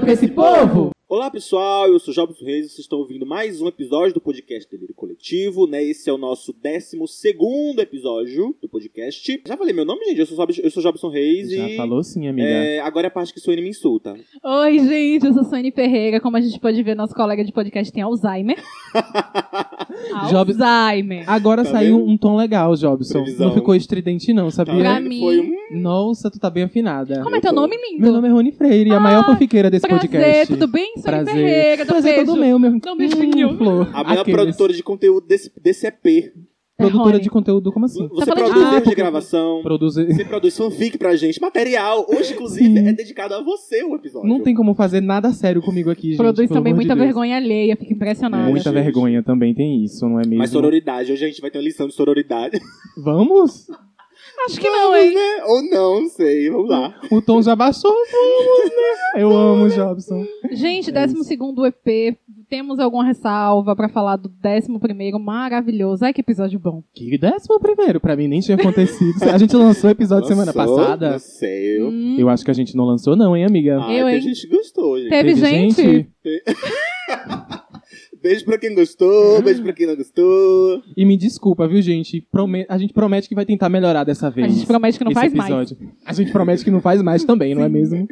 pra esse povo! Olá pessoal, eu sou Jobson Reis e vocês estão ouvindo mais um episódio do podcast Delírio Coletivo, né? Esse é o nosso 12 episódio do podcast. Já falei meu nome, gente? Eu sou, Sob- eu sou Jobson Reis Já e. falou né? sim, amiga. é, agora é a parte que Suene me insulta. Oi, gente, eu sou Sônia Ferreira. Como a gente pode ver, nosso colega de podcast tem Alzheimer. Job- Alzheimer. Agora Tá saiu vendo? um tom legal, Jobson. Previsão. Não ficou estridente, não, Tá sabia? Pra vendo? mim. Foi um. Nossa, tu tá bem afinada. Como é teu Eu tô- nome, lindo? Meu nome é Rony Freire, a maior fofiqueira desse Ah, Prazer, podcast. tudo bem? Sônia Prazer. Ferreira, dá um Prazer beijo. todo meu, meu. Dá um beijinho. flor. A maior Aqueles. É, produtora de conteúdo desse, desse EP. Produtora Rony. de conteúdo, como assim? Você Tá falando de- produz Ah, erros de porque- gravação, Produzir. você produz fanfic pra gente, material. Hoje, inclusive, é dedicado a você o episódio. Não tem como fazer nada sério comigo aqui, gente. Produz pelo também amor de muita Deus. É, vergonha alheia, fico impressionada. Muita gente. vergonha também tem isso, não é mesmo? Mas sororidade, hoje a gente vai ter uma lição de sororidade. Vamos? Acho que não, hein? né? Ou não, não sei, vamos lá. O tom já baixou, vamos, né? Eu amo Jobson. Gente, 12 segundo EP, temos alguma ressalva pra falar do 11 primeiro, maravilhoso. Ai, que episódio bom. Que décimo primeiro, pra mim nem tinha acontecido. A gente lançou o episódio semana Lançou? passada. Não sei. eu- Hum, Eu acho que a gente não lançou não, hein, amiga? Ah, Eu, que a hein? gente gostou, gente. Teve gente? Beijo pra quem Ah. gostou, beijo pra quem não gostou. E me desculpa, viu, gente? Prome- A gente promete que vai tentar melhorar dessa vez. a gente promete que não esse faz mais. episódio. A gente promete que não faz mais também, não é mesmo? É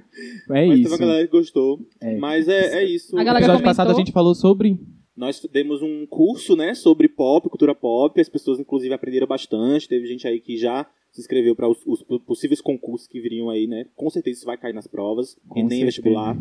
Mas teve isso. uma galera que gostou. É. Mas é, é isso. A No galera episódio comentou. passado a gente falou sobre Nós demos um curso, né, sobre pop, cultura pop. As pessoas, inclusive, aprenderam bastante. Teve gente aí que já se inscreveu para os, os possíveis concursos que viriam aí, né? Com certeza isso vai cair nas provas. Com e nem certeza. vestibular.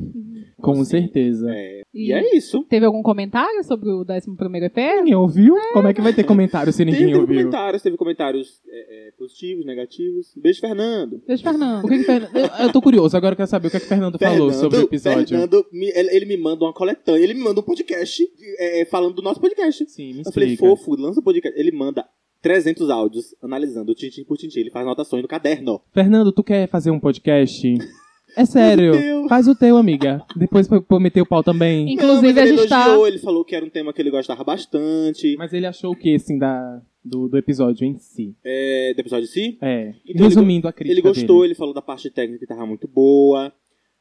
com Assim, certeza. E é isso. Teve algum comentário sobre o 11 EP? Ninguém ouviu? Como é que vai ter comentário se Teve, ninguém teve ouviu? comentários, teve comentários é, é, positivos, negativos. Beijo, Fernando. Beijo, Fernando. O que que Fern- eu, eu tô curioso, agora eu quero saber o que, é que o Fernando falou Fernando- sobre o episódio. Fernando, me- ele, ele me manda uma coletânea, ele me manda um podcast é, é, falando do nosso podcast. Sim, me Eu falei, explica. fofo, lança um podcast. Ele manda 300 áudios analisando tintim por tintim. Ele faz anotações no caderno. Fernando, tu quer fazer um podcast? É sério. Faz o teu. Faz o teu, amiga. Depois pra pra eu meter o pau também. Inclusive, Não, mas a ele gente tá- elogiou, ele falou que era um tema que ele gostava bastante Mas ele achou o que, assim, da, do, do episódio em si? é, do episódio em si. É. Então, Resumindo a crítica Ele gostou, dele. ele falou da parte técnica que tava muito boa.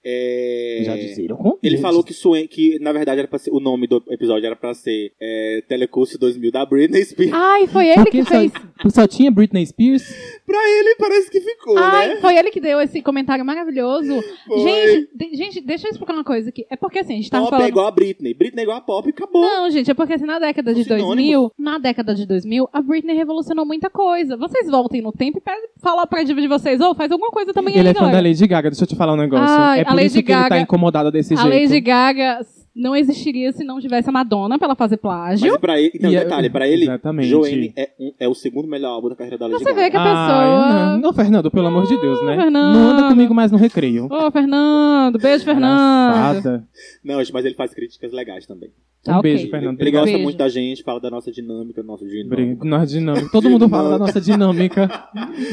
É, Já disseram. Ele falou que, Suen- que, na verdade, era pra ser- o nome do episódio era pra ser é, Telecurso 2000 da Britney Spears. Ai, foi ele Porque que só, fez. só tinha Britney Spears? Pra ele, parece que ficou, né? Ai, foi ele que deu esse comentário maravilhoso. Foi. Gente, de- gente, deixa eu explicar uma coisa aqui. É porque assim, a gente tava pop é falando. igual a Britney. Britney é igual a pop e acabou. Não, gente, é porque assim, na década de Sinônimo. 2000, na década de 2000, a Britney revolucionou muita coisa. Vocês voltem no tempo e pe- falar pra diva de vocês, ou faz alguma coisa também aí, ele é fã da galera. Lady Gaga, deixa eu te falar um negócio. Ai, Ah, a é por Lady isso que ele Gaga- tá incomodado desse A jeito. Lady Gaga não existiria se não tivesse a Madonna pra ela fazer plágio. Mas pra ele, então, E é- detalhe, pra ele, Exatamente. Joanne é, um- é o segundo melhor álbum da carreira da Lady Você vê Gaga. que a Ah, é pessoa. não. Ô, Fernando, pelo amor de Deus, né? Fernando. Não anda comigo mais no recreio. Ô, Fernando, beijo, Fernando. Engraçada. Não, gente, mas ele faz críticas legais também. Tá, Um ok. beijo, Fernando. ele gosta Beijo. muito da gente, fala da nossa dinâmica, do nosso dinâmico. Obrigado. Nossa dinâmica. Todo mundo fala da nossa dinâmica.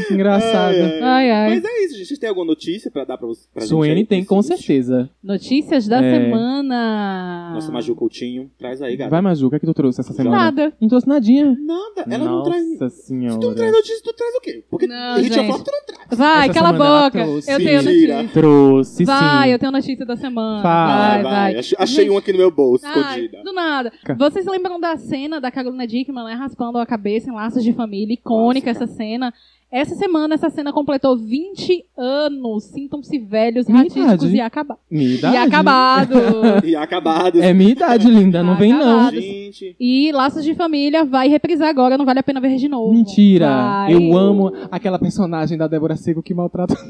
Engraçada. Ai, ai. Mas é isso, gente. Vocês têm alguma notícia pra dar pra, você, pra gente? é Suene aí? tem, com Sim. certeza. Notícias da É. semana. Nossa, Maju Coutinho, traz aí, Vai, galera. Maju, o que é que tu trouxe essa semana? Nada. Não trouxe nadinha. Nada, ela não Nossa traz. senhora. Se tu não traz notícia, tu traz o quê? Porque Não, hit gente. flop tu não Vai, Essa cala a semana ela boca. trouxe. Eu tenho Mentira. notícia. Trouxe, Vai, sim. eu tenho notícia da semana. Fala, é Vai, vai. Ach- Achei Gente, um aqui no meu bolso, Ai, escondida. do nada. Vocês lembram da cena da Carolina Dickman, né? Raspando a cabeça em laços de família. Icônica Nossa, essa cena. Essa semana, essa cena completou 20 anos. Sintam-se velhos, Verdade. ratísticos e, acaba... Minha idade. né? e acabados. E acabados. É minha idade, linda. Não vem, não. Acabado. gente. E Laços de Família vai reprisar agora, não vale a pena ver de novo. Mentira. Vai. Eu amo aquela personagem da Débora Seco que maltrata...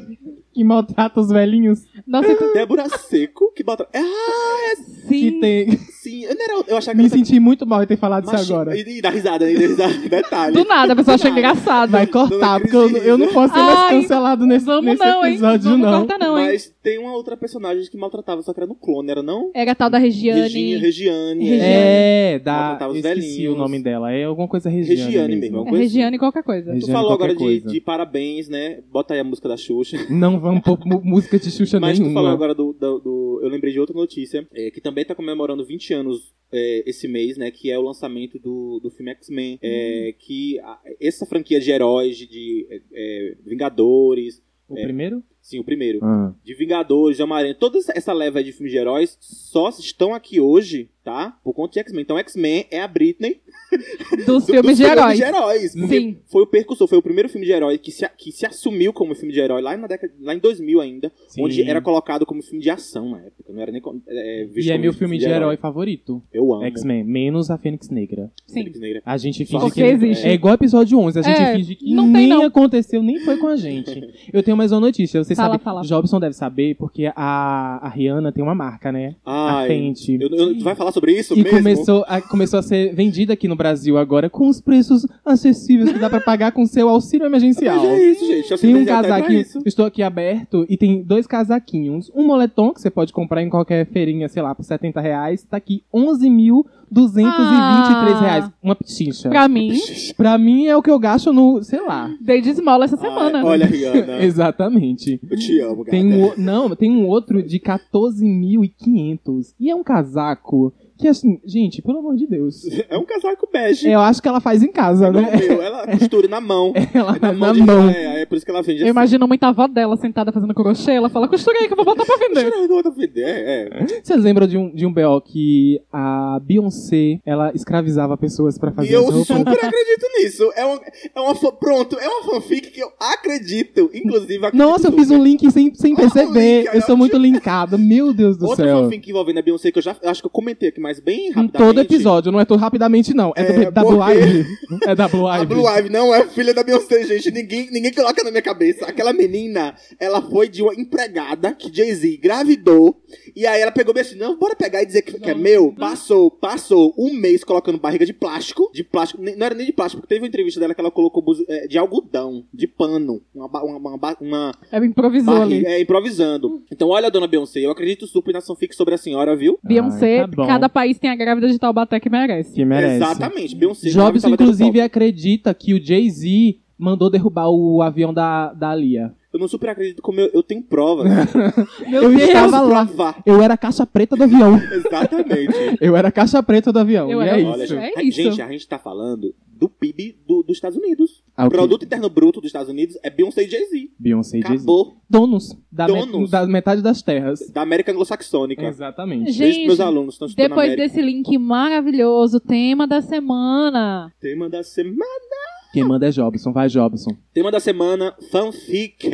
que maltrata os velhinhos. Nossa, tu- Débora Seco, que bota. Ah, sim. Que tem... sim. Eu, não era- eu achava que Me era- senti muito mal em ter falado isso machi- agora. E, e dá risada, né? E dá risada. Detalhe. Do nada, a pessoa acha Do nada. engraçado. Vai Dona cortar, Cris porque eu, eu não posso ser mais Ai, cancelado nesse, Vamos nesse não, hein? episódio, Vamos não. cortar não, hein? Mas tem uma outra personagem que maltratava, só que era no clone, era não? Era a tal da Regiane. Reginha, Regiane. É, Ela da. cantava Eu os esqueci velhinhos. o nome dela. É alguma coisa Regiane. Regiane mesmo. mesmo. alguma É coisa Regiane qualquer coisa. Tu Regiane falou qualquer agora de, coisa. de parabéns, né? Bota aí a música da Xuxa. Não vamos pôr mu- música de Xuxa Mas tu falou nenhuma. agora do, do- do- Eu lembrei de outra notícia, é, que também tá comemorando 20 anos é, esse mês, né? Que é o lançamento do, do filme X-Men. é, Hum. que a- essa franquia de heróis, de, de, é, é, Vingadores. O É. primeiro? Sim, o primeiro. Ah. de Vingadores, de Homem-Aranha, toda essa- essa leva de filmes de heróis só estão aqui hoje, tá? Por conta de X-Men. Então, X-Men é a Britney Dos do- filmes dos de heróis. de heróis. Porque Sim. foi o percursor, foi o primeiro filme de herói que se, que se assumiu como filme de herói lá, na década, lá em 2000 ainda, Sim. onde era colocado como filme de ação na época. Não era nem como- é, visto Ah, E é como meu filme de herói favorito. Eu amo. X-Men, menos a Fênix Negra. Sim. Negra. A gente Só finge que que... existe. É igual episódio 11, a gente É, finge que não tem, nem não. aconteceu, nem foi com a gente. Eu tenho mais uma notícia, você Fala, sabe, fala. Jobson deve saber, porque a, a Rihanna tem uma marca, né? a Ai, Fenty. eu- eu- tu vai falar sobre isso E mesmo? começou a, começou a ser vendida aqui no Brasil agora com os preços acessíveis que dá pra pagar com seu auxílio emergencial. Mas é isso, gente. Tem Já tá aí um pra casaquinho, isso. estou aqui aberto, e tem dois casaquinhos. Um moletom, que você pode comprar em qualquer feirinha, sei lá, por 70 reais. Tá aqui 11.223 Ah. reais. Uma pichincha. Pra... Pra mim, mim é o que eu gasto no, sei lá. dei de esmola essa Ai, semana. Ah, olha, Rihanna, Exatamente. eu te amo, gata. né? Tem um, o- não, tem um outro de 14.500. E é um casaco que, assim, gente, pelo amor de Deus. É um casaco bege. Eu acho que ela faz em casa, Não, né? meu, ela costura na mão. Ela Na mão. de- É, é por isso que ela vende Eu assim. imagino muita avó dela sentada fazendo crochê. Ela fala, costura aí que eu vou botar pra vender. Cheirando outra vender. É, é. Vocês lembram de um, de um BO que a Beyoncé, ela escravizava pessoas pra fazer E eu as roupas? super acredito nisso. É uma, é uma fa- pronto, é uma fanfic que eu acredito. Inclusive, acredito Nossa, eu fiz super. um link sem, sem Olha o perceber. link, eu sou olha. muito linkado. Meu Deus do Outra céu. fanfic envolvendo a Beyoncé que eu já eu acho que eu comentei aqui, mas bem Em rapidamente. todo episódio, não é tão rapidamente, não. É, do, É, da Blue porque- Ivy. É da Blue Ivy. A Blue Ivy não é filha da Beyoncé, gente. Ninguém, ninguém coloca na minha cabeça. Aquela menina, ela foi de uma empregada que Jay-Z engravidou. E aí ela pegou bem assim: não, bora pegar e dizer que, que é meu. Passou, passou um mês colocando barriga de plástico. De plástico, nem- não era nem de plástico, porque teve uma entrevista dela que ela colocou buzi- eh, de algodão, de pano. Uma, ba- uma, uma, ba- uma Ela improvisou ali. barriga, é, improvisando. Então olha, dona Beyoncé, eu acredito super na fanfic sobre a senhora, viu? Beyoncé, Ai, tá bom. cada país tem a grávida de Taubaté que merece. Que merece. Exatamente, Beyoncé. Jobson, tava dando inclusive, pau. acredita que o Jay-Z mandou derrubar o avião da, da Lia. Eu não super acredito como eu, eu tenho provas. eu Deus! estava lá. Provar. Eu era a caixa preta do avião. Exatamente. Eu era a caixa preta do avião. Eu e era é uma- isso. Olha, É gente, isso. gente, a gente tá falando do PIB do- dos Estados Unidos. Ah, O o que- Produto Interno Bruto dos Estados Unidos é Beyoncé e Jay-Z. Beyoncé e Jay-Z. Acabou. Donos da, me- Donos. da metade das terras. Da América Anglo-Saxônica. É. Exatamente. Desde que meus Gente, alunos estão estudando Depois América. desse link maravilhoso, tema da semana. Tema da semana. Quem manda é Jobson, vai Jobson. Tema da semana, fanfic.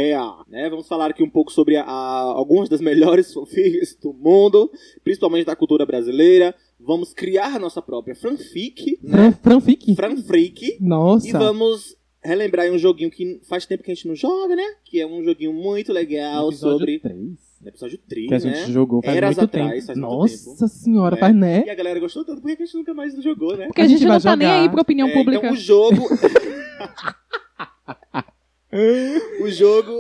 Né? Vamos falar aqui um pouco sobre a- a- algumas das melhores fanfics do mundo, principalmente da cultura brasileira. Vamos criar nossa própria fanfic, Fran, né? Franfic. Franfreak. E Nossa. vamos relembrar aí um joguinho que faz tempo que a gente não joga, né? Que é um joguinho muito legal Episódio sobre. três, No episódio 3, Que a né? gente jogou faz Eras muito atrás, tempo. faz muito Nossa tempo. senhora, É. faz né? E a galera gostou tanto, por que a gente nunca mais jogou, né? Porque a, gente, gente vai não tá nem jogar. aí pra opinião É, pública. Então o jogo. o jogo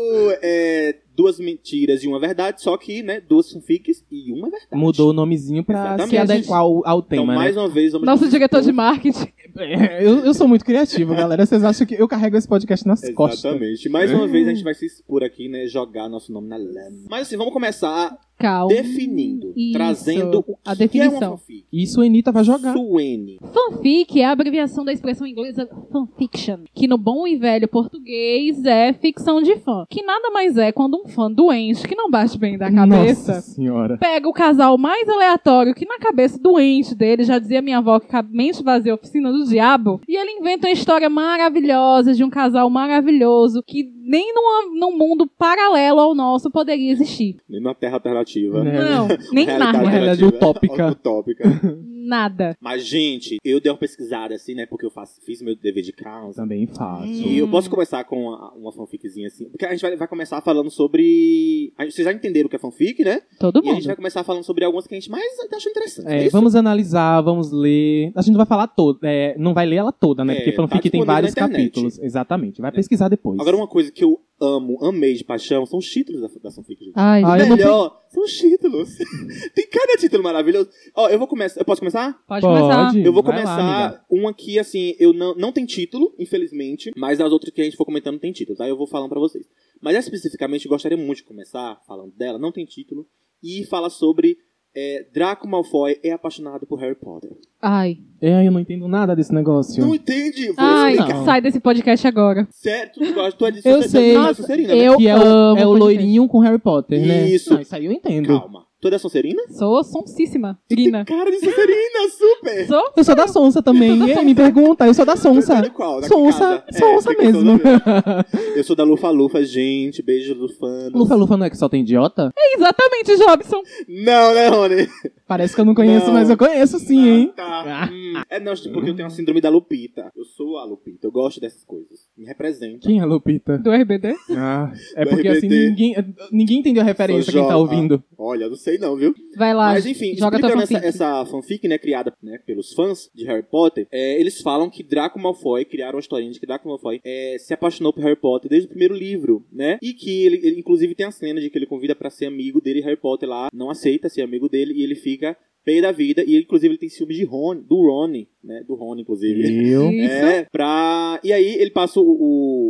é duas mentiras e uma verdade, só que, né, duas fanfics e uma verdade. Mudou o nomezinho pra Exatamente. se adequar ao, ao Então, tema, mais uma vez, vamos. Nosso diretor de marketing. né? Eu, eu sou muito criativo, galera. Vocês acham que eu carrego esse podcast nas costas? Exatamente. Mais uma vez a gente vai se expor aqui, né? Jogar nosso nome na lama. Mas assim, vamos começar Calma. definindo, Hum, Isso. trazendo A o que é uma definição. fanfic. Isso, Anitta vai jogar. Suene. Fanfic é a abreviação da expressão inglesa fanfiction, que no bom e velho português é ficção de fã, que nada mais é quando um fã doente que não bate bem da cabeça Nossa senhora. pega o casal mais aleatório que na cabeça doente dele, já dizia minha avó que a mente vazia é a oficina do diabo, e ele inventa uma história maravilhosa de um casal maravilhoso que nem numa- num mundo paralelo ao nosso poderia existir. Nem na Terra Alternativa. Né? É. Não, nem Realidade Na nada. realidade alternativa. utópica. Utópica. Nada. Mas, gente, eu dei uma pesquisada assim, né? Porque eu faço- fiz meu dever de casa. Também faço. E eu posso começar com uma, uma fanficzinha assim. Porque a gente vai, vai começar falando sobre. a gente- Vocês já entenderam o que é fanfic, né? Todo E a gente mundo. vai começar falando sobre algumas que a gente mais acha interessante. né? É, isso? vamos analisar, vamos ler. A gente não vai falar toda, é, não vai ler ela toda, né? É, Porque tá fanfic tem disponível vários na internet. capítulos. Exatamente. Vai pesquisar depois. Agora, uma coisa que eu amo, amei de paixão, são os títulos da, da fanfic, gente. Ai, Ah, O eu não- Melhor, são os títulos. Tem cada título maravilhoso. Ó, eu vou começar. Eu posso começar? pode começar. Pode, Eu vou vai lá, começar amiga. uma que, assim, eu não, não tem título, infelizmente, mas as outras que a gente for comentando tem título, tá? Eu vou falando pra vocês. Mas essa, especificamente, eu gostaria muito de começar falando dela, não tem título, e fala sobre é, Draco Malfoy é apaixonado por Harry Potter. Ai, É, eu não entendo nada desse negócio. Não entende? Vou Ai, explicar. não. sai desse podcast agora. Certo? Tu gosta- tu é de Eu Sucedina, sei. tu é de Sonserina, né? eu que é o, amo é o podcast. loirinho com Harry Potter, né? Isso. Não, isso aí eu entendo. Calma. Tu é da Sonserina? Sou sonsíssima. Trina. Cara de Sonserina, super! Sou? Eu sou da Sonsa também. E aí, me pergunta, eu sou da Sonsa. Sabe qual? Daqui Sonsa, casa. É, Sonsa daqui mesmo. casa Eu sou da Lufa Lufa, gente. Beijo, Lufanos. Lufa Lufa não é que só tem idiota? Exatamente, Jobson. Não, né, Rony? Parece que eu não conheço, Não. mas eu conheço sim, Ah, hein? Tá. Ah. Hum. É, não, tipo, porque eu tenho a síndrome da Lupita. Eu sou a Lupita. Eu gosto dessas coisas. Me representa. Quem é Lupita? Do RBD. Ah, é Do porque assim RBD. ninguém, ninguém entendeu a referência, Sou quem tá jovem. ouvindo. Olha, eu não sei não, viu? Vai lá. Mas enfim, joga tua explicando essa, fanfic. essa fanfic, né, criada né, pelos fãs de Harry Potter, é, eles falam que Draco Malfoy, criaram a historinha de que Draco Malfoy é, se apaixonou por Harry Potter desde o primeiro livro, né? E que ele, ele, inclusive, tem a cena de que ele convida pra ser amigo dele, Harry Potter lá não aceita ser amigo dele e ele fica pé da vida. E, inclusive, ele tem ciúme de Ron, do Ron, né? Do Ron, inclusive. Eu. Isso. É, pra... E aí ele passa o,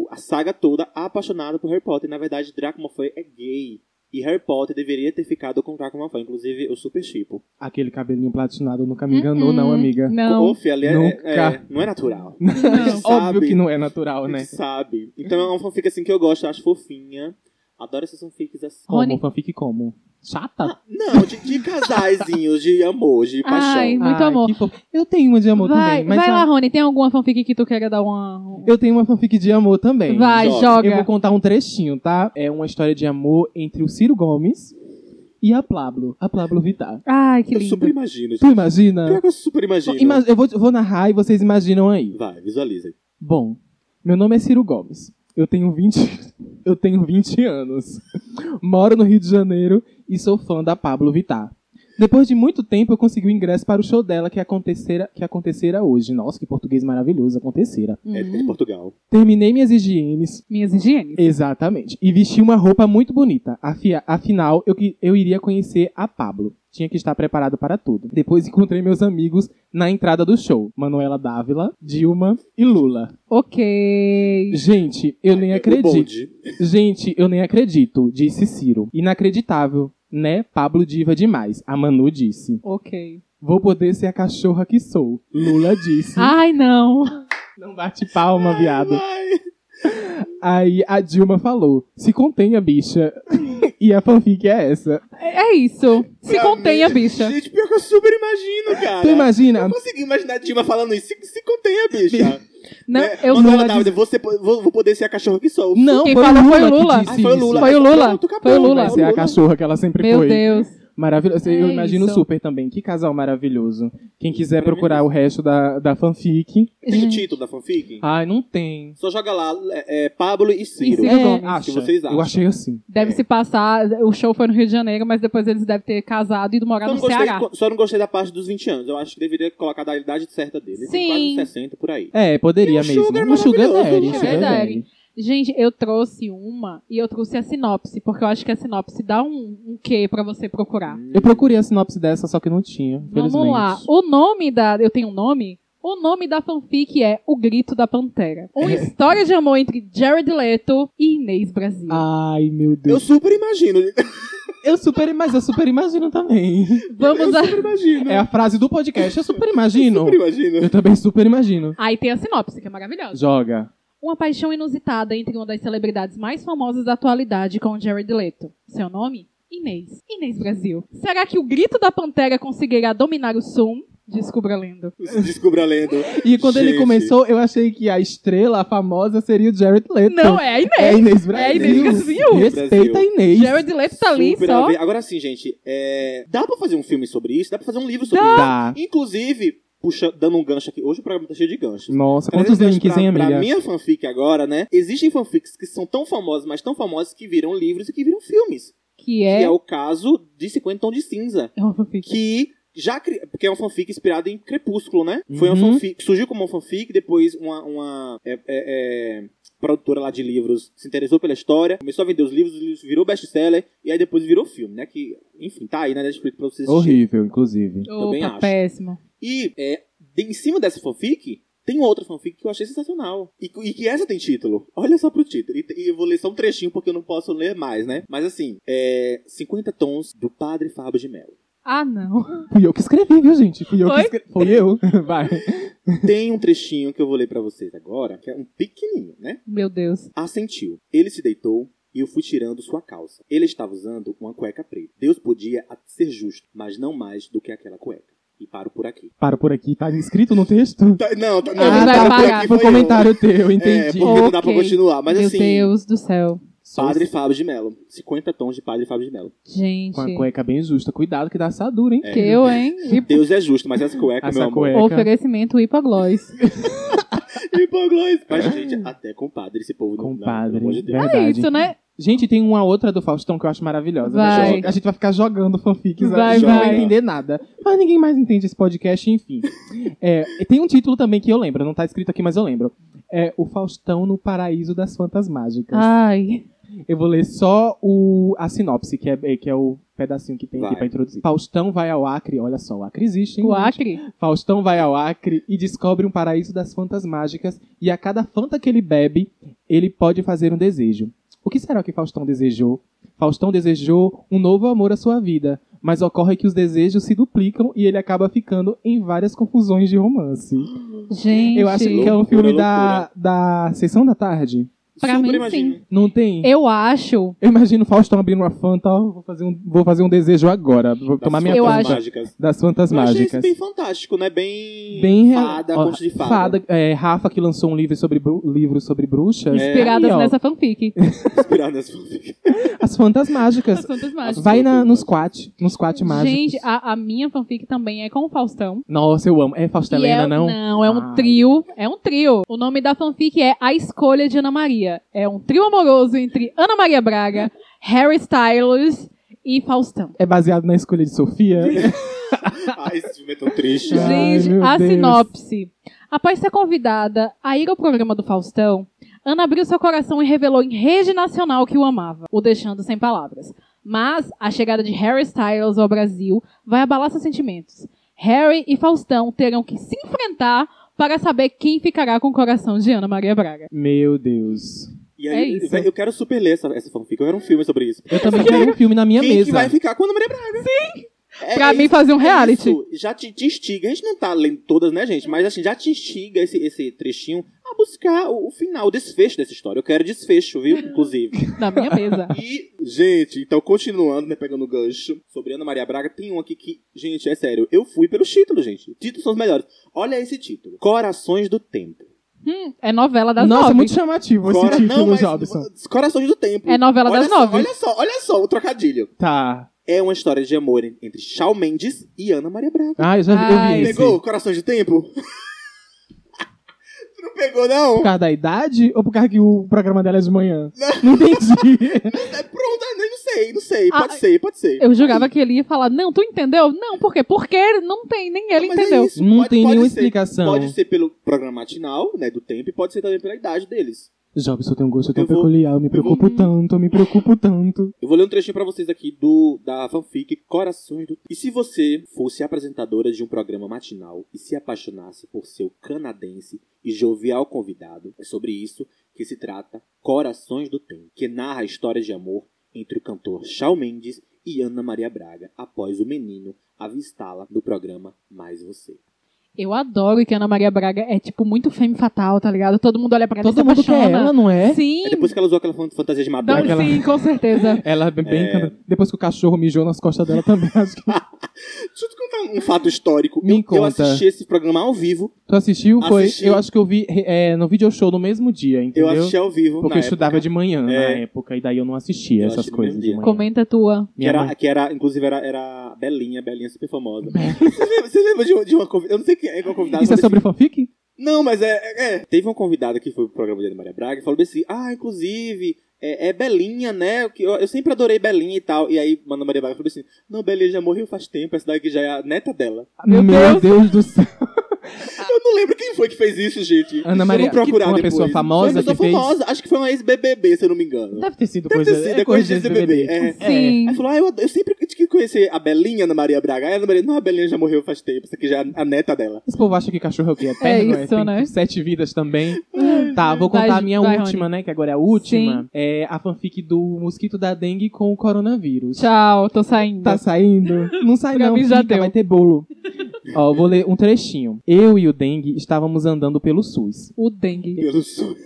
o- a saga toda apaixonado por Harry Potter. Na verdade, Draco Malfoy é gay. E Harry Potter deveria ter ficado com Draco Malfoy. Inclusive, eu super chipo. Aquele cabelinho platinado nunca é, me enganou, Hum. não, amiga. Uhum. Não. Ofe, ali é, Nunca. é- não é natural. não. Óbvio Sabe. que não é natural, A né? gente sabe. Então é uma fanfic assim que eu gosto, eu acho fofinha. Adoro essas fanfics assim. Rony. Como? Fanfic como? Chata? Não, de, de casaizinhos, de amor, de paixão. Ai, Ah, muito Ai, amor. que fofo. Eu tenho uma de amor Vai, também, mas vai a- lá, Rony. Tem alguma fanfic que tu queira dar uma. eu tenho uma fanfic de amor também. Vai, joga. joga. Eu vou contar um trechinho, tá? É uma história de amor entre o Ciro Gomes e a Pablo. A Pablo Vittar. Ai, que eu lindo. super imagino. Tu gente. imagina? Pior que eu super imagino. Ima- eu vou, eu vou narrar e vocês imaginam aí. Vai, visualiza. aí. Bom, meu nome é Ciro Gomes. Eu tenho 20, eu tenho 20 anos. Moro no Rio de Janeiro e sou fã da Pablo Vittar. Depois de muito tempo, eu consegui o ingresso para o show dela que acontecera, que acontecera hoje. Nossa, que português maravilhoso, acontecera. Hum. É de Portugal. Terminei minhas higienes. Minhas higienes. Exatamente. E vesti uma roupa muito bonita. Afia- afinal, eu, que- eu iria conhecer a Pablo. Tinha que estar preparado para tudo. Depois encontrei meus amigos na entrada do show. Manuela Dávila, Dilma e Lula. Ok. Gente, eu nem É, o acredito. bonde. Gente, eu nem acredito, disse Ciro. Inacreditável, né? Pablo diva demais, a Manu disse. Ok. Vou poder ser a cachorra que sou, Lula disse. Ai, não. Não bate palma, viado. Ai, Aí a Dilma falou: se contenha, bicha. E a fanfic é essa. É isso. Se Pra contenha, mim- bicha. Gente, pior que eu super imagino, cara. Tu imagina? Eu consegui imaginar a Dilma falando isso. Se, se contenha, bicha. Não, Né? eu Manuela Lula Dávila, você po- vou, vou poder ser a cachorra que sou. Não, Quem foi falou Lula foi o que Lula. disse Ah, foi o Lula. Foi o Lula. Pronto, acabou. Foi o Vai Lula. ser a cachorra que ela sempre Meu foi. Deus. Maravilhoso. Eu É imagino isso. super também. Que casal maravilhoso. Quem quiser Maravilhoso. procurar o resto da, da fanfic. Tem o Gente. título da fanfic? Ai, não tem. Só joga lá, é, é, Pablo e Ciro. Ciro. É, acha. se vocês acham. Eu achei assim. Deve se passar. O show foi no Rio de Janeiro, mas depois eles devem ter casado e ido morar Só no não, Então gostei, Ceará. só não gostei da parte dos 20 anos. Eu acho que deveria colocar da idade certa dele. Ele Tem Sim. quase uns 60 por aí. É, poderia E o mesmo. Sugar é o Sugar maravilhoso, Daddy. né? o Sugar Verdade. Daddy. Gente, eu trouxe uma e eu trouxe a sinopse, porque eu acho que a sinopse dá um, um quê pra você procurar. Eu procurei a sinopse dessa, só que não tinha. Vamos felizmente. lá. O nome da. Eu tenho um nome? O nome da fanfic é O Grito da Pantera. Uma história de amor entre Jared Leto e Inês Brasil. Ah. Ai, meu Eu Deus. super imagino. Eu, super, mas eu super imagino também. Vamos a. Super imagino. É a frase do podcast. Eu super Eu imagino. super imagino. Eu também super imagino. Aí tem a sinopse, que é maravilhosa. Joga. Uma paixão inusitada entre uma das celebridades mais famosas da atualidade com Jared Leto. Seu nome? Inês. Inês Brasil. Será que o grito da pantera conseguirá dominar o som? Descubra lendo. Descubra a lenda. E quando ele Gente. começou, eu achei que a estrela famosa seria o Jared Leto. Não, é a Inês. É a Inês Brasil. É a Inês Brasil. Respeita a Inês. Jared Leto tá ali Super só. a ver. Agora sim, gente. é, Dá pra fazer um filme sobre isso? Dá pra fazer um livro sobre isso? Dá. Inclusive, puxa, dando um gancho aqui. Hoje o programa tá cheio de ganchos. Nossa, Trazendo quantos gancho links, pra, hein, Pra amiga? minha fanfic agora, né? Existem fanfics que são tão famosas, mas tão famosas que viram livros e que viram filmes. Que Que é é. o caso de 50 Tons de Cinza. É uma fanfic. Que já cri... Porque é uma fanfic inspirada em Crepúsculo, né? Foi uma Uhum. fanfic. Surgiu como uma fanfic, depois uma. uma é- é- é, Produtora lá de livros se interessou pela história, começou a vender os livros, os livros virou best-seller e aí depois virou filme, né? Que, enfim, tá aí na Netflix pra vocês assistirem. Horrível, inclusive. também Opa, acho. péssimo. E é, de- em cima dessa fanfic, tem outra fanfic que eu achei sensacional. E, que- e que essa tem título. Olha só pro título. E, te- e eu vou ler só um trechinho porque eu não posso ler mais, né? Mas assim, é 50 tons do Padre Fábio de Mello. Ah, não. Fui eu que escrevi, viu, gente? Fui eu Foi? que escrevi. Foi eu. Vai. Tem um trechinho que eu vou ler pra vocês agora, que é um pequenininho, né? Meu Deus. Assentiu. Ele se deitou e eu fui tirando sua calça. Ele estava usando uma cueca preta. Deus podia a- ser justo, mas não mais do que aquela cueca. E paro por aqui. Paro por aqui. Tá escrito no texto? Ah, Tá- não, tá, não, Ele Ah, vai paro por parar. aqui Foi foi comentário teu, eu. É, entendi. porque não dá pra Ok. continuar. Mas Meu assim, Deus do céu. Só um Padre Fábio de Mello. 50 tons de Padre Fábio de Mello. Gente. Com a cueca bem justa. Cuidado que dá assadura, É, hein? Que eu, hein? E Deus é justo, mas essa cueca, Essa meu amor. cueca. oferecimento hipoglós. Hipoglós. Mas, gente, até compadre esse povo não- Não, Compadre, pelo amor de Deus. verdade. É isso, né? Gente, tem uma outra do Faustão que eu acho maravilhosa. Vai. Joga- A gente vai ficar jogando fanfics Vai, a gente não vai. vai entender nada. Mas ninguém mais entende esse podcast, enfim. É, e tem um título também que eu lembro, não tá escrito aqui, mas eu lembro. É O Faustão no Paraíso das Fantas Mágicas. Ai. Eu vou ler só o, a sinopse, que é, é- que é o pedacinho que tem Vai. aqui pra introduzir. Faustão vai ao Acre, olha só, o Acre existe, hein? O gente? Acre. Faustão vai ao Acre e descobre um paraíso das fantas mágicas, e a cada fanta que ele bebe, ele pode fazer um desejo. O que será que Faustão desejou? Faustão desejou um novo amor à sua vida, mas ocorre que os desejos se duplicam e ele acaba ficando em várias confusões de romance. Gente. Eu acho que é um Loucura, filme da, da Sessão da Tarde. Pra Super mim, imagino. Não tem? Eu acho. Eu imagino o Faustão abrindo uma fanta, ó, vou fazer um, vou fazer um desejo agora, vou Das tomar minha Eu fanta. plantas acho- mágicas. Das fantas Eu achei isso mágicas. bem fantástico, né? Bem, Bem real- fada, ó, conto de fada. é, Rafa que lançou um livro sobre, bru- livro sobre É. bruxas. Inspiradas Aí, ó, nessa fanfic. Inspirado nas fanfics. As fantas mágicas. Assuntos mágicos. Vai na, nos quat, nos quat mágicos. Gente, a, a minha fanfic também é com o Faustão. Nossa, eu amo. É Faustelena, E é- não? Não, é um Ai. trio. É um trio. O nome da fanfic é A Escolha de Ana Maria. É um trio amoroso entre Ana Maria Braga, Harry Styles e Faustão. É baseado na escolha de Sofia. Ai, esse filme é tão triste. Ai, Gente, meu a Deus. sinopse. Após ser convidada a ir ao programa do Faustão, Ana abriu seu coração e revelou em rede nacional que o amava, o deixando sem palavras. Mas a chegada de Harry Styles ao Brasil vai abalar seus sentimentos. Harry e Faustão terão que se enfrentar para saber quem ficará com o coração de Ana Maria Braga. Meu Deus. E É aí, isso. véi, eu quero super ler essa, essa fanfic. Eu quero um filme sobre isso. Eu também tenho um filme na minha Quem é mesa. que vai ficar com a Ana Maria Braga? Sim! É, Pra é mim isso, fazer um é reality. isso. Já te, te instiga. A gente não tá lendo todas, né, gente? Mas assim, já te instiga esse, esse trechinho a buscar o, o final, o desfecho dessa história. Eu quero desfecho, viu? Inclusive. Na minha mesa. E, gente, então continuando, né, pegando o gancho sobre Ana Maria Braga, tem um aqui que, gente, é sério, eu fui pelos títulos, gente. Títulos são os melhores. Olha esse título: Corações do Tempo. Hum, é novela das Nossa, nove. muito chamativo esse Cora- título, não, mas- Jobson. Corações do Tempo. É novela olha das só, nove. Olha só, olha só o trocadilho. Tá. É uma história de amor en- entre Shawn Mendes e Ana Maria Braga. Ah, eu já vi- eu Ai. vi esse. Pegou Corações do Tempo? Tu não pegou, Por não? causa da idade ou por causa que o programa dela é de manhã? Não entendi. É, pronto, eu não sei, não sei. Ah, Pode ser, pode ser. Eu jurava que ele ia falar, não, tu entendeu? Não, por quê? Porque não tem, nem ele Mas é entendeu. isso, Não pode- tem pode nenhuma ser. explicação. Pode ser pelo programa matinal, né, do tempo, e pode ser também pela idade deles. Jobson tem um gosto tão Eu vou- peculiar, eu me preocupo tanto, eu me preocupo tanto. Eu vou ler um trechinho pra vocês aqui do da fanfic Corações do E se você fosse apresentadora de um programa matinal e se apaixonasse por seu canadense e jovial convidado, é sobre isso que se trata Corações do Tempo, que narra a história de amor entre o cantor Shawn Mendes e Ana Maria Braga após o menino avistá-la no programa Mais Você. Eu adoro que a Ana Maria Braga é, tipo, muito femme fatal, tá ligado? Todo mundo olha pra ela e se Todo mundo quer apaixona. ela, não é? Sim, É depois que ela usou aquela fan- fantasia de não, Madonna. Daquela- sim, com certeza. Ela é bem- bem É. canta- Depois que o cachorro mijou nas costas dela também, acho que. Deixa eu te contar um fato histórico. Hum, Me eu, eu conta. assisti esse programa ao vivo. Tu assistiu? Foi. Assisti. Eu acho que eu vi é, no video show no mesmo dia, entendeu? Eu assisti ao vivo. Porque na eu estudava época, de manhã na É. época, e daí eu não assistia Eu essas assisti no coisas mesmo de dia. manhã. Comenta a tua. que Minha mãe- era, que era, inclusive, era, era Belinha, Belinha super famosa. você, lembra, você lembra de uma, de uma convidada? Eu não sei quem é que é uma convidada. Isso é mas sobre fanfic? assim- Não, mas é, é- é. Teve uma convidada que foi pro programa de Ana Maria Braga e falou assim: Ah, inclusive, é, é Belinha, né? Que Eu, eu sempre adorei Belinha e tal. E aí, Ana Maria Braga falou assim: Não, Belinha já morreu faz tempo, essa daqui já é a neta dela. Meu, Deus. do céu. Eu não lembro quem foi que fez isso, gente. Ana Maria- eu vou procurar que- uma depois. pessoa foi famosa uma pessoa que fez? famosa, acho que foi uma ex-BBB, se eu não me engano. Deve ter sido Deve coisa, ter sido, é coisa de bebê. bebê. É. Sim. Aí falou, ah, eu, ado- eu sempre quis conhecer a Belinha Ana Maria Braga. Aí a Ana Maria, não, a Belinha já morreu faz tempo, essa aqui já é a neta dela. Esse povo acha que cachorro é o quê? É, eterno, isso, Tem né? Sete vidas também. Tá, vou Vai, contar a minha vai, última, né? Que agora é a última. É a fanfic do mosquito da dengue com o coronavírus. Tchau, tô saindo. Tá saindo? Não sai Pra não, mim já fica, deu. vai ter bolo. Ó, vou ler um trechinho. Eu e o Dengue estávamos andando pelo SUS. O dengue. Pelo SUS.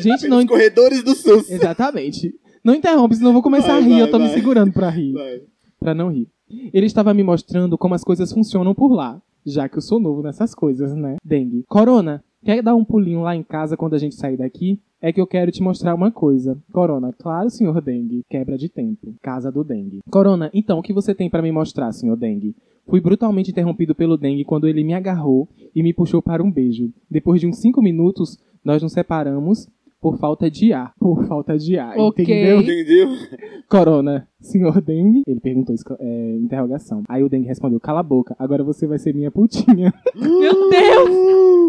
Gente, não... Pelos corredores do SUS. Exatamente. Não interrompe, senão eu vou começar a Vai, rir. vai, eu tô me vai. segurando pra rir. Vai. Pra não rir. Ele estava me mostrando como as coisas funcionam por lá. Já que eu sou novo nessas coisas, né? Dengue. Corona, quer dar um pulinho lá em casa quando a gente sair daqui? É que eu quero te mostrar uma coisa. Corona, claro, senhor Dengue. Quebra de tempo. Casa do Dengue. Corona, então o que você tem pra me mostrar, senhor Dengue? Fui brutalmente interrompido pelo Dengue quando ele me agarrou e me puxou para um beijo. Depois de uns cinco minutos, nós nos separamos por falta de ar. Por falta de ar, Ok. entendeu? Entendeu? Corona, senhor Dengue? Ele perguntou, esco- é, interrogação. Aí o Dengue respondeu, cala a boca, agora você vai ser minha putinha. Meu Deus!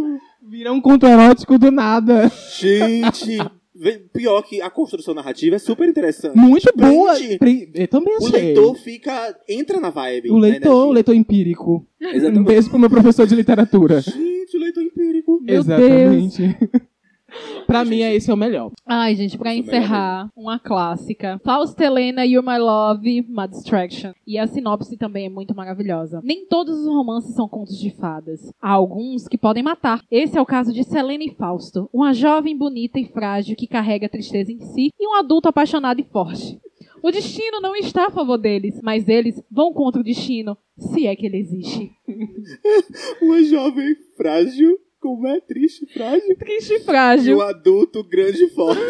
Vira um conto erótico do nada. Gente, vem- pior que a construção narrativa é super interessante. Muito boa. Gente, Pri- Eu também O achei. leitor né, fica. entra na vibe. o na leitor, o energia. leitor empírico. Um Exatamente. beijo pro meu professor de literatura. Gente, o leitor empírico. Meu Deus! Exatamente. pra mim, é esse é o melhor. Ai, gente, pra Nossa, encerrar, uma clássica. Fausta Helena, You're My Love, My Distraction. E a sinopse também é muito maravilhosa. Nem todos os romances são contos de fadas. Há alguns que podem matar. Esse é o caso de Selena e Fausto. Uma jovem bonita e frágil que carrega a tristeza em si e um adulto apaixonado e forte. O destino não está a favor deles, mas eles vão contra o destino, se é que ele existe. Uma jovem frágil. Como é triste, frágil. Triste e E um frágil. adulto grande e forte.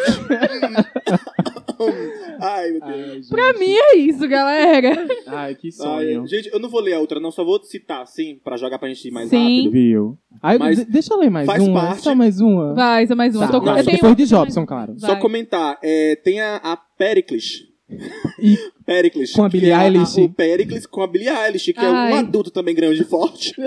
Ai, Ah, meu Deus. Pra mim é isso, galera. Ai, que Ai, sonho. gente, eu não vou ler a outra, não. Só vou citar, assim, pra jogar pra gente ir mais Sim. rápido. Viu? Ai, Mas de- deixa eu ler mais faz uma. parte- Só mais uma. Vai, só mais uma. Tá, Tô com- vai. Eu tenho Depois de Jobson, claro. Só Vai. comentar, é, tem a, a Pericles. E- Pericles. Com a Billie que é Eilish. o Pericles com a Billie Eilish, que é Ai. um adulto também grande e forte.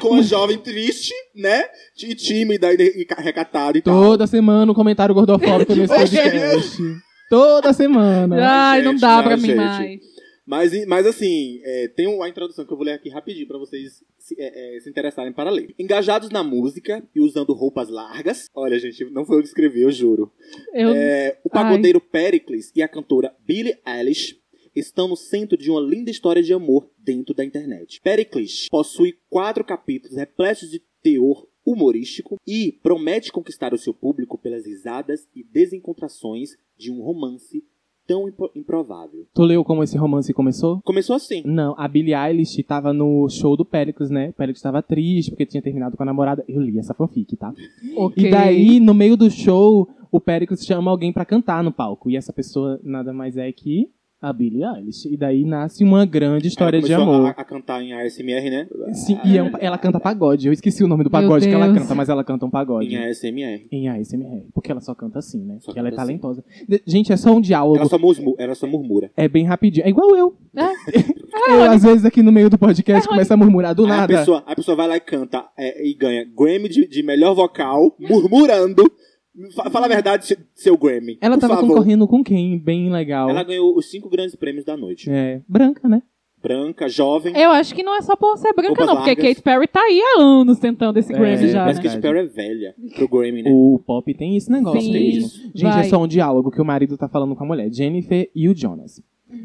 com a jovem triste, né? E tímida e, e ca- recatada e tal. Toda semana um comentário gordofóbico nesse podcast. Toda semana. Ai, não gente, dá não, pra mim gente. mais. Mas, e- mas assim, é, tem uma introdução que eu vou ler aqui rapidinho pra vocês se, é, é, se interessarem para ler. Engajados na música e usando roupas largas. Olha, gente, não foi eu que escrevi, eu juro. Eu É, o pagodeiro Pericles e a cantora Billie Eilish estão no centro de uma linda história de amor dentro da internet. Pericles possui quatro capítulos repletos de teor humorístico e promete conquistar o seu público pelas risadas e desencontrações de um romance tão impro- improvável. Tu leu como esse romance começou? Começou assim. Não, a Billie Eilish tava no show do Péricles, né? O Péricles tava triste porque tinha terminado com a namorada. Eu li essa fanfic, tá? Ok. E daí, no meio do show, o Péricles chama alguém pra cantar no palco. E essa pessoa nada mais é que a Billie Eilish. E daí nasce uma grande história ela de começou amor. A, a cantar em ASMR, né? Sim, e é um- ela canta pagode. Eu esqueci o nome do Meu pagode que ela Deus. canta, mas ela canta um pagode. Em ASMR. Em ASMR. Porque ela só canta assim, né? Só Porque ela é canta assim. talentosa. De- Gente, é só um diálogo. Ela só, musmu- ela só murmura. É bem rapidinho. É igual eu. É. eu, às vezes, aqui no meio do podcast, É, começo a murmurar do Aí nada. A pessoa, a pessoa vai lá e canta é, e ganha Grammy de, de melhor vocal, murmurando. Fa- Fala a verdade, se- seu Grammy. Ela tá por tava favor. concorrendo com quem? Bem legal. Ela ganhou os cinco grandes prêmios da noite. É, branca, né? Branca, jovem. Eu acho que não é só por ser branca, Roupas não, porque largas. Kate Perry tá aí há anos tentando esse É, Grammy já, Mas né? que- Katy Perry é velha pro Grammy, né? O pop tem esse negócio Sim, mesmo. Gente, é vai. só um diálogo que o marido tá falando com a mulher, Jennifer e o Jonas.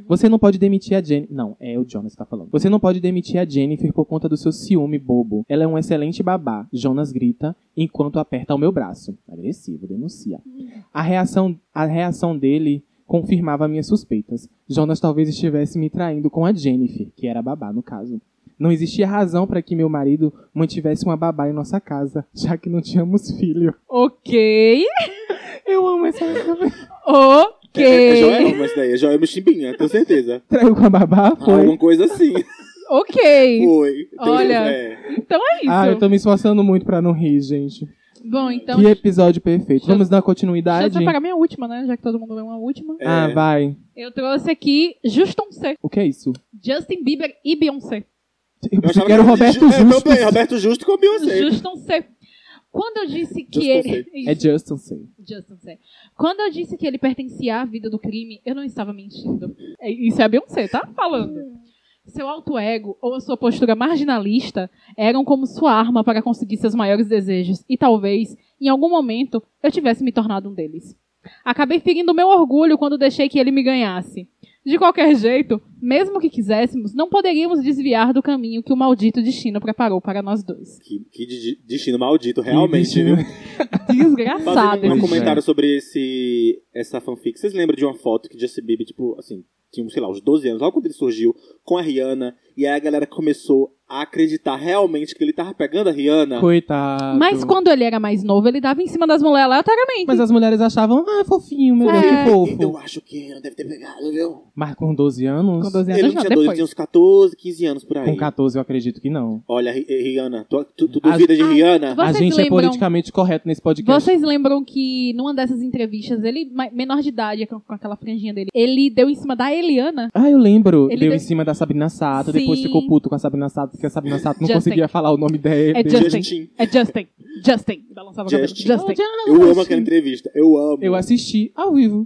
Você não pode demitir a Jennifer. Não, é o Jonas que tá falando. Você não pode demitir a Jennifer por conta do seu ciúme bobo. Ela é um excelente babá. Jonas grita enquanto aperta o meu braço. Agressivo, denuncia. A reação, a reação dele confirmava minhas suspeitas. Jonas talvez estivesse me traindo com a Jennifer, que era a babá no caso. Não existia razão para que meu marido mantivesse uma babá em nossa casa, já que não tínhamos filho. Ok. Eu amo essa Ok. É, é Joelma, mas daí é Joelma Chimbinha, tenho certeza. Traiu com a babá? Foi. Alguma coisa assim. ok. Foi. Tem- Olha. é. Então é isso. Ah, eu tô me esforçando muito pra não rir, gente. Bom, então. que episódio perfeito. Deixa eu- Vamos dar Deixa eu continuidade? separar minha última, né? Já que todo mundo leu uma última. É. Ah, vai. Eu trouxe aqui Justin C. O que é isso? Justin Bieber e Beyoncé. Eu, Eu pensei achava que era o Roberto Ju- É, Justo. também, Roberto Justo com a Beyoncé. Justin C. Quando eu disse que Justin ele. É Justin, sei. Justin C. Quando eu disse que ele pertencia à vida do crime, eu não estava mentindo. É, Isso é a Beyoncé, tá? Falando. Seu alto ego ou a sua postura marginalista eram como sua arma para conseguir seus maiores desejos, e talvez, em algum momento, eu tivesse me tornado um deles. Acabei ferindo meu orgulho quando deixei que ele me ganhasse. De qualquer jeito, mesmo que quiséssemos, não poderíamos desviar do caminho que o maldito destino preparou para nós dois. Que, que de- destino maldito, realmente, destino. É. viu? Desgraçado. Fazendo um esse comentário sobre esse, essa fanfic. Vocês lembram de uma foto que Justin Bieber, tipo, assim, tinha, sei lá, uns 12 anos, logo quando ele surgiu, com a Rihanna, e aí a galera começou a acreditar realmente que ele tava pegando a Rihanna. Coitado. Mas quando ele era mais novo, ele dava em cima das mulheres aleatoriamente. Mas as mulheres achavam, ah, fofinho, meu Deus, É. que Eu fofo. acho que a Rihanna deve ter pegado, viu? Mas com 12 anos, Com 12 Ele não anos, não, tinha 12, ele depois. tinha uns 14, 15 anos por aí. com 14 eu acredito que não. Olha, Ri- eh, Rihanna, tu, tu, tu As- duvida de Ai, Rihanna? Vocês a gente é lembram- politicamente correto nesse podcast. Vocês lembram que numa dessas entrevistas, ele, ma- menor de idade, com com aquela franjinha dele, ele deu em cima da Eliana? Ah, eu lembro. Ele Deu deu- em cima da Sabrina Sato, depois Sim. ficou puto com a Sabrina Sato, porque a Sabrina Sato não Justin. conseguia falar o nome dela. É Justin. Justin. É Justin. Justin. Balançava o cabelo. Justin. Justin. Eu amo aquela entrevista. Eu amo. Eu assisti ao vivo.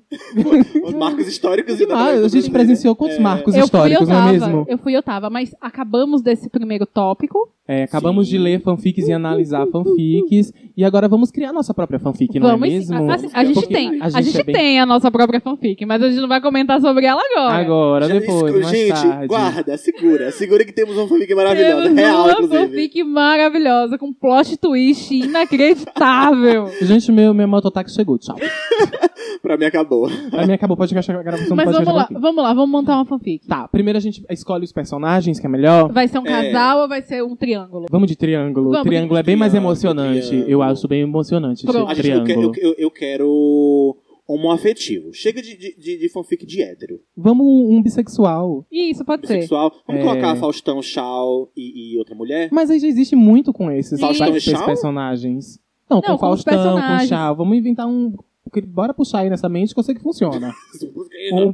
Os marcos históricos e da Ah, a televisão gente brasileira. presenciou quantos É. Eu marcos fui, eu históricos, não é tava. mesmo? Eu fui, eu tava. Mas acabamos desse primeiro tópico. É, acabamos Sim. de ler fanfics e analisar fanfics. E agora vamos criar nossa própria fanfic, não Vamos. é mesmo? assim, a gente Porque tem. A gente, é bem- tem a nossa própria fanfic, mas a gente não vai comentar sobre ela agora. Agora, Já- depois, escu- mais gente, tarde. guarda, segura. Segura que temos uma fanfic maravilhosa. Temos real, uma inclusive. fanfic maravilhosa, com plot twist inacreditável. Gente, meu, meu mototáxi chegou, tchau. Pra mim acabou. Pra mim acabou, pode encaixar a gravação mas pode vamos lá, encaixar aqui. vamos lá, vamos montar uma fanfic. Tá, primeiro a gente escolhe os personagens, que é melhor. Vai ser um É. casal ou vai ser um triângulo? Vamos de triângulo. Vamos de triângulo é bem mais triângulo, emocionante. triângulo. Eu acho bem emocionante Pronto. A esse gente não quer- triângulo. eu, eu, eu quero homoafetivo. Chega de, de, de- de fanfic de hétero. Vamos um, um bissexual. E isso pode ser. Bissexual. Vamos É. colocar Faustão, Shaw e, e outra mulher? Mas aí já existe muito com esses, Faustão com esses e Shaw? personagens. Não, com Não, o com os Faustão, com o personagens. Chá. Vamos inventar um. Bora puxar aí nessa mente que eu sei que funciona. Não, Um-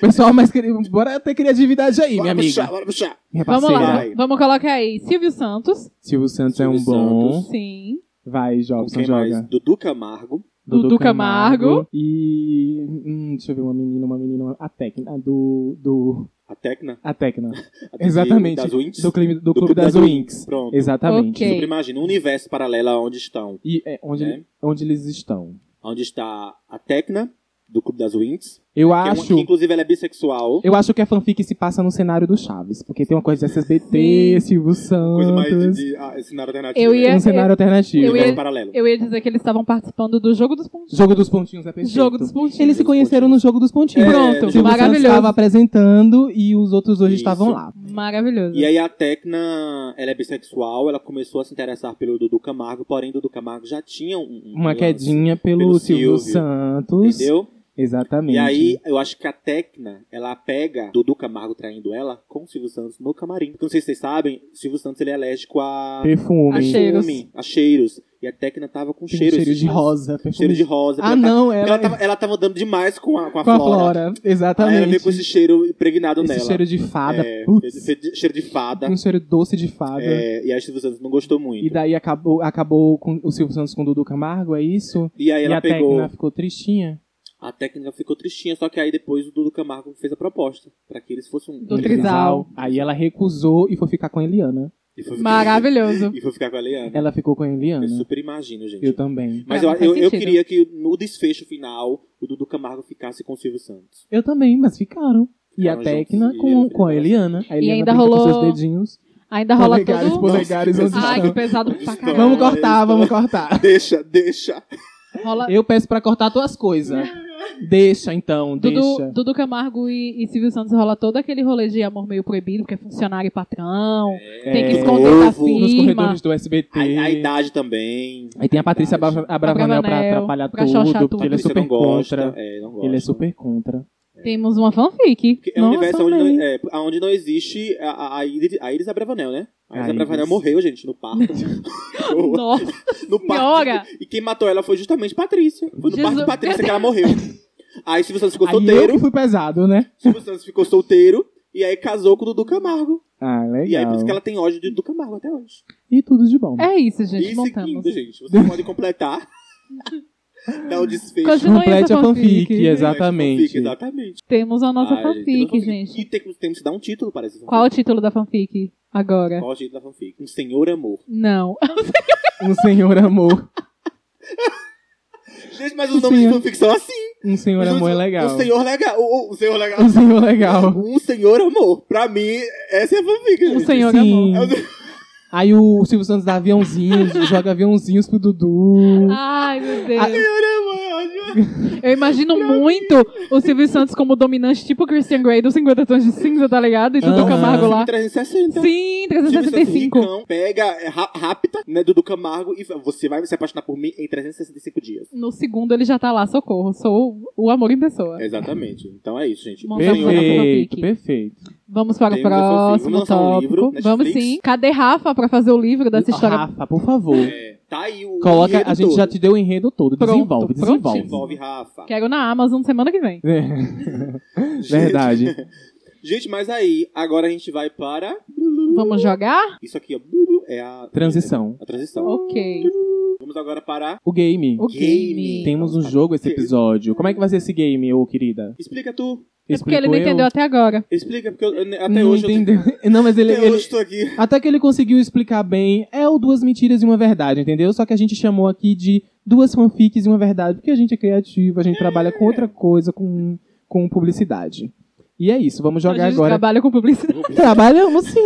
Pessoal, mas cri- bora ter criatividade aí, minha Bora puxar, amiga. bora puxar. Minha Vamos parceira. lá, Vai. vamos colocar aí Silvio Santos. Silvio Santos é um Silvio bom. Santos. Sim. Vai, Com Jobson, quem joga. mais? Dudu Camargo. Dudu Camargo. E. hum, deixa eu ver uma menina, uma menina. uma- A técnica. Do. do A Tecna. a técnica. a do- Exatamente. Das Winx. Do, clima- do Clube das Winx. Pronto. Exatamente. Ok. Sobre, imagina, um universo paralelo onde estão. E é, onde, né? onde eles estão. Onde está a Tecna, do Clube das Winx. Eu Que é uma- acho. que, inclusive ela é bissexual. Eu acho que a fanfic se passa no cenário do Chaves. Porque tem uma coisa de SBT, Sim. Silvio Coisa mais de, Santos. de ah, cenário alternativo. Eu né? ia- Um cenário alternativo. eu ia- Universo paralelo. Eu ia dizer que eles estavam participando do Jogo dos Pontinhos. Jogo dos Pontinhos é perfeito. Jogo dos Pontinhos. Eles se conheceram no Jogo dos Pontinhos. É, Pronto, no Silvio Santos maravilhoso. estava apresentando e os outros dois Isso. estavam lá. Maravilhoso. E aí a Tecna, ela é bissexual, ela começou a se interessar pelo Dudu Camargo, porém Dudu Camargo já tinha um, um- um Uma lance, quedinha pelo, pelo Silvio, Silvio. Santos. Entendeu? Exatamente. E aí, eu acho que a Tecna, ela pega Dudu Camargo traindo ela com o Silvio Santos no camarim. Porque não sei se vocês sabem, o Silvio Santos ele é alérgico a Perfume. Achei. Cheiros. perfume, a cheiros. E a Tecna tava com Tem cheiro. cheiro esses de dias. rosa. Perfume. Cheiro de rosa. Ah, porque ela não, tá- ela, é ela, tava, ela tava andando demais com a, com a com a Flora. Flora. Aí ela veio Exatamente. com esse cheiro impregnado Esse nela. cheiro de fada. É, putz, esse fe- cheiro de fada. um cheiro doce de fada. É, e aí o Silvio Santos não gostou muito. E daí acabou, acabou com o Silvio Santos com o Dudu Camargo, é isso? E aí e ela a pegou. técnica ficou tristinha. A técnica ficou tristinha, só que aí depois o Dudu Camargo fez a proposta pra que eles fossem um. Do Um trisal. Aí ela recusou e foi ficar com a Eliana. E foi ficar- Maravilhoso. E foi ficar com a Leana. Ela ficou com a Eliana. Eu super imagino, gente. É, Eu também. Ah, Mas É, eu, não faz eu, eu sentido. queria que no desfecho final o Dudu Camargo ficasse com o Silvio Santos. Eu também, mas ficaram. E a Ficaram técnica juntos, com, e- assim. com a Eliana. A Eliana ainda brinca com rolou- seus dedinhos. Ainda rola polegares, todo. um polegares, Nossa, onde Ai, estão? que pesado pra Estão. caralho. Vamos cortar, vamos cortar. Deixa, deixa. Rola Eu peço pra cortar tuas coisas. Deixa então, Dudu, deixa. Dudu Camargo e, e Silvio Santos rola todo aquele rolê de amor meio proibido, que é funcionário e patrão. Tem que É, esconder da novo. Nos firma. corredores do SBT. A, a idade também. Aí tem a Patrícia Abra- Abravanel pra Abravanel, atrapalhar pra tudo, xoxar porque ele é Patrícia super não gosta, contra. É, não gosta. Ele é super contra. Temos uma fanfic. Porque é um Nossa, universo onde amei. não, é, onde não existe a, a, a Iris, a Iris Abravanel, né? A Iris A Abravanel Iris. morreu, gente, no parto. no Nossa senhora! parto. E quem matou ela foi justamente Patrícia. Foi no Jesus. parto de Patrícia que ela morreu. Aí Silvio Santos ficou Aí eu solteiro. que fui pesado, né? Silvio Santos ficou solteiro. E aí casou com o Dudu Camargo. Ah, E aí por isso que legal. ela tem ódio de Dudu Camargo até hoje. E tudo de bom. É isso, gente. e montamos. seguindo, gente, você pode completar. Dá um desfecho. Continua Complete essa a é fanfic, fanfic. exatamente. Fanfic, exatamente. Temos a nossa Ai, tem fanfic, uma gente. E tem- temos que dar um título para essa fanfic. Qual o título da fanfic agora? Qual o título da fanfic? Um Senhor Amor. Não. Um senhor amor. Gente, mas os Um nomes de senhor- fanfic são assim. Um senhor Os amor é nomes- legal. Um Senhor Legal. O, o- o Senhor Legal. Um senhor legal. Um Senhor Amor. Pra mim, essa é a fanfic, O gente. Senhor Sim. É Amor. Aí o Silvio Santos dá aviãozinhos, joga aviãozinhos pro Ah, Dudu. Ai, meu Deus. Senhor Amor. olha. Eu imagino muito o Silvio Santos como dominante, tipo Christian Grey dos 50 Tons de Cinza, tá ligado? E Dudu é Aham. Camargo lá. 360. Sim, Silvio Santos 365. Ricão assim, Pega, é, ra- rapta, né, Dudu Camargo e fala, você vai se apaixonar por mim em 365 dias. No segundo ele já tá lá, socorro. Sou o amor em pessoa. Exatamente. Então é isso, gente. Monta Senhor uma Amor. Perfeito, fanfic. perfeito. Vamos para o Temos essa fanfic. próximo Vamos lançar um tópico. livro, Netflix? Vamos sim. Cadê Rafa pra fazer o livro dessa história? Rafa, por favor. É, tá aí o Coloca, enredo a gente já todo. te deu o enredo todo. Pronto, Desenvolve, prontinho. desenvolve. Desenvolve, Rafa. Quero na Amazon semana que vem. É, Gente- Verdade. Gente, mas aí, agora a gente vai para. Vamos jogar? Isso aqui, ó. É a. Transição. A transição. Ok. Vamos agora para. O game. O Game. então tá game. Temos um jogo esse episódio. Como é que vai ser esse game, ô querida? Explica tu. É porque ele Explicou não eu? entendeu até agora. Explica, porque eu- até não hoje entendeu. Não, mas eu. ele, Até ele- hoje eu tô aqui. Até que ele conseguiu explicar bem. É o duas mentiras e uma verdade, entendeu? Só que a gente chamou aqui de duas fanfics e uma verdade, porque a gente é criativo, a gente trabalha com outra coisa, com, com publicidade. E é isso, vamos jogar a gente agora. trabalha com publicidade. Trabalhamos sim.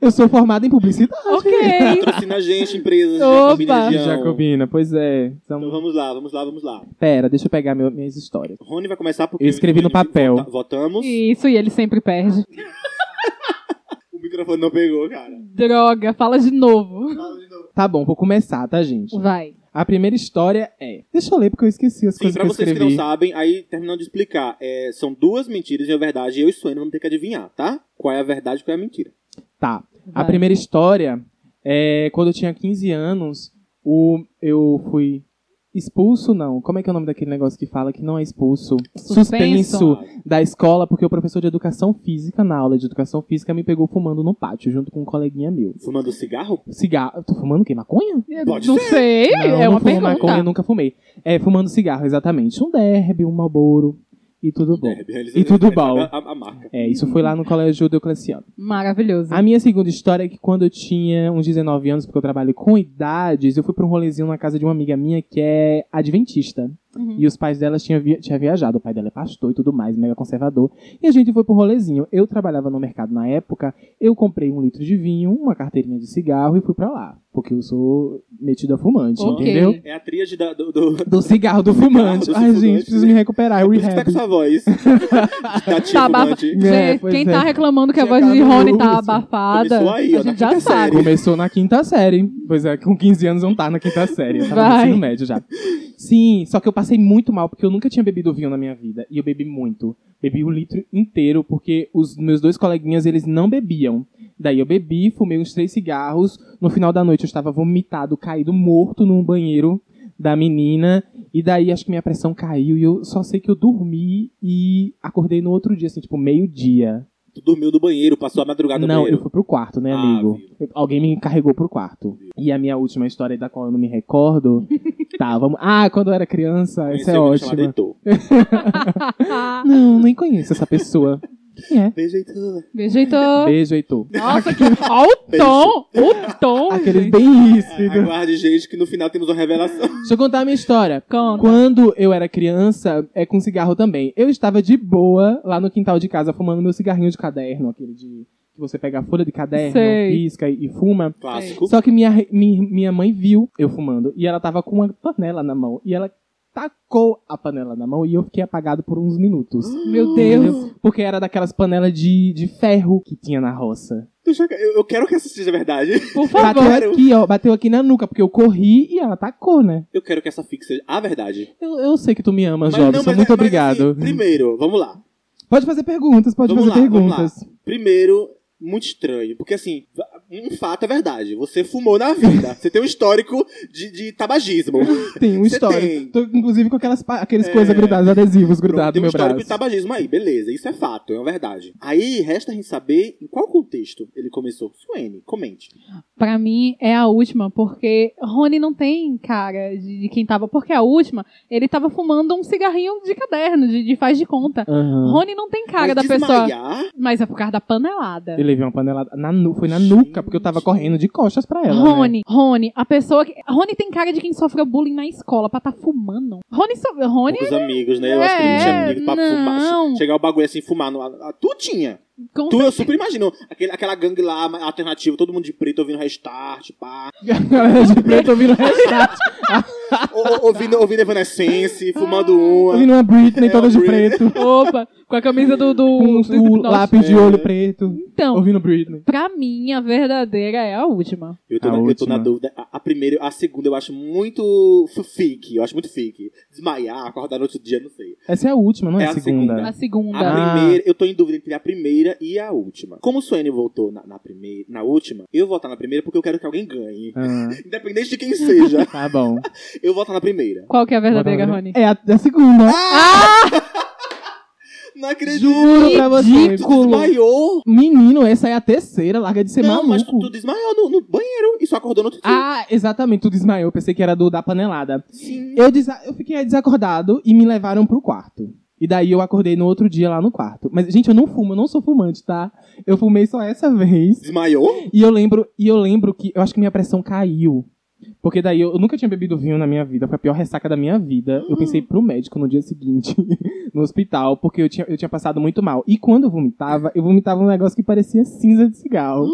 Eu sou formado em publicidade. ok. Patrocina a gente, empresas. Opa. Jacobina De e Legião. Jacobina, pois é. Então, Então vamos lá, vamos lá, vamos lá. Pera, deixa eu pegar meu- minhas histórias. Rony vai começar porque. Eu escrevi no papel. Vota- Votamos. Isso, e ele sempre perde. O microfone não pegou, cara. Droga, fala de novo. Tá bom, vou começar, tá, gente? Vai. A primeira história é. Deixa eu ler porque eu esqueci as Sim, coisas pra que eu vocês escrevi. que não sabem, aí terminando de explicar, é, são duas mentiras e a verdade, eu e Suene vamos ter que adivinhar, tá? Qual é a verdade e qual é a mentira. Tá. A vai. primeira história é quando eu tinha 15 anos, o, eu fui expulso, não. Como é que é o nome daquele negócio que fala que não é expulso? Suspenso. Suspenso Ah, da escola, porque o professor de educação física, na aula de educação física, me pegou fumando no pátio, junto com um coleguinha meu. Fumando cigarro? Cigarro. Tô fumando o quê? Maconha? Eu Pode não sei, não, é não uma fumo pergunta. maconha, nunca fumei. É, fumando cigarro, exatamente. Um derby, um malboro e tudo bom. É, eles- E tudo eles- bom. A, a- a marca. É, isso foi lá no colégio Diocleciano. Maravilhoso. A minha segunda história é que quando eu tinha uns 19 anos, porque eu trabalho com idades, eu fui pra um rolezinho na casa de uma amiga minha que é adventista. Uhum. E os pais dela tinham via- tinha viajado. O pai dela é pastor e tudo mais, mega conservador. E a gente foi pro rolezinho. Eu trabalhava no mercado na época, eu comprei um litro de vinho, uma carteirinha de cigarro e fui pra lá. Porque eu sou metido a fumante, Ok. entendeu? É a tríade da, do... do... Do cigarro do fumante. Do Ai, fumante. gente, preciso me recuperar. Eu Por isso que tá com sua rehab. voz. tá tipo Tá abafa- fumante. É, Gente, pois quem é. tá reclamando que a Tinha voz de cara no Rony tá urso. abafada, Começou aí, ó, a na gente já quinta sabe. série. Ah, Começou na quinta série. Pois é, com 15 anos não tá na quinta série. Eu tava no Vai. ensino médio já. Sim, só que eu passei muito mal, porque eu nunca tinha bebido vinho na minha vida. E eu bebi muito. Bebi um litro inteiro, porque os meus dois coleguinhas, eles não bebiam. Daí eu bebi, fumei uns três cigarros. No final da noite eu estava vomitado, caído, morto num banheiro da menina. E daí acho que minha pressão caiu e eu só sei que eu dormi e acordei no outro dia, assim, tipo, meio-dia. Tu dormiu no banheiro, passou a madrugada Tá no Não, banheiro. eu fui pro quarto, né, Ah, amigo? viu. Eu- Alguém me carregou pro quarto. E a minha última história, da qual eu não me recordo, tá, vamos... Ah, quando eu era criança, essa é Conheceu alguém chamado ótima. Heitor. Não, nem conheço essa pessoa. Quem é? Beijo, Heitor. Beijo, Heitor. Beijo, Heitor. Nossa, que... Ó o tom! O tom, Aquele gente. bem ríspido. Ah, Aguarde, gente, que no final temos uma revelação. Deixa eu contar a minha história. Conta. Quando eu era criança, é com cigarro também. Eu estava de boa lá no quintal de casa fumando meu cigarrinho de caderno, aquele de que você pega a folha de caderno, Sei. risca e e fuma. Clássico. Só que minha, re- mi- minha mãe viu eu fumando e ela tava com uma panela na mão e ela tacou a panela na mão e eu fiquei apagado por uns minutos. Meu Deus. Entendeu? Porque era daquelas panelas de, de ferro que tinha na roça. Deixa eu... eu quero que essa seja verdade. Por favor. Bateu aqui, ó. Bateu aqui na nuca, porque eu corri e ela tacou, né? Eu quero que essa fique seja a verdade. Eu, eu sei que tu me ama, Mas não, Jobson. mas- Muito mas obrigado. assim, primeiro, vamos lá. Pode fazer perguntas, pode Vamos fazer lá, vamos perguntas. Primeiro, muito estranho, porque assim, um fato é verdade. Você fumou na vida. Você tem um histórico de, de tabagismo. Tem um Você histórico. tem. Tô, inclusive com aquelas pa- aqueles É. coisas grudadas, adesivos Pronto, grudados tem no um meu histórico braço. de tabagismo aí, beleza. Isso é fato, é uma verdade. Aí resta a gente saber em qual contexto ele começou. Suene, comente. Pra mim é a última, porque Rony não tem cara de, de quem tava. Porque a última, ele tava fumando um cigarrinho de caderno, de, de faz de conta. Aham. Rony não tem cara Mas da pessoa. desmaiar? Mas é por causa da panelada. Eu levei uma panelada. Na nu... Foi na nuca, porque eu tava Gente. correndo de costas pra ela. né? Rony, Rony, a pessoa que. Rony tem cara de quem sofreu bullying na escola pra tá fumando. Rony so... Rony, Com os amigos, né? Eu acho que ele tinha amigos pra É, não. fumar. Chegar o bagulho assim, fumar. No... a- a- Tu tinha. com Tu, eu certeza- super imagino. Aquele, aquela gangue lá, alternativa, todo mundo de preto ouvindo restart, pá. A galera de preto ouvindo restart. O- o- ouvindo, ouvindo Evanescence, fumando uma. Ouvindo uma Britney toda de É Britney. preto. Opa, com a camisa do. do, Com um do tá o Slipknot. lápis de olho preto. Então, Ouvindo Britney. pra mim, a verdadeira é a última. Eu tô, A na, eu tô última. na dúvida. A, a primeira, a segunda eu acho muito f- fake. Eu acho muito fake. Desmaiar, acordar no outro dia, não sei. Essa é a última, não é, É a A segunda. segunda. A Ah. primeira, eu tô em dúvida entre a primeira e a última. Como o Suene voltou na, na primeira, na última, eu vou votar na primeira porque eu quero que alguém ganhe. Ah, Independente de quem seja, tá bom. eu vou votar na primeira. Qual que é a verdadeira, Bora, Rony? É a, a segunda. Não acredito. Juro pra você. Tu desmaiou. Menino, essa é a terceira. Larga de ser não, maluco. mas tu, tu desmaiou no, no banheiro e só acordou no outro dia. Ah, exatamente. Tu desmaiou. Eu pensei que era do da panelada. Sim. Eu, desa- eu fiquei desacordado e me levaram pro quarto. E daí eu acordei no outro dia lá no quarto. Mas, gente, eu não fumo, eu não sou fumante, tá? Eu fumei só essa vez. Desmaiou? E eu lembro, e eu lembro que eu acho que minha pressão caiu. Porque daí eu, eu nunca tinha bebido vinho na minha vida, foi a pior ressaca da minha vida. Eu pensei pro médico no dia seguinte, no hospital, porque eu tinha, eu tinha passado muito mal. E quando eu vomitava, eu vomitava um negócio que parecia cinza de cigarro.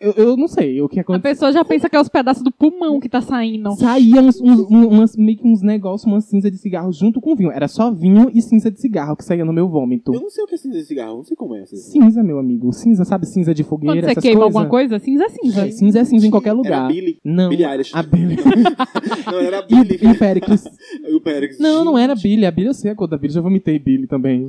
Eu, eu não sei o que A aconteceu. pessoa já pensa que é os pedaços do pulmão que tá saindo. Saía uns, uns, um- umas, meio que uns negócios, uma cinza de cigarro junto com vinho. Era só vinho e cinza de cigarro que saía no meu vômito. Eu não sei o que é cinza de cigarro, não sei como é essa. Cinza, meu amigo. Cinza, sabe? Cinza de fogueira, Quando você essas queima coisas. alguma coisa, cinza é cinza. Gente, Cinza é cinza em qualquer Era lugar. Billy. Não, Billie Eilish. a Billy. Não, era Billy. E, e Péricles. E o Pérez. Não, é. não era Billy. A Billy eu sei a cor da Billy. Já vomitei Billy também.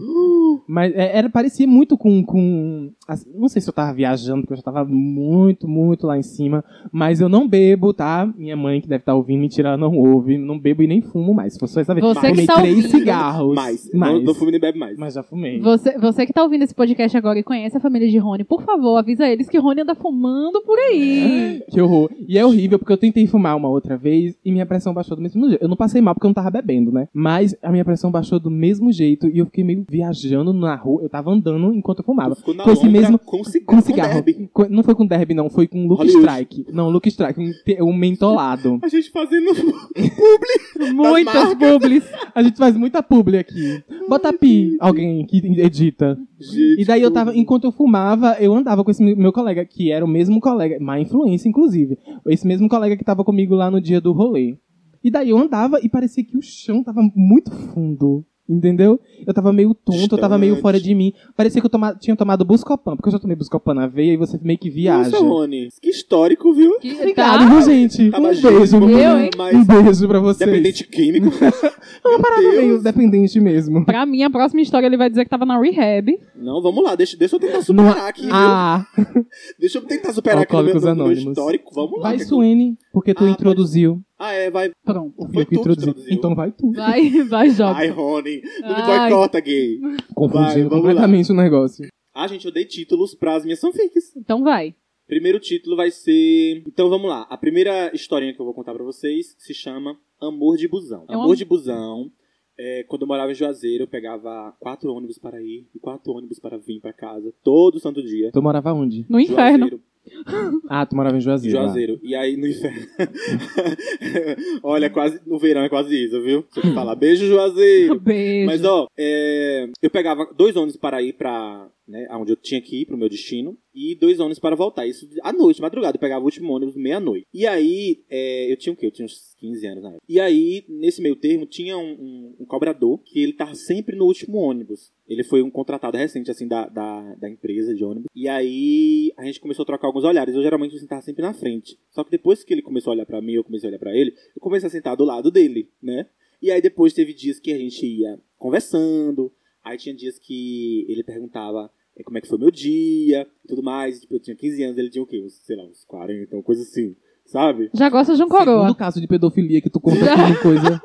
Mas é, era, parecia muito com... com as- não sei se eu tava viajando, porque eu já tava muito, muito lá em cima. Mas eu não bebo, tá? Minha mãe, que deve estar ouvindo, me tirar, não ouve. Não bebo e nem fumo mais. Foi só essa vez. Você que Fumei tá três ouvindo. cigarros. Mais. Mais. Não, não fume nem bebe mais. Mas já fumei. Você, você que tá ouvindo esse podcast agora e conhece a família de Rony, por favor, avisa eles que Rony anda fumando por aí. Que horror. E é horrível, porque eu tentei fumar uma outra vez e minha pressão baixou do mesmo jeito. Eu não passei mal porque eu não tava bebendo, né? Mas a minha pressão baixou do mesmo jeito e eu fiquei meio viajando na rua. Eu tava andando enquanto eu fumava. Tu ficou na com esse lombra mesmo- com cigarro. com cigarro. derby. Co- Não foi com derby, não. Foi com Luke Hollywood. Strike. Não, Luke Strike. Um, te- um mentolado. A gente fazendo. Muitas marcas. publis. A gente faz muita publi aqui. Bota pi, alguém que edita. Gente, E daí eu tava, tudo. enquanto eu fumava, eu andava com esse meu colega, que era o mesmo colega, má influência, inclusive. Esse mesmo colega que tava comigo lá no dia do rolê. E daí eu andava e parecia que o chão tava muito fundo. Entendeu? Eu tava meio tonto, eu tava meio Distante. fora de mim. Parecia que eu toma- tinha tomado Buscopan, porque eu já tomei Buscopan na veia e você meio que viaja. Nossa, Rony. Que histórico, viu? Que- Obrigado, Tá? viu, gente? Tava um beijo. junto, Eu, hein? Mas Um beijo pra vocês. dependente químico. É uma parada Deus. meio dependente mesmo. Pra mim, a próxima história ele vai dizer que tava na rehab. Não, vamos lá. Deixa, deixa eu tentar superar aqui. viu? Ah, Deixa eu tentar superar aqui no meu, Alcoólicos no meu Anônimos. histórico. Vamos lá. vai, que- Suene, porque tu Ah, introduziu. Ah, é, vai. Pronto. O Foi Felipe tu que introduziu. traduziu. Então vai tu. Vai, vai, jovem. Ai, Rony. Não me Ai. boicota, gay. Confundindo Vai, vamos completamente o negócio. Ah, gente, eu dei títulos pras minhas fanfics. Então vai. Primeiro título vai ser. Então vamos lá. A primeira historinha que eu vou contar pra vocês se chama Amor de Busão. É um am- Amor de Busão. é, quando eu morava em Juazeiro, eu pegava quatro ônibus para ir e quatro ônibus para vir pra casa todo santo dia. Tu morava onde? No inferno. Juazeiro, Ah, tu morava em Juazeiro. Juazeiro. E aí no inferno. Olha, quase no verão é quase isso, viu? Deixa eu te falar. Beijo, Juazeiro. Beijo. Mas ó, é, eu pegava dois ônibus para ir pra. Né, onde eu tinha que ir pro meu destino. E dois ônibus para voltar. Isso à noite, madrugada. Eu pegava o último ônibus meia-noite. E aí, é, eu tinha o quê? Eu tinha uns 15 anos na época. E aí, nesse meio termo, tinha um, um- um cobrador que ele tava sempre no último ônibus. Ele foi um contratado recente, assim, da, da, da empresa de ônibus. E aí, a gente começou a trocar alguns olhares. Eu geralmente sentava sempre na frente. Só que depois que ele começou a olhar pra mim, eu comecei a olhar pra ele, eu comecei a sentar do lado dele, né? E aí depois teve dias que a gente ia conversando, aí tinha dias que ele perguntava eh, como é que foi meu dia e tudo mais. Tipo, eu tinha 15 anos, ele tinha o quê? Uns, sei lá, uns 40, uma coisa assim. sabe? Já gosta de um coroa. Segundo caso de pedofilia que tu conta alguma coisa.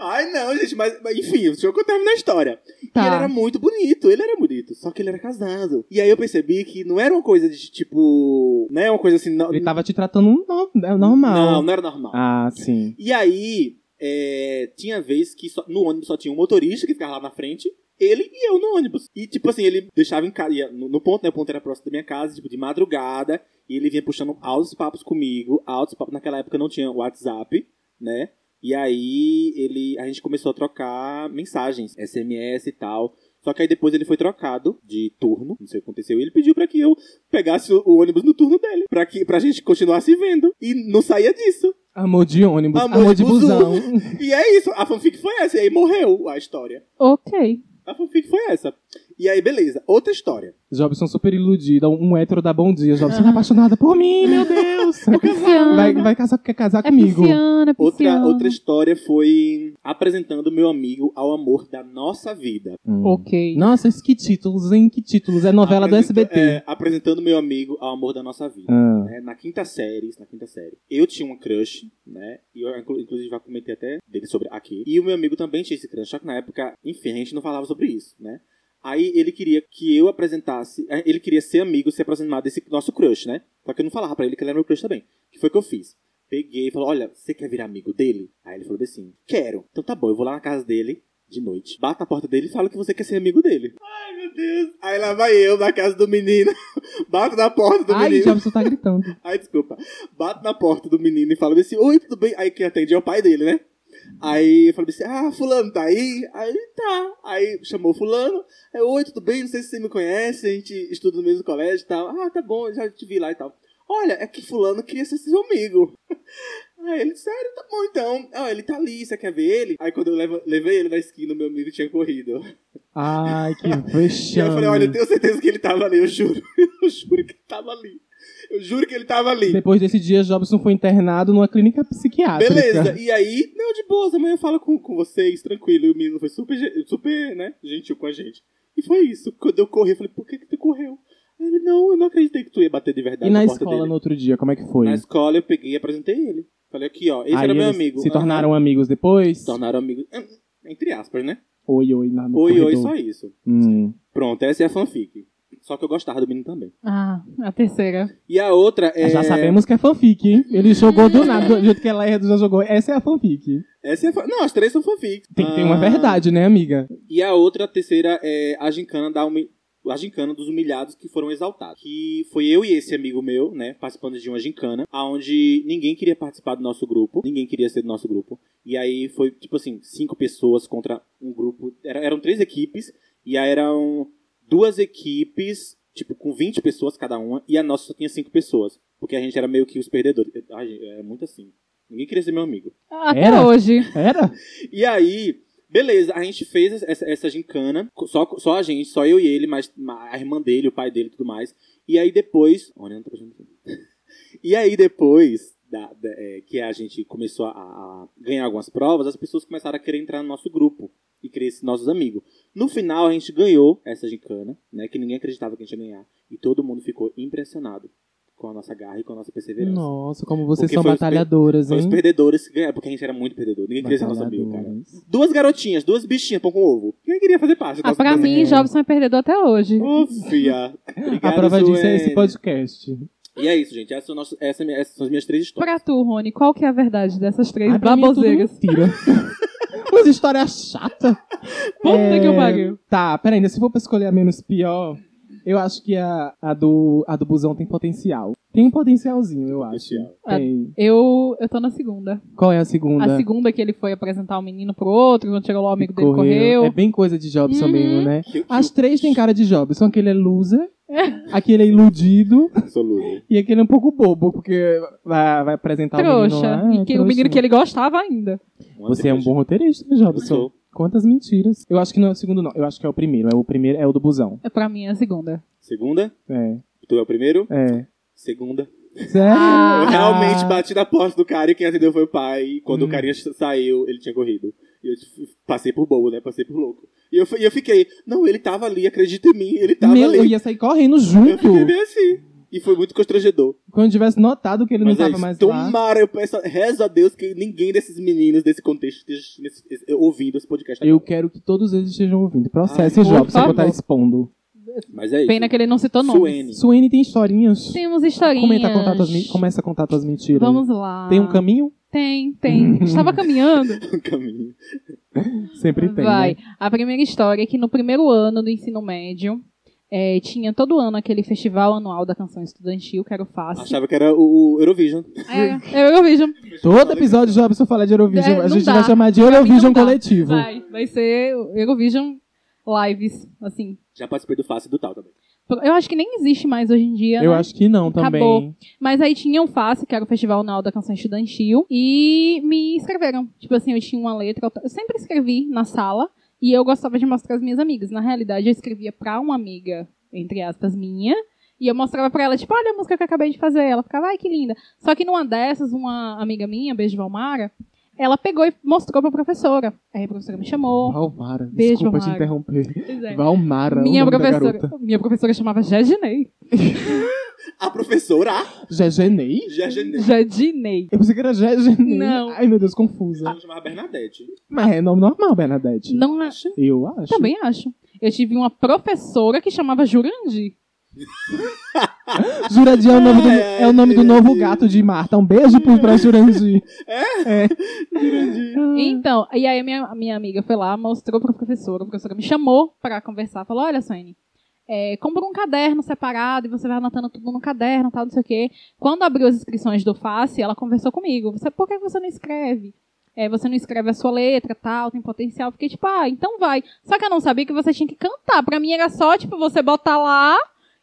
Ai, não, gente, mas, mas enfim, deixa eu terminar a história. E ele era Tá. um muito bonito, ele era bonito, só que ele era casado. E aí eu percebi que não era uma coisa de tipo. Não é uma coisa assim. Não, Ele tava te tratando no- no- normal. Não, não era normal. Ah, sim. E aí, é, tinha vez que só- no ônibus só tinha um motorista que ficava lá na frente, ele e eu no ônibus. E, tipo assim, ele deixava em casa, ia no, no ponto, né? O ponto era próximo da minha casa, tipo, de madrugada, e ele vinha puxando altos papos comigo, altos papos. Naquela época não tinha WhatsApp, né? E aí, ele, a gente começou a trocar mensagens, SMS e tal. Só que aí depois ele foi trocado de turno, não sei o que aconteceu, e ele pediu pra que eu pegasse o, o ônibus no turno dele, pra que pra gente continuar se vendo. E não saía disso. Amor de ônibus, Amor amor, de de busão. busão. E é isso, a fanfic foi essa, e aí morreu a história. Ok. A fanfic foi essa. E aí, beleza, outra história. Jobson super iludida, um hétero da bom dia. Jobson Ah. tá apaixonada por mim, meu Deus. É pisciana. Vai, vai casar, quer casar é comigo. pisciana, é Outra, pisciana. outra história foi apresentando meu amigo ao amor da nossa vida. Hum. Ok. Nossa, isso que títulos, hein? Que títulos. É novela do Apresenta- SBT. é, apresentando meu amigo ao amor da nossa vida. Ah. né, na quinta série, isso na quinta série. Eu tinha uma crush, né? E eu, inclu- inclusive, já comentei até dele sobre aqui. E o meu amigo também tinha esse crush, só que na época, enfim, a gente não falava sobre isso, né? Aí ele queria que eu apresentasse, eh, ele queria ser amigo, se aproximar desse nosso crush, né? Só que eu não falava pra ele que ele era meu crush também. O que foi que eu fiz? Peguei e falou: Olha, você quer virar amigo dele? Aí ele falou assim: Quero. Então tá bom, eu vou lá na casa dele de noite. Bata a porta dele e fala que você quer ser amigo dele. Ai, meu Deus. Aí lá vai eu na casa do menino. Bato na porta do Ai, menino. Jobson tá gritando. Ai, desculpa. Bato na porta do menino e falo assim, oi, tudo bem? Aí quem atende é o pai dele, né? Aí eu falo assim, ah, fulano tá aí? Aí ele tá. Aí chamou fulano, aí, oi, tudo bem? Não sei se você me conhece, a gente estuda no mesmo colégio e tal. Ah, tá bom, já te vi lá e tal. Olha, é que fulano queria ser seu amigo. Aí ele, sério, tá bom então. Ah, ele tá ali, você quer ver ele? Aí quando eu levo- levei ele na esquina, meu amigo tinha corrido. Ai, que E aí eu falei, olha, eu vexame. tenho certeza que ele tava ali, eu juro. Eu juro que ele tava ali. Eu juro que ele tava ali. Depois desse dia, Jobson foi internado numa clínica psiquiátrica. Beleza, e aí, não, de boas, amanhã eu falo com, com vocês, tranquilo. E o menino foi super, gen- super, né, gentil com a gente. E foi isso. Quando eu corri, eu falei, por que que tu correu? Ele, não, eu não acreditei que tu ia bater de verdade E na porta escola, dele. no outro dia, como é que foi? Na escola eu peguei e apresentei ele. Falei, aqui, ó, esse Aí era meu eles amigo. Se Ah, tornaram amigos depois? Se tornaram amigos, ah, entre aspas, né? Oi, oi, na no Oi, oi, corredor. só isso. Hum. Pronto, essa é a fanfic. Só que eu gostava do menino também. Ah, a terceira. E a outra é... Já sabemos que é fanfic, hein? Ele jogou do nada, do jeito que ela erra, já jogou. Essa é a fanfic. Essa é a fa- Não, as três são fanfics. Tem que ter Ah, uma verdade, né, amiga? E a outra, a terceira, é a gincana, da humi... a gincana dos humilhados que foram exaltados. Que foi eu e esse amigo meu, né, participando de uma gincana, aonde ninguém queria participar do nosso grupo, ninguém queria ser do nosso grupo. E aí foi, tipo assim, cinco pessoas contra um grupo. Era- eram três equipes, e aí eram duas equipes, tipo, com 20 pessoas cada uma, e a nossa só tinha cinco pessoas. Porque a gente era meio que os perdedores. Ai, gente, era muito assim. Ninguém queria ser meu amigo. Até Era? hoje. Era? E aí, beleza, a gente fez essa, essa gincana, só, só a gente, só eu e ele, mas a irmã dele, o pai dele e tudo mais. E aí depois. Olha, eu não tô prestando atenção. E aí depois da- da- é, que a gente começou a, a ganhar algumas provas, as pessoas começaram a querer entrar no nosso grupo e querer ser nossos amigos. No final, a gente ganhou essa gincana, né? Que ninguém acreditava que a gente ia ganhar. E todo mundo ficou impressionado com a nossa garra e com a nossa perseverança. Nossa, como vocês Porque são foi os pe- batalhadoras, Foi os hein? perdedores que ganharam, porque a gente era muito perdedor. Ninguém queria ser nosso amigo, cara. Batalhadoras. Duas garotinhas, duas bichinhas, pão com ovo. Quem queria fazer parte? da Ah, nossa pra coisa? mim, Jobson é perdedor até hoje. Ô, fia. A Obrigado, prova disso é Suene. esse podcast. E é isso, gente. Essa é o nosso- essa é minha- essas são as minhas três histórias. Pra tu, Rony, qual que é a verdade dessas três Ah, pra mim é tudo baboseiras? mentira. Umas histórias chatas. Puta que É, pariu. Tá, peraí, ainda se for pra escolher a menos pior, eu acho que a, a, do, a do busão tem potencial. Tem um potencialzinho, eu acho. Potencial. Tem. Eu, eu tô na segunda. Qual é a segunda? É. A segunda que ele foi apresentar o menino pro outro, quando chegou lá o amigo dele correu. É bem coisa de Jobson Uhum. mesmo, né? Que- que As três têm cara de Jobson. Aquele é loser, aquele é iludido absoluto. e aquele é um pouco bobo, porque vai, vai apresentar o menino Trouxa. lá. é e que, o menino trouxinha. que ele gostava ainda. Uma Você é um triste. bom roteirista, né, Jobson? Sou. Quantas mentiras. Eu acho que não é o segundo, não. Eu acho que é o primeiro. É o primeiro, é o do busão. É pra mim é a segunda. Segunda, É, tu é o primeiro. é. Segunda. Sério? Ah. Eu realmente bati na porta do cara e quem atendeu foi o pai. E quando o Hum. carinha saiu, ele tinha corrido. E eu f- passei por bobo, né? Passei por louco. E eu, f- e eu fiquei, não, ele tava ali, acredita em mim, ele tava Meu, ali. eu ia sair correndo Eu junto. fiquei bem assim. E E foi muito constrangedor. Quando tivesse notado que ele Mas não é tava isso. mais lá. Tomara, eu peço, reza a Deus que ninguém desses meninos desse contexto esteja nesse- esse- ouvindo esse podcast. Eu quero que todos eles estejam ouvindo. Processe, Ai, Job, por se eu botar favor. expondo. Mas é isso. Pena que ele não citou nome. Suene. Suene tem historinhas. Temos historinhas. Comenta, contar tuas mi- começa a contar tuas mentiras. Vamos lá. Tem um caminho? Tem, tem. Estava caminhando. Caminho. Sempre tem. Vai. né? A primeira história é que no primeiro ano do ensino médio, eh, tinha todo ano aquele festival anual da canção estudantil, que era o Fácil. Achava que era o o Eurovision. Era, era o é Eurovision. Todo episódio, Job, se eu falar de Eurovision, É, a não gente dá. vai chamar de Pra mim Eurovision não dá. coletivo. Vai, vai ser o Eurovision Lives, assim. Já participei do Fácil e do Tal também. Eu acho que nem existe mais hoje em dia, Eu né? acho que não também. Acabou. Mas aí tinha o Face, que era o Festival Anual da Canção Estudantil, e me escreveram. Tipo assim, eu tinha uma letra, eu sempre escrevi na sala, e eu gostava de mostrar às minhas amigas. Na realidade, eu escrevia pra uma amiga, entre aspas, minha, e eu mostrava pra ela, tipo, olha a música que eu acabei de fazer. Ela ficava, ai, que linda. Só que numa dessas, uma amiga minha, beijo Valmara, ela pegou e mostrou pra professora. Aí a professora me chamou. Valmara, Beijo, desculpa te Valmara. interromper. Pois é. Valmara, Minha o nome da professora, garota. minha professora chamava Jadinei. A professora Jegenei? já janeiro. Jadinei. Eu pensei que era Jegenei. Não. Ai, meu Deus, confusa. Eu chamava Bernadette. Mas é nome normal, Bernadette. Não é acho. Eu acho. Também acho. Eu tive uma professora que chamava Jurandi. Jurandir é o nome do, Ai, é o nome do Jurandir. novo gato de Marta. Um beijo pro, pra Jurandir. É? É. Então, e aí a minha, a minha amiga foi lá, mostrou pra professora, a professora me chamou pra conversar, falou, olha, Suene, é, compra um caderno separado e você vai anotando tudo no caderno, tal, não sei o quê. Quando abriu as inscrições do Face, ela conversou comigo, você, por que você não escreve? É, você não escreve a sua letra, tal, tem potencial. Eu Fiquei tipo, ah, então vai. Só que eu não sabia que você tinha que cantar. Pra mim era só, tipo, você botar lá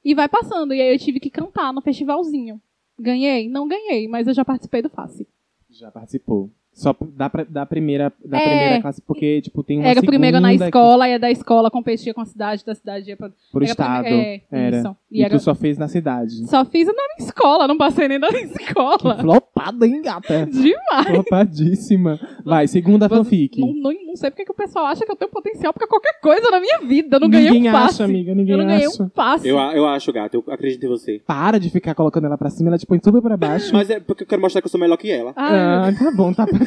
e vai passando. E aí eu tive que cantar no festivalzinho. Ganhei? Não ganhei, mas eu já participei do Face. Já participou. Só dá pra, da, primeira, da É. primeira classe, porque, tipo, tem uma era o segunda primeiro na que- escola, e a da escola competia com a cidade, da cidade ia pra... Pro era a estado. prime- É, Era. isso. E, E era... tu só fez na cidade. Só fiz na minha escola, não passei nem na Que escola. flopada, hein, gata? Demais. Flopadíssima. Vai, segunda fanfic. Não, não, não sei porque que o pessoal acha que eu tenho potencial pra qualquer coisa na minha vida. Eu não ganhei ninguém um passe. acha, amiga, ninguém eu não ganhei acha. um passe. Eu, a- eu acho, gato. Eu acredito em você. Para de ficar colocando ela pra cima, ela te põe super pra baixo. Mas é porque eu quero mostrar que eu sou melhor que ela. Ai, Ah, tá bom, tá, tá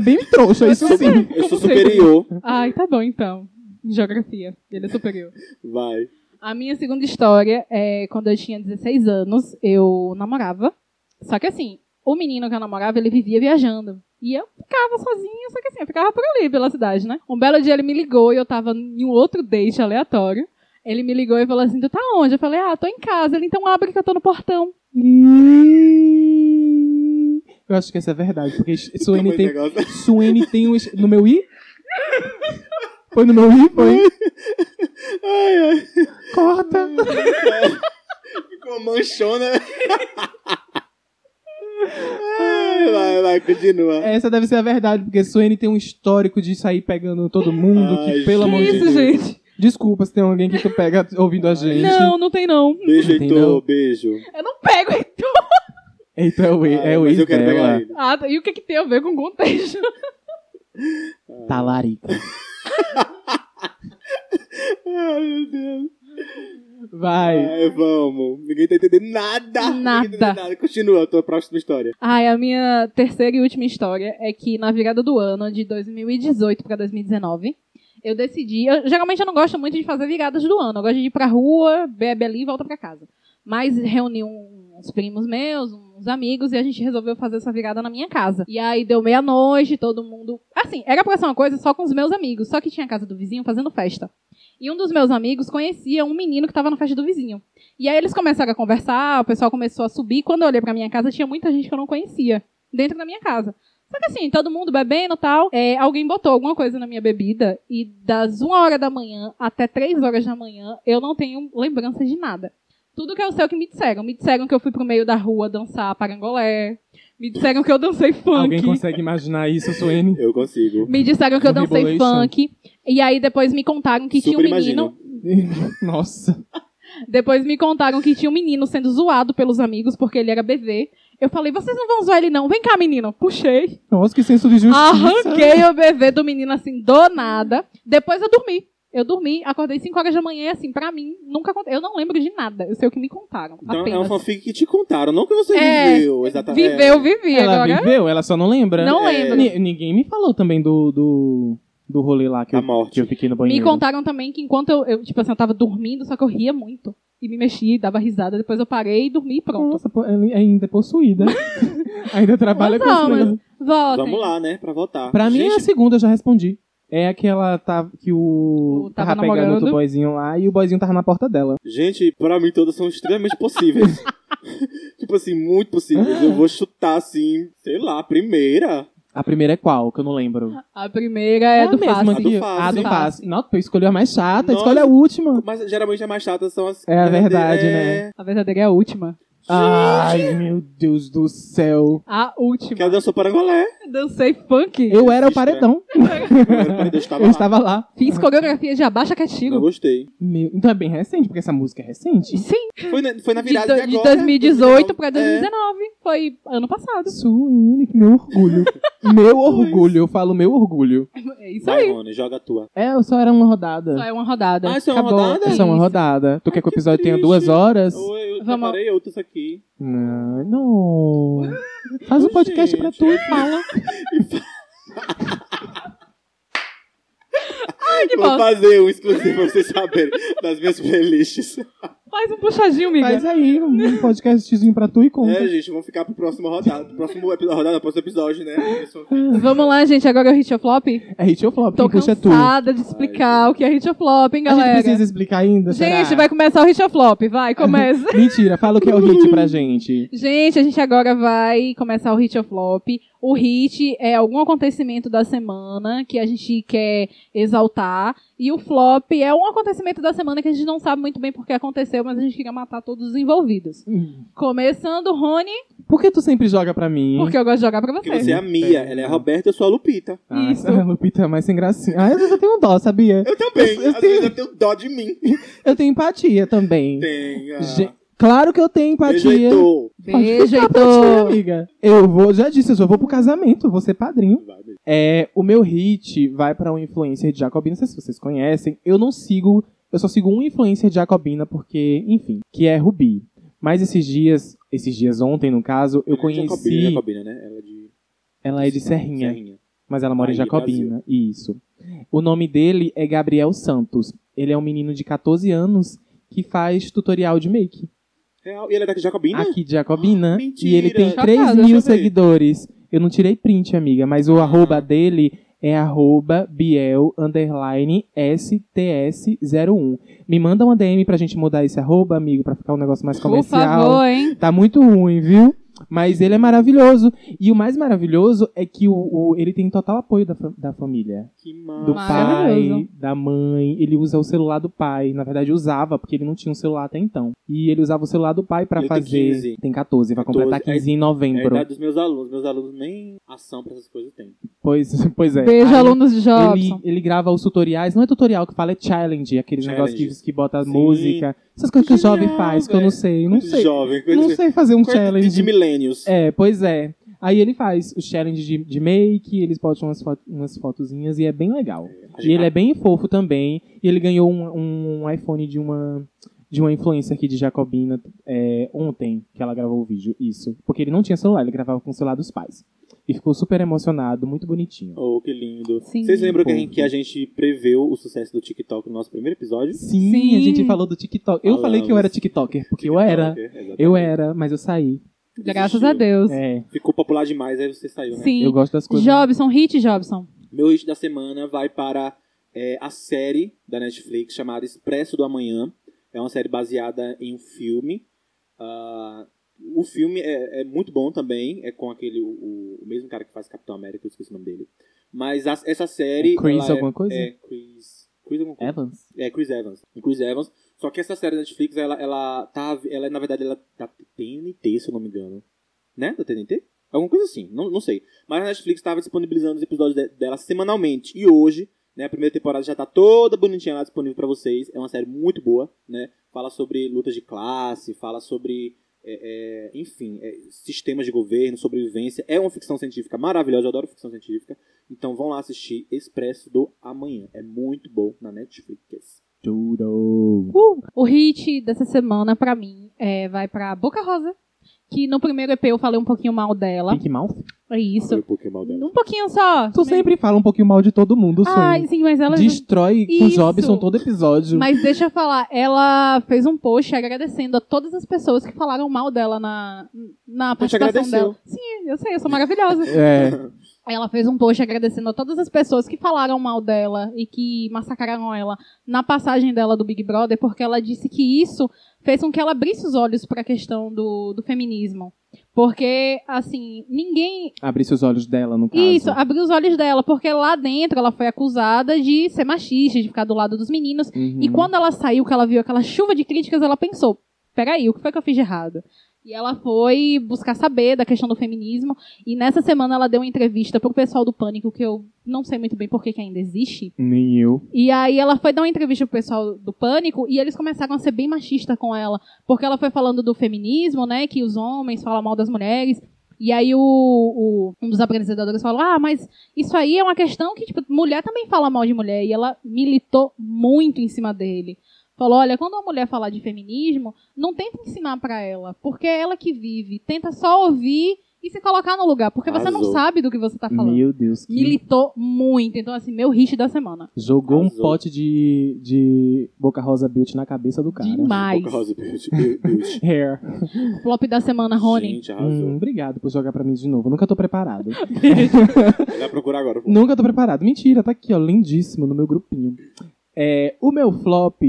bem trouxa, isso Eu sou- sim. Eu sou Como superior. ai, tá bom então. Em Geografia. Ele é superior. assim. Vai. A minha segunda história é quando eu tinha 16 anos, eu namorava. Só que assim, o menino que eu namorava, ele vivia viajando. E eu ficava sozinha, só que assim, eu ficava por ali, pela cidade, né? Um belo dia ele me ligou e eu tava em um outro date aleatório. Ele me ligou e falou assim: Tu tá onde? Eu falei: Ah, tô em casa. Ele então abre que eu tô no portão. Ih, Eu acho que essa é verdade, porque Suene Mas tem, negócio- Suene tem um. es- No meu i? Foi no meu i? Foi? Ai, ai. Corta! Ficou uma manchona. Ai, vai, vai, continua. Essa deve ser a verdade, porque Suene tem um histórico de sair pegando todo mundo, Ai, que pelo gente. amor Que de isso, Deus. gente? Desculpa se tem alguém que tu pega ouvindo a gente. Não, não tem não. Beijo, Heitor, Entendeu? beijo. Eu não pego então. Então é o, e- Ai, é o mas ex eu quero pegar dela. ele. Ah, e o que, que tem a ver com contexto? Talarica. Ai, meu Deus. Vai. Ai, É, vamos. Ninguém tá entendendo nada. Ninguém tá entendendo Nada. nada. Continua a tua próxima história. Ah, a minha terceira e última história é que na virada do ano, de 2018 pra 2019, eu decidi. eu- geralmente eu não gosto muito de fazer viradas do ano. Eu gosto de ir pra rua, bebe ali e volta pra casa. Mas reuni um- uns primos meus, uns amigos, e a gente resolveu fazer essa virada na minha casa. E aí deu meia-noite, todo mundo. Assim, era pra ser uma coisa só com os meus amigos, só que tinha a casa do vizinho fazendo festa. E um dos meus amigos conhecia um menino que tava na festa do vizinho. E aí eles começaram a conversar, o pessoal começou a subir. Quando eu olhei pra minha casa, tinha muita gente que eu não conhecia dentro da minha casa. Só que assim, todo mundo bebendo e tal. É, alguém botou alguma coisa na minha bebida e das 1 hora da manhã até 3 horas da manhã eu não tenho lembrança de nada. Tudo que eu sei é o que me disseram. Me disseram que eu fui pro meio da rua dançar parangolé. Me disseram que eu dancei funk. Alguém consegue imaginar isso, Suene? Eu consigo. Me disseram que eu Do dancei Rebolation? funk. E aí depois me contaram que tinha um Super menino. imagino. Nossa. Depois me contaram que tinha um menino sendo zoado pelos amigos porque ele era bebê. Eu falei, vocês não vão zoar ele não. Vem cá, menino. Puxei. Nossa, que senso de justiça. Arranquei o bebê do menino assim, do nada. Depois eu dormi. Eu dormi, acordei 5 horas da manhã e assim, pra mim, nunca aconteceu. Eu não lembro de nada. Eu sei o que me contaram. Então é apenas. um fanfic que te contaram, não que você É, viveu, exatamente. Viveu, vivi. Ela né? agora viveu, ela só não lembra. não é, lembro. Ni- ninguém me falou também do, do, do rolê lá que É, A eu, morte. que eu fiquei no Me banheiro. contaram também que enquanto eu, eu, tipo assim, eu tava dormindo, só que eu ria muito. E me mexia, e dava risada, depois eu parei e dormi e pronto. Nossa, pô, ela ainda é possuída. ainda trabalha com Vamos, esse negócio. Voltem. Vamos lá, né, pra votar. Pra mim é a Gente, segunda, eu já respondi. É aquela tá, que o O tava tava, pegando namorando. outro boyzinho lá e o boyzinho tava na porta dela. gente, pra mim todas são extremamente possíveis. tipo assim, muito possíveis. Eu vou chutar, assim, sei lá, a primeira. A primeira é qual? Que eu não lembro. A primeira é a do mesma Fácil. que- A do Fácil. A Ah, do Fácil. passe. Nossa, eu escolhi a mais chata, Nossa. escolhe a última. Mas geralmente as mais chatas são as... É a verdade, né? A verdadeira é a última. Ai, meu Deus do céu. A Que é última. ela dançou parangolé. Dancei funk. Eu era o Existe, paredão. Eu estava Eu né? lá. estava lá. Fiz coreografia de abaixa que é Não tiro. gostei. Meu- Então é bem recente, porque essa música é recente. Sim, Foi na, foi na de, virada de, do- de agora, 2018 pra É. 2019. Foi ano é passado. Sua única- meu orgulho. meu orgulho, eu falo meu orgulho. É isso Vai, aí. Rony, joga a tua. É, eu só era uma rodada. Só é uma rodada. Ah, isso é uma Acabou. rodada? É só uma Isso. rodada. Tu quer que o que episódio tenha triste. duas horas? Eu, eu Vamos. separei outros aqui. Não, não. Faz um podcast pra tu e fala. Ai, que Vou bosta. fazer um exclusivo pra vocês saberem das minhas playlists. Faz um puxadinho, amiga. Faz aí um podcastzinho pra tu e conta. É, gente, vamos ficar pro próximo rodada. Próximo epi- rodada, próximo episódio, né? Isso. Vamos lá, gente. Agora é o hit ou flop? É hit ou flop, Tô quem puxa é tu. A cansada de explicar o que é hit ou flop, hein, galera? gente precisa explicar ainda, será? Gente, vai começar o hit ou flop. Vai, começa. Mentira, fala o que é o hit pra gente. Gente, a gente agora vai começar o Hit ou Flop. O Hit é algum acontecimento da semana que a gente quer exaltar. E o Flop é um acontecimento da semana que a gente não sabe muito bem porque aconteceu, mas a gente queria matar todos os envolvidos. Começando, Rony, Por que tu sempre joga pra mim? porque eu gosto de jogar pra Que você. você é a Mia, ela é a Roberta, eu sou a Lupita. Ah, Isso. essa Lupita é mais sem gracinha. Ah, às vezes eu tenho dó, sabia? Eu também. Eu- eu Às tenho- vezes eu tenho dó de mim. Eu tenho empatia também. Tem. ah, Ge- Claro que eu tenho beijo, empatia. Heitor. Pode Beijo, ficar pra ti, Heitor. amiga. Eu vou, já disse, eu só vou pro casamento, vou ser padrinho. Vai, beijo. É, o meu hit vai pra um influencer de Jacobina, não sei se vocês conhecem. Eu não sigo, eu só sigo um influencer de Jacobina porque, enfim, que é Rubi. Mas esses dias, esses dias ontem no caso, eu Ela é de Jacobina, conheci. Jacobina, né? Ela é de Ela é de Serrinha. Serrinha. Mas ela mora em Aí, Jacobina, isso. O nome dele é Gabriel Santos. Ele é um menino de 14 anos que faz tutorial de make Real. E ela é daqui de Jacobina? aqui de Jacobina. Ah, Mentira. E ele tem Chocada, 3 deixa eu mil ver. Ah. seguidores. Eu não tirei print, amiga, mas o arroba dele é arroba biel underline sts01. Me manda uma DM pra gente mudar esse arroba, amigo, pra ficar um negócio mais Por comercial. favor, hein? Tá muito ruim, viu? Mas ele é maravilhoso. E o mais maravilhoso é que o, o- ele tem total apoio da, fa- da família. Que Do massa. pai, Maravilhoso. da mãe. Ele usa o celular do pai. Na verdade, usava, porque ele não tinha um celular até então. E ele usava o celular do pai pra Ele tem fazer. 15. Tem 14, vai 14, completar 15 em É a novembro. idade dos meus alunos. Meus alunos nem ação pra essas coisas têm. pois, pois é. Beijo, Aí alunos de Ele, Jobson. ele grava os tutoriais, não é tutorial que fala, é challenge, aquele negócio Challenges. que, que bota Sim. música. Essas coisas que o Genial, jovem faz, que eu não velho. sei. Não Coisa de sei. Jovem, coisa Não de- sei fazer um coisa de- challenge. De millennials. É, pois é. Aí ele faz o challenge de, de make, eles botam umas, fo- umas fotozinhas e é bem legal. E ele é bem fofo também. E ele ganhou um, um iPhone de uma de uma influencer aqui de Jacobina é, ontem que ela gravou o vídeo. Isso. Porque ele não tinha celular, ele gravava com o celular dos pais. E ficou super emocionado, muito bonitinho. Oh, que lindo. Sim. Vocês lembram que a, gente, Fofo. que a gente preveu o sucesso do TikTok no nosso primeiro episódio? Sim, Sim. a gente falou do TikTok. Eu falei que eu era TikToker, porque eu era. TikToker, Ah, exatamente. Eu era, mas eu saí. Graças a Deus. É, Ficou popular demais, aí você saiu, né? Sim. eu gosto das coisas. Jobson, hit Jobson. Meu hit da semana vai para é, a série da Netflix chamada Expresso do Amanhã. É uma série baseada em um filme. Ah, o filme é, é muito bom também. É com aquele o, o- o mesmo cara que faz Capitão América, eu esqueci o nome dele. Mas a- essa série. Chris ela é- alguma coisa? É, Chris. Chris alguma coisa. Evans? É, Chris Evans. O Chris Evans. Só que essa série da Netflix, ela, ela tá. Ela, na verdade, ela tá TNT, se eu não me engano. Né? Da TNT? Alguma coisa assim, não, não sei. Mas a Netflix estava disponibilizando os episódios de- dela semanalmente. E hoje, né, a primeira temporada já tá toda bonitinha lá disponível pra vocês. É uma série muito boa, né? Fala sobre lutas de classe, fala sobre é, é, enfim, é, sistemas de governo, sobrevivência. É uma ficção científica maravilhosa, eu adoro ficção científica. Então vão lá assistir Expresso do Amanhã. É muito bom na Netflix. Tudo. Uh, o hit dessa semana, pra mim, é, vai pra Boca Rosa. Que no primeiro EP eu falei um pouquinho mal dela. Pink Mouth? É isso. Olha o Pokémon dela. Um pouquinho só. Tu sempre fala um pouquinho mal de todo mundo, Ai, Sônia. sim, mas ela. Destrói com o Isso. Jobson todo episódio. Mas deixa eu falar, ela fez um post agradecendo a todas as pessoas que falaram mal dela na, na Mas te participação agradeceu. dela. Sim, eu sei, eu sou maravilhosa. É. Ela fez um post agradecendo a todas as pessoas que falaram mal dela e que massacraram ela na passagem dela do Big Brother, porque ela disse que isso fez com que ela abrisse os olhos para a questão do, do feminismo. Porque, assim, ninguém. Abrisse os olhos dela, no caso. Isso, abriu os olhos dela, porque lá dentro ela foi acusada de ser machista, de ficar do lado dos meninos. Uhum. E quando ela saiu, que ela viu aquela chuva de críticas, ela pensou: peraí, o que foi que eu fiz de errado? E ela foi buscar saber da questão do feminismo. E nessa semana ela deu uma entrevista pro pessoal do Pânico, que eu não sei muito bem por que que ainda existe. Nem eu. E aí ela foi dar uma entrevista pro pessoal do Pânico e eles começaram a ser bem machista com ela. Porque ela foi falando do feminismo, né? Que os homens falam mal das mulheres. E aí o, o- um dos apresentadores falou: Ah, mas isso aí é uma questão que, tipo, mulher também fala mal de mulher. E ela militou muito em cima dele. Falou, olha, quando uma mulher falar de feminismo, não tenta ensinar pra ela, porque é ela que vive. Tenta só ouvir e se colocar no lugar, porque você não Arrasou. sabe do que você tá falando. Meu Deus. Que... Militou muito. Então, assim, meu hit da semana. Jogou um Arrasou. pote de, de Boca Rosa Beauty na cabeça do é cara. Demais. Boca Rosa Beauty. Beauty. Hair. Flop da semana, Rony. Gente, arrasou. Hum, obrigado por jogar pra mim de novo. Nunca tô preparado. Vai procurar agora. Nunca tô preparado. Mentira, tá aqui, ó, lindíssimo no meu grupinho. É, o meu flop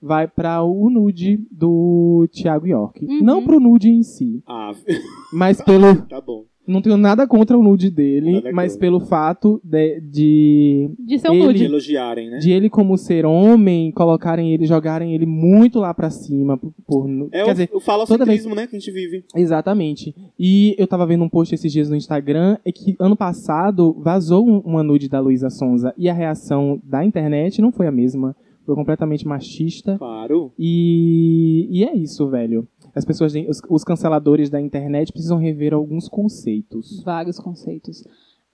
vai pra o nude do Thiago York. Uhum. Não pro nude em si, Ah, mas pelo. tá bom. Não tenho nada contra o nude dele, Nada mas contra. pelo fato de, de, De seu Ele- De nude. elogiarem, né? de ele, como ser homem, colocarem ele, jogarem ele muito lá pra cima. Por, por nu- É quer o, dizer, o falocentrismo, né, que a gente vive. Exatamente. E eu tava vendo um post esses dias no Instagram, é que ano passado vazou um- uma nude da Luísa Sonza e a reação da internet não foi a mesma. Foi completamente machista. Claro. E, e é isso, velho. As pessoas, têm- os, os canceladores da internet precisam rever alguns conceitos. Vários conceitos.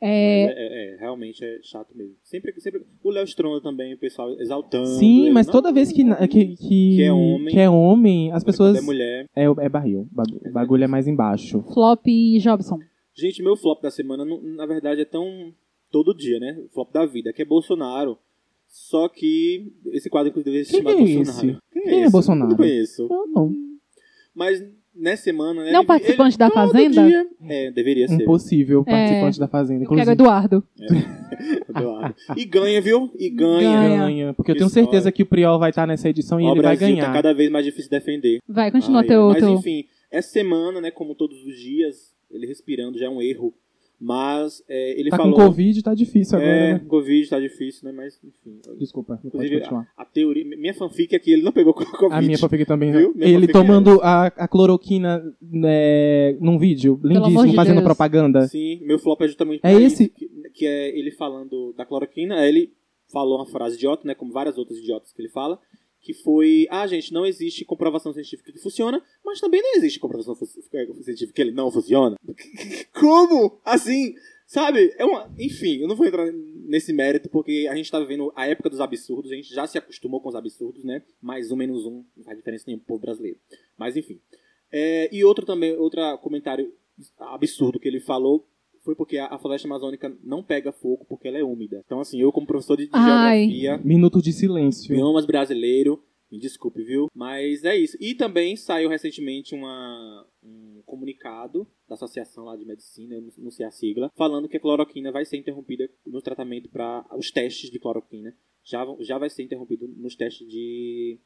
É, É, é, é, realmente é chato mesmo. Sempre, sempre... O Léo Stronda também, o pessoal exaltando. Sim, ele. mas Não, toda vez que, na- que, que, Que é homem. que é homem, as pessoas. quando É mulher. É, é barril. bagu- Bagulho é mais embaixo. flop e Jobson. Gente, meu flop da semana, não- na verdade, é tão todo dia, né? O flop da vida, que é Bolsonaro. Só que esse quadro, inclusive, é Quem chamado é esse? Bolsonaro. Quem é esse? Bolsonaro? Não conheço. Eu não. Mas nessa semana, né? Não ele- participante da ele- todo Fazenda? dia- É, Um deveria ser. Impossível participante da Fazenda. É. Eu quero Inclusive, Eduardo. Eduardo. E ganha, viu? E Ganha. ganha. ganha. Porque eu Que tenho certeza história. que o Priol vai estar nessa edição e Ó, ele o Brasil vai ganhar. tá cada vez mais difícil de defender. Vai, continua Ai, teu Mas outro. enfim, essa semana, né, como todos os dias, ele respirando já é um erro. Mas é, ele Tá com falou. Covid, tá difícil agora, é, né? Covid tá difícil, né? Mas enfim. Desculpa, não pode Inclusive, continuar. A teoria. Minha fanfic é que ele não pegou co- Covid. A minha fanfic também. Viu? Minha ele fanfic tomando a, a cloroquina né, num vídeo, amor lindíssimo, de fazendo Deus. propaganda. Sim, meu flop é justamente. É por esse? isso, Que, que é ele falando da cloroquina. Aí ele falou uma frase idiota, né? Como várias outras idiotas que ele fala. Que foi. Ah, gente, não existe comprovação científica que funciona, mas também não existe comprovação fu- eh, científica que ele não funciona. Como? Assim. Sabe? É uma... Enfim, eu não vou entrar nesse mérito, porque a gente tá vivendo a época dos absurdos, a gente já se acostumou com os absurdos, né? Mais um, menos um, não faz diferença nenhuma pro povo brasileiro. Mas enfim. É, e outro também, outro comentário absurdo que ele falou foi porque a, a floresta amazônica não pega fogo porque ela é úmida. Então, assim, eu como professor de, de Ai. geografia, Minuto de silêncio. biomas brasileiro, me desculpe, viu? Mas é isso. E também saiu recentemente uma, um comunicado da Associação lá de Medicina, eu não- não sei a sigla, falando que a cloroquina vai ser interrompida no tratamento para os testes de cloroquina. Já, vão- já vai ser interrompido nos testes de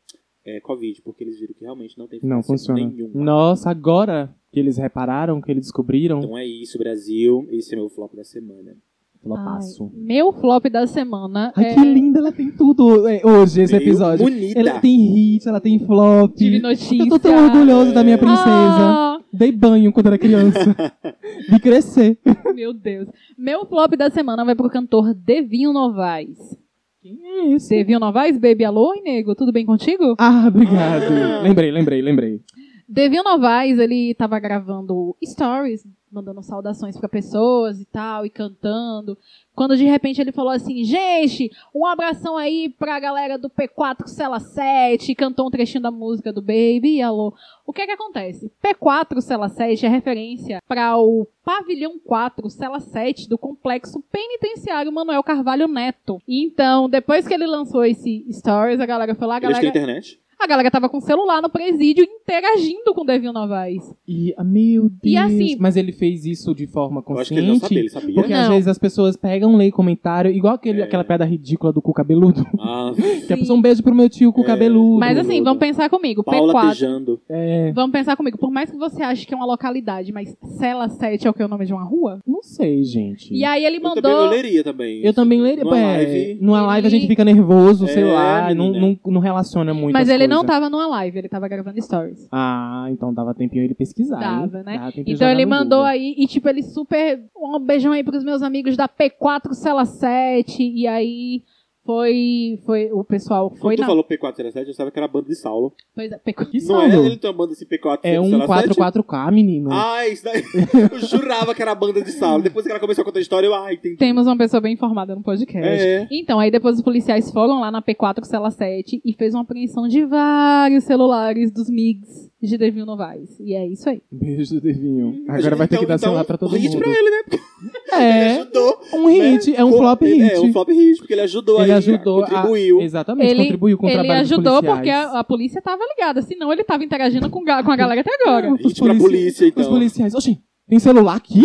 eh, Covid, porque eles viram que realmente não tem Não eficácia funciona. nenhuma. Nossa, agora que eles repararam, que eles descobriram. Então é isso, Brasil. Esse é meu flop da semana. Flopaço. Ai, meu flop da semana Ai, é que linda, ela tem tudo é, hoje, esse Viu? episódio. Unida. Ela tem hit, ela tem flop. Tive notícia. Eu tô tão orgulhoso da minha princesa. Ah, Dei banho quando era criança. Vi crescer. meu Deus. Meu flop da semana vai pro cantor Devinho Novaes. Quem é esse? Devinho Novaes, baby, alô, e nego, tudo bem contigo? Ah, obrigado. Ah. Lembrei, lembrei, lembrei. Devinho Novaes, ele tava gravando stories, mandando saudações pra pessoas e tal, e cantando. Quando de repente ele falou assim, gente, um abração aí pra galera do P4 Cela 7, e cantou um trechinho da música do Baby, e alô. O que é que acontece? P4 Cela 7 é referência para o Pavilhão 4 Cela 7 do Complexo Penitenciário Manuel Carvalho Neto. E então, depois que ele lançou esse stories, a galera foi lá, a Eles têm galera internet? a galera tava com o celular no presídio interagindo com o Devinho Novaes. E, ah, meu Deus. E assim- mas ele fez isso de forma Eu consciente. acho que ele não sabia, ele sabia. Porque às Não. vezes as pessoas pegam, leem comentário, igual aquele, É. aquela pedra ridícula do cu cabeludo. Ah, Que a Sim. pessoa, um beijo pro meu tio cu É. cabeludo. Mas assim, Tudo. vamos pensar comigo. Paula P4. pijando. É, Vamos pensar comigo. Por mais que você ache que é uma localidade, mas Cela 7 é o que? O nome de uma rua? não sei, gente. E aí ele Eu também não mandou. leria também. Eu também leria. Numa é, live- Numa live a gente Ele- fica nervoso, É, sei lá, não, menina. não, não relaciona muito. Mas as ele não tá- tava coisas. numa live, ele tava gravando stories. Ah, então dava tempinho ele pesquisar. hein? Dava, né? Dava tempinho Então jogar ele no mandou Google. aí, e tipo, ele super. Um beijão aí pros meus amigos da P4 Cela 7. E aí foi. foi o pessoal Quando foi tu na. falou P407, eu sabia que era a banda de Saulo. Pois é, P4. Que Não é? saldo? Ele tem uma banda assim, P407. É um 44K, menino. Ah, isso daí. Eu jurava que era a banda de Saulo. Depois que ela começou a contar a história, eu, ai, entendi. Temos uma pessoa bem informada no podcast. É. Então, aí depois os policiais foram lá na P4 Cela 7 e fez uma apreensão de vários celulares dos MIGs de Devinho Novaes. E é isso aí. Beijo, Devinho. Agora vai ter Então- que dar então, celular pra todo hit mundo. pra ele, né? Ele É, ajudou. um hit, é um Co- flop ele- hit. É, um flop hit, porque ele ajudou Ele aí, ajudou a- contribuiu. Exatamente, ele contribuiu com o ele trabalho dos ajudou policiais. porque a, a polícia tava ligada, senão ele tava interagindo com, ga- com a galera até agora. Os Hit pra polici- polícia, então. Os policiais, oxi, tem celular aqui?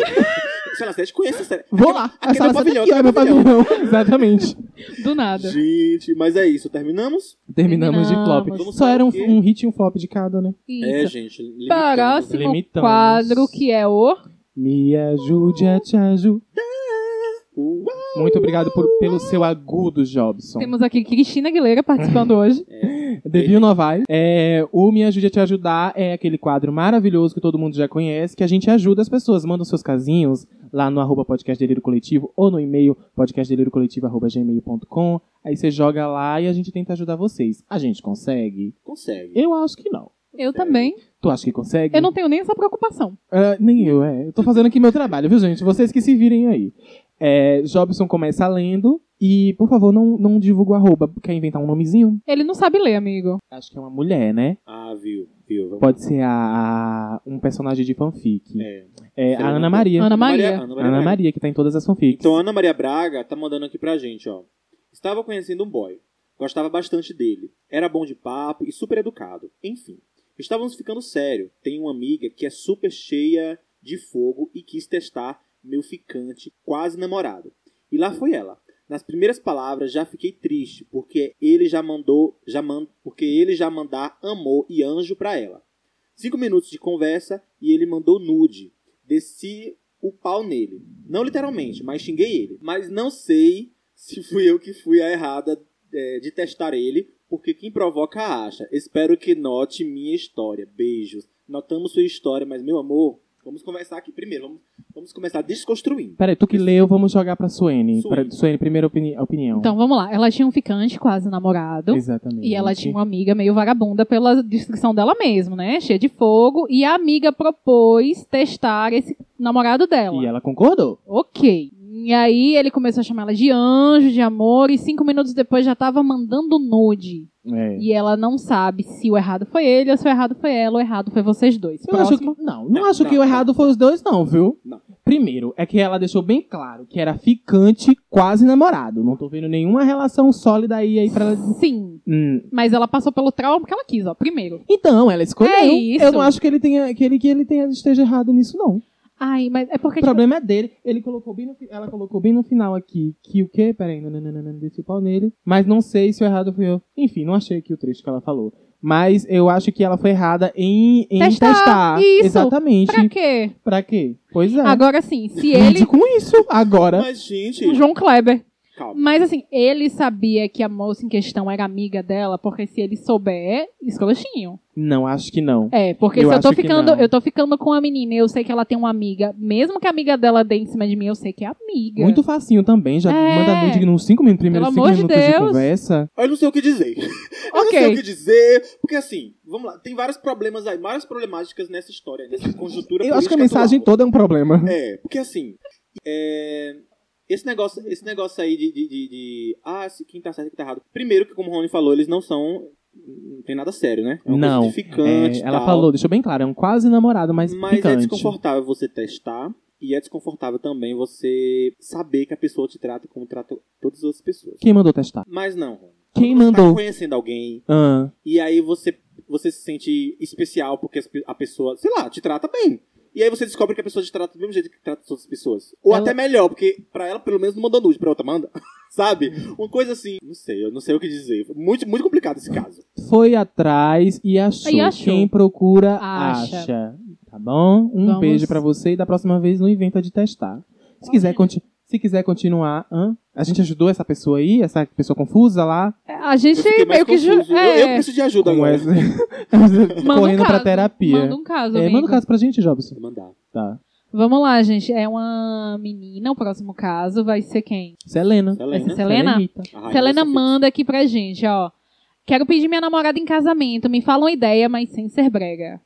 Sei lá, você conhece essa Vou lá. aquele é Essa o sala pavilhão, aqui, ó, aquele é meu o pavilhão. pavilhão. Exatamente. Do nada. Gente, mas é isso, terminamos? Terminamos de flop. Terminamos. Só era um, O quê? um hit e um flop de cada, né? É, Isso. gente. limitamos. Próximo Limitamos. quadro que é o. Me ajude a te ajudar. Uau. Muito obrigado por- pelo seu agudo, Jobson. Temos aqui Cristina Aguilera participando hoje. Devinho Novaes. É, o Me Ajude a Te Ajudar é aquele quadro maravilhoso que todo mundo já conhece, que a gente ajuda as pessoas. Mandam seus casinhos lá no arroba podcast Delírio Coletivo ou no e-mail podcastdeliriocoletivo.gmail.com. Aí você joga lá e a gente tenta ajudar vocês. A gente consegue? Consegue. Eu acho que não. Eu também. Tu acha que consegue? Eu não tenho nem essa preocupação. Ah, nem eu, é. Eu tô fazendo aqui meu trabalho, viu, gente? Vocês que se virem aí. É, Jobson começa lendo e, por favor, não, não divulga o arroba. Quer inventar um nomezinho? Ele não sabe ler, amigo. Acho que é uma mulher, né? Ah, viu, viu. vamos- Pode ser a, a- um personagem de fanfic. É. É, Sei lá, a Ana não- Maria. Ana Maria. Ana Maria. Ana Braga. Maria, que tá em todas as fanfics. Então, Ana Maria Braga tá mandando aqui pra gente, ó. Estava conhecendo um boy. Gostava bastante dele. Era bom de papo e super educado. Enfim, estávamos ficando sério. Tem uma amiga que é super cheia de fogo e quis testar meu ficante, quase namorado. E lá foi ela. Nas primeiras palavras já fiquei triste, porque ele já mandou, já man, porque ele já mandar amor e anjo pra ela. Cinco minutos de conversa e ele mandou nude. Desci o pau nele. Não literalmente, mas xinguei ele. Mas não sei se fui eu que fui a errada é, de testar ele, porque quem provoca acha. Espero que note minha história. Beijos. Notamos sua história, mas meu amor, vamos conversar aqui primeiro. Vamos, vamos começar desconstruindo. Peraí, tu que leu, vamos jogar pra Suene. Suene. Pra Suene, primeira opini- opinião. Então vamos lá. Ela tinha um ficante, quase namorado. Exatamente. E ela tinha uma amiga meio vagabunda pela descrição dela mesmo, né? Cheia de fogo. E a amiga propôs testar esse namorado dela. E ela concordou. Ok. E aí ele começou a chamar ela de anjo, de amor, e cinco minutos depois já tava mandando nude. É. E ela não sabe se o errado foi ele ou se o errado foi ela, o errado foi vocês dois. Eu acho que, Próximo. não, não, Não, acho não, que o não. errado foi os dois, não, viu? Não. Primeiro, é que ela deixou bem claro que era ficante, quase namorado. Não tô vendo nenhuma relação sólida aí, aí pra ela. Sim. Hum. Mas ela passou pelo trauma que ela quis, ó. Primeiro. Então, ela escolheu. É isso. Eu não acho que ele tenha, que ele, que ele tenha esteja errado nisso, não. Ai, mas é porque. O tipo, problema é dele. Ele colocou bem no, fi- ela colocou bem no final aqui que o quê? Peraí, nananana, desci o pau nele. Mas não sei se o errado foi eu. Enfim, não achei aqui o trecho que ela falou. Mas eu acho que ela foi errada em, em Testar, testar. isso. Exatamente. Pra quê? Pra quê? Pois é. Agora sim, se Lide ele. com isso agora. Mas, gente, João Kleber. Calma. Mas assim, ele sabia que a moça em questão era amiga dela, porque se ele souber, escrotinho. Não, acho que não. É, porque Eu se eu tô acho que ficando, não. eu tô ficando com a menina, e eu sei que ela tem uma amiga, mesmo que a amiga dela dê em cima de mim, eu sei que é amiga. Muito facinho também, já É. manda nude nos cinco minutos, primeiros Pelo cinco amor de minutos de Deus. conversa. Eu não sei o que dizer. Eu não Ok. sei o que dizer, porque assim, vamos lá, tem vários problemas aí, várias problemáticas nessa história, nessa conjuntura Eu acho que política a mensagem atual. toda é um problema. É, porque assim. é, esse, negócio, esse negócio aí de, de, de, de, Ah, se quem tá certo e quem tá errado. Primeiro, que como o Rony falou, eles não são. Não tem nada sério, né? É uma Não, coisa edificante. É, ela tal. falou, deixou bem claro, é um quase namorado, mas, Mas é picante. desconfortável você testar. E é desconfortável também você saber que a pessoa te trata como trata todas as outras pessoas. Quem mandou testar? Mas não, Rony. Quem Você Tá mandou? conhecendo alguém. Ah, E aí você, você se sente especial porque as pe- a pessoa, sei lá, te trata bem. E aí você descobre que a pessoa te trata do mesmo jeito que trata as outras pessoas. Ou Ela- até melhor, porque pra ela pelo menos não mandou nude, pra outra manda. Sabe? Uma coisa assim. Não sei, eu não sei o que dizer. Muito, muito complicado esse caso. foi atrás e achou. E achou. Quem procura, acha. Acha. Tá bom? Um Vamos. beijo pra você e da próxima vez não inventa de testar. Se quiser, conti- se quiser continuar, hã? a gente ajudou essa pessoa aí, essa pessoa confusa lá, A gente Eu fiquei mais meio que ju- confuso. Eu- é, Eu, preciso de ajuda com agora. essa- manda um correndo pra caso, terapia. Manda um caso, É, amigo. manda o caso pra gente, Jobson. Vou Mandar. Tá. Vamos lá, gente. É uma menina, o próximo caso vai ser quem? Selena. Selena. Essa Selena? Selenita. A rainha Selena dessa vida. manda aqui pra gente, ó. Quero pedir minha namorada em casamento. Me fala uma ideia, mas sem ser brega.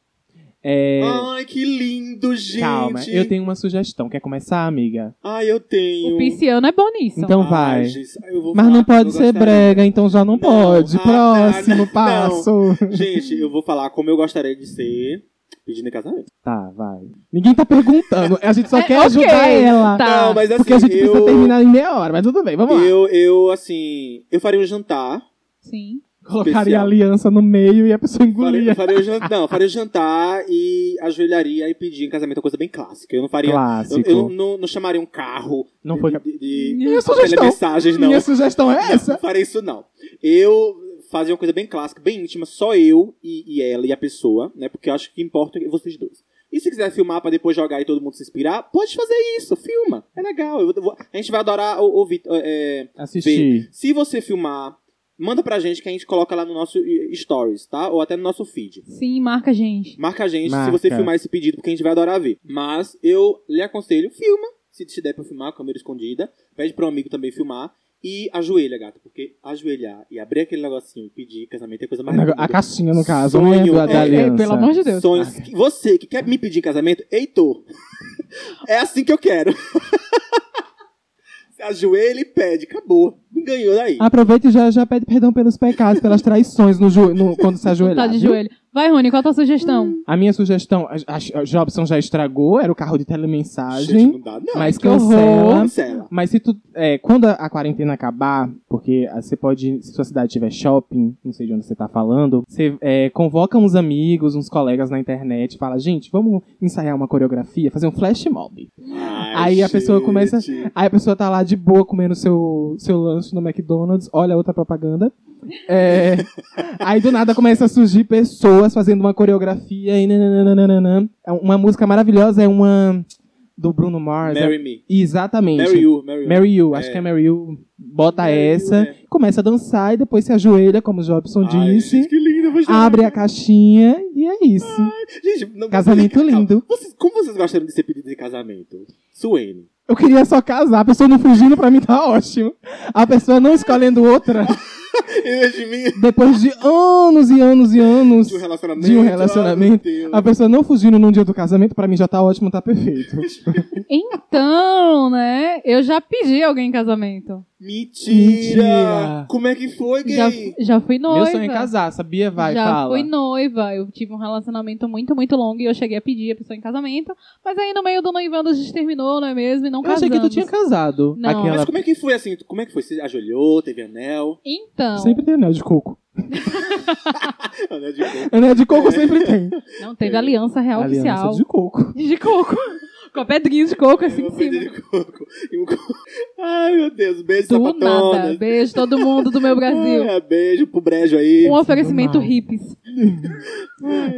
É, Ai, que lindo, gente. calma, eu tenho uma sugestão. Quer começar, amiga? Ai, eu tenho. O pisciano é bom nisso. Então Ai, vai. gente, eu vou Mas falar não que eu pode ser gostaria. brega, então já não, Não, pode. ah, Próximo não, não. passo. Gente, eu vou falar como eu gostaria de ser pedindo em casamento. Tá, vai. Ninguém tá perguntando. A gente só É, quer ok. ajudar ela. Tá. Não, mas assim, Porque a gente eu, precisa terminar em meia hora, mas tudo bem, vamos lá. eu, eu, assim, eu faria um jantar. Sim. Colocaria especial. a aliança no meio e a pessoa Faria, engolia. faria um jantar, não, faria um jantar e ajoelharia e pedir em casamento, uma coisa bem clássica. Eu não faria. Eu, Clássico. eu não- não, não chamaria um carro não foi. de, de, de Minha sugestão. telemensagens, não. Minha sugestão é Não essa. faria isso, não. Eu fazia uma coisa bem clássica, bem íntima, só eu e, e ela e a pessoa, né? Porque eu acho que importa é vocês dois. E se quiser filmar pra depois jogar e todo mundo se inspirar, pode fazer isso, filma. É legal. eu vou- a gente vai adorar ou- ouvir. é, Assistir. Se você filmar, manda pra gente que a gente coloca lá no nosso eh, Stories, tá? Ou até no nosso feed. Sim, marca, a gente. Marca a gente Marca. se você filmar esse pedido, porque a gente vai adorar ver. Mas eu lhe aconselho, filma. Se te der pra filmar, câmera escondida. Pede pra um amigo também filmar. E ajoelha, gato. Porque ajoelhar e abrir aquele negocinho e pedir casamento é coisa mais linda. Um A caixinha, no caso, Sonho, né? Do, é, da é, aliança. pelo amor de Deus. Sonhos. que- Você que quer me pedir em casamento, Heitor. é assim que eu quero. Se Ajoelha e pede. Acabou. Me ganhou daí. Aproveita e já, já pede perdão pelos pecados, pelas traições no joelho, no- quando se ajoelhar. Tá de viu? joelho. Vai, Rony, qual a tua sugestão? Hum. A minha sugestão, a, a- a Jobson já estragou, era o carro de telemensagem. Gente, não dá, não. mas que horror. cancela. Cancela. Mas se tu. é, quando a, a quarentena acabar, porque ah, você pode. Se sua cidade tiver shopping, não sei de onde você tá falando, você é, convoca uns amigos, uns colegas na internet, fala, gente, vamos ensaiar uma coreografia, fazer um flash mob. Aí a pessoa começa- Aí a pessoa tá lá de boa comendo seu, seu lanche no McDonald's, olha outra propaganda. É, aí do nada começa a surgir pessoas fazendo uma coreografia e nananana. É Uma música maravilhosa é uma. Do Bruno Mars. é- Marry me. Exatamente. Marry you, marry you. Mary You, acho É. que é Mary You. Bota Mary You, essa, é. começa a dançar e depois se ajoelha, como o Jobson Ai, um disse. gente, que lindo, eu vou chorar. abre a caixinha e é isso. Gente, não- Casamento calma. lindo. Vocês- como vocês gostaram de ser pedido de casamento? Suene. Eu queria só casar, a pessoa não fugindo pra mim tá ótimo. A pessoa não escolhendo outra Em vez de mim, depois de anos e anos e anos. de um relacionamento. De um relacionamento. Ai, meu Deus. A pessoa não fugindo num dia do casamento, pra mim já tá ótimo, tá perfeito. Então, né? Eu já pedi alguém em casamento. Mentira. Mentira. Como é que foi, gay? Já, já fui noiva. Meu sonho é casar, sabia? Vai, já fala. fui noiva. Eu tive um relacionamento muito, muito longo e eu cheguei a pedir a pessoa em casamento. Mas aí no meio do noivado a gente terminou, não é mesmo? E não Eu achei que tu casamos. tinha casado. Não. Aquela... Mas como é que foi assim? Como é que foi? Você ajoelhou, teve anel? Então, Sempre tem anel de coco. Anel de coco. Anel de coco sempre tem. não teve aliança real Aliança É oficial. de coco. De... coco. Com a pedrinha de coco assim Eu em vou pedir cima. de coco. E um co- Ai, meu Deus. Beijo, Do sapatona. nada. Beijo todo mundo do meu Brasil. É, beijo pro brejo aí. Um oferecimento mal. hippies.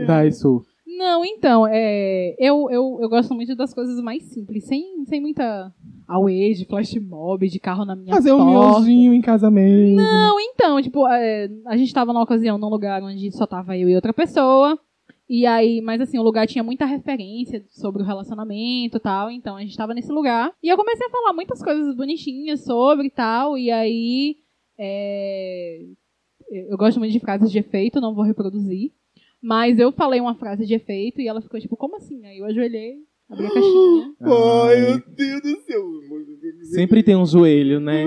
Vai, Su. Não, então, é, eu, eu, eu gosto muito das coisas mais simples, sem, sem muita away, de flash mob, de carro na minha Fazer um porta. miozinho em casa mesmo. Não, então, tipo, é, a gente tava numa ocasião num lugar onde só tava eu e outra pessoa. E aí, mas assim, o lugar tinha muita referência sobre o relacionamento e tal. Então a gente tava nesse lugar. E eu comecei a falar muitas coisas bonitinhas sobre e tal. E aí. é, eu gosto muito de frases de efeito, não vou reproduzir. Mas eu falei uma frase de efeito e ela ficou tipo, como assim? Aí eu ajoelhei, abri a caixinha. Ai, Ai, meu Deus do céu. Sempre tem um joelho, né?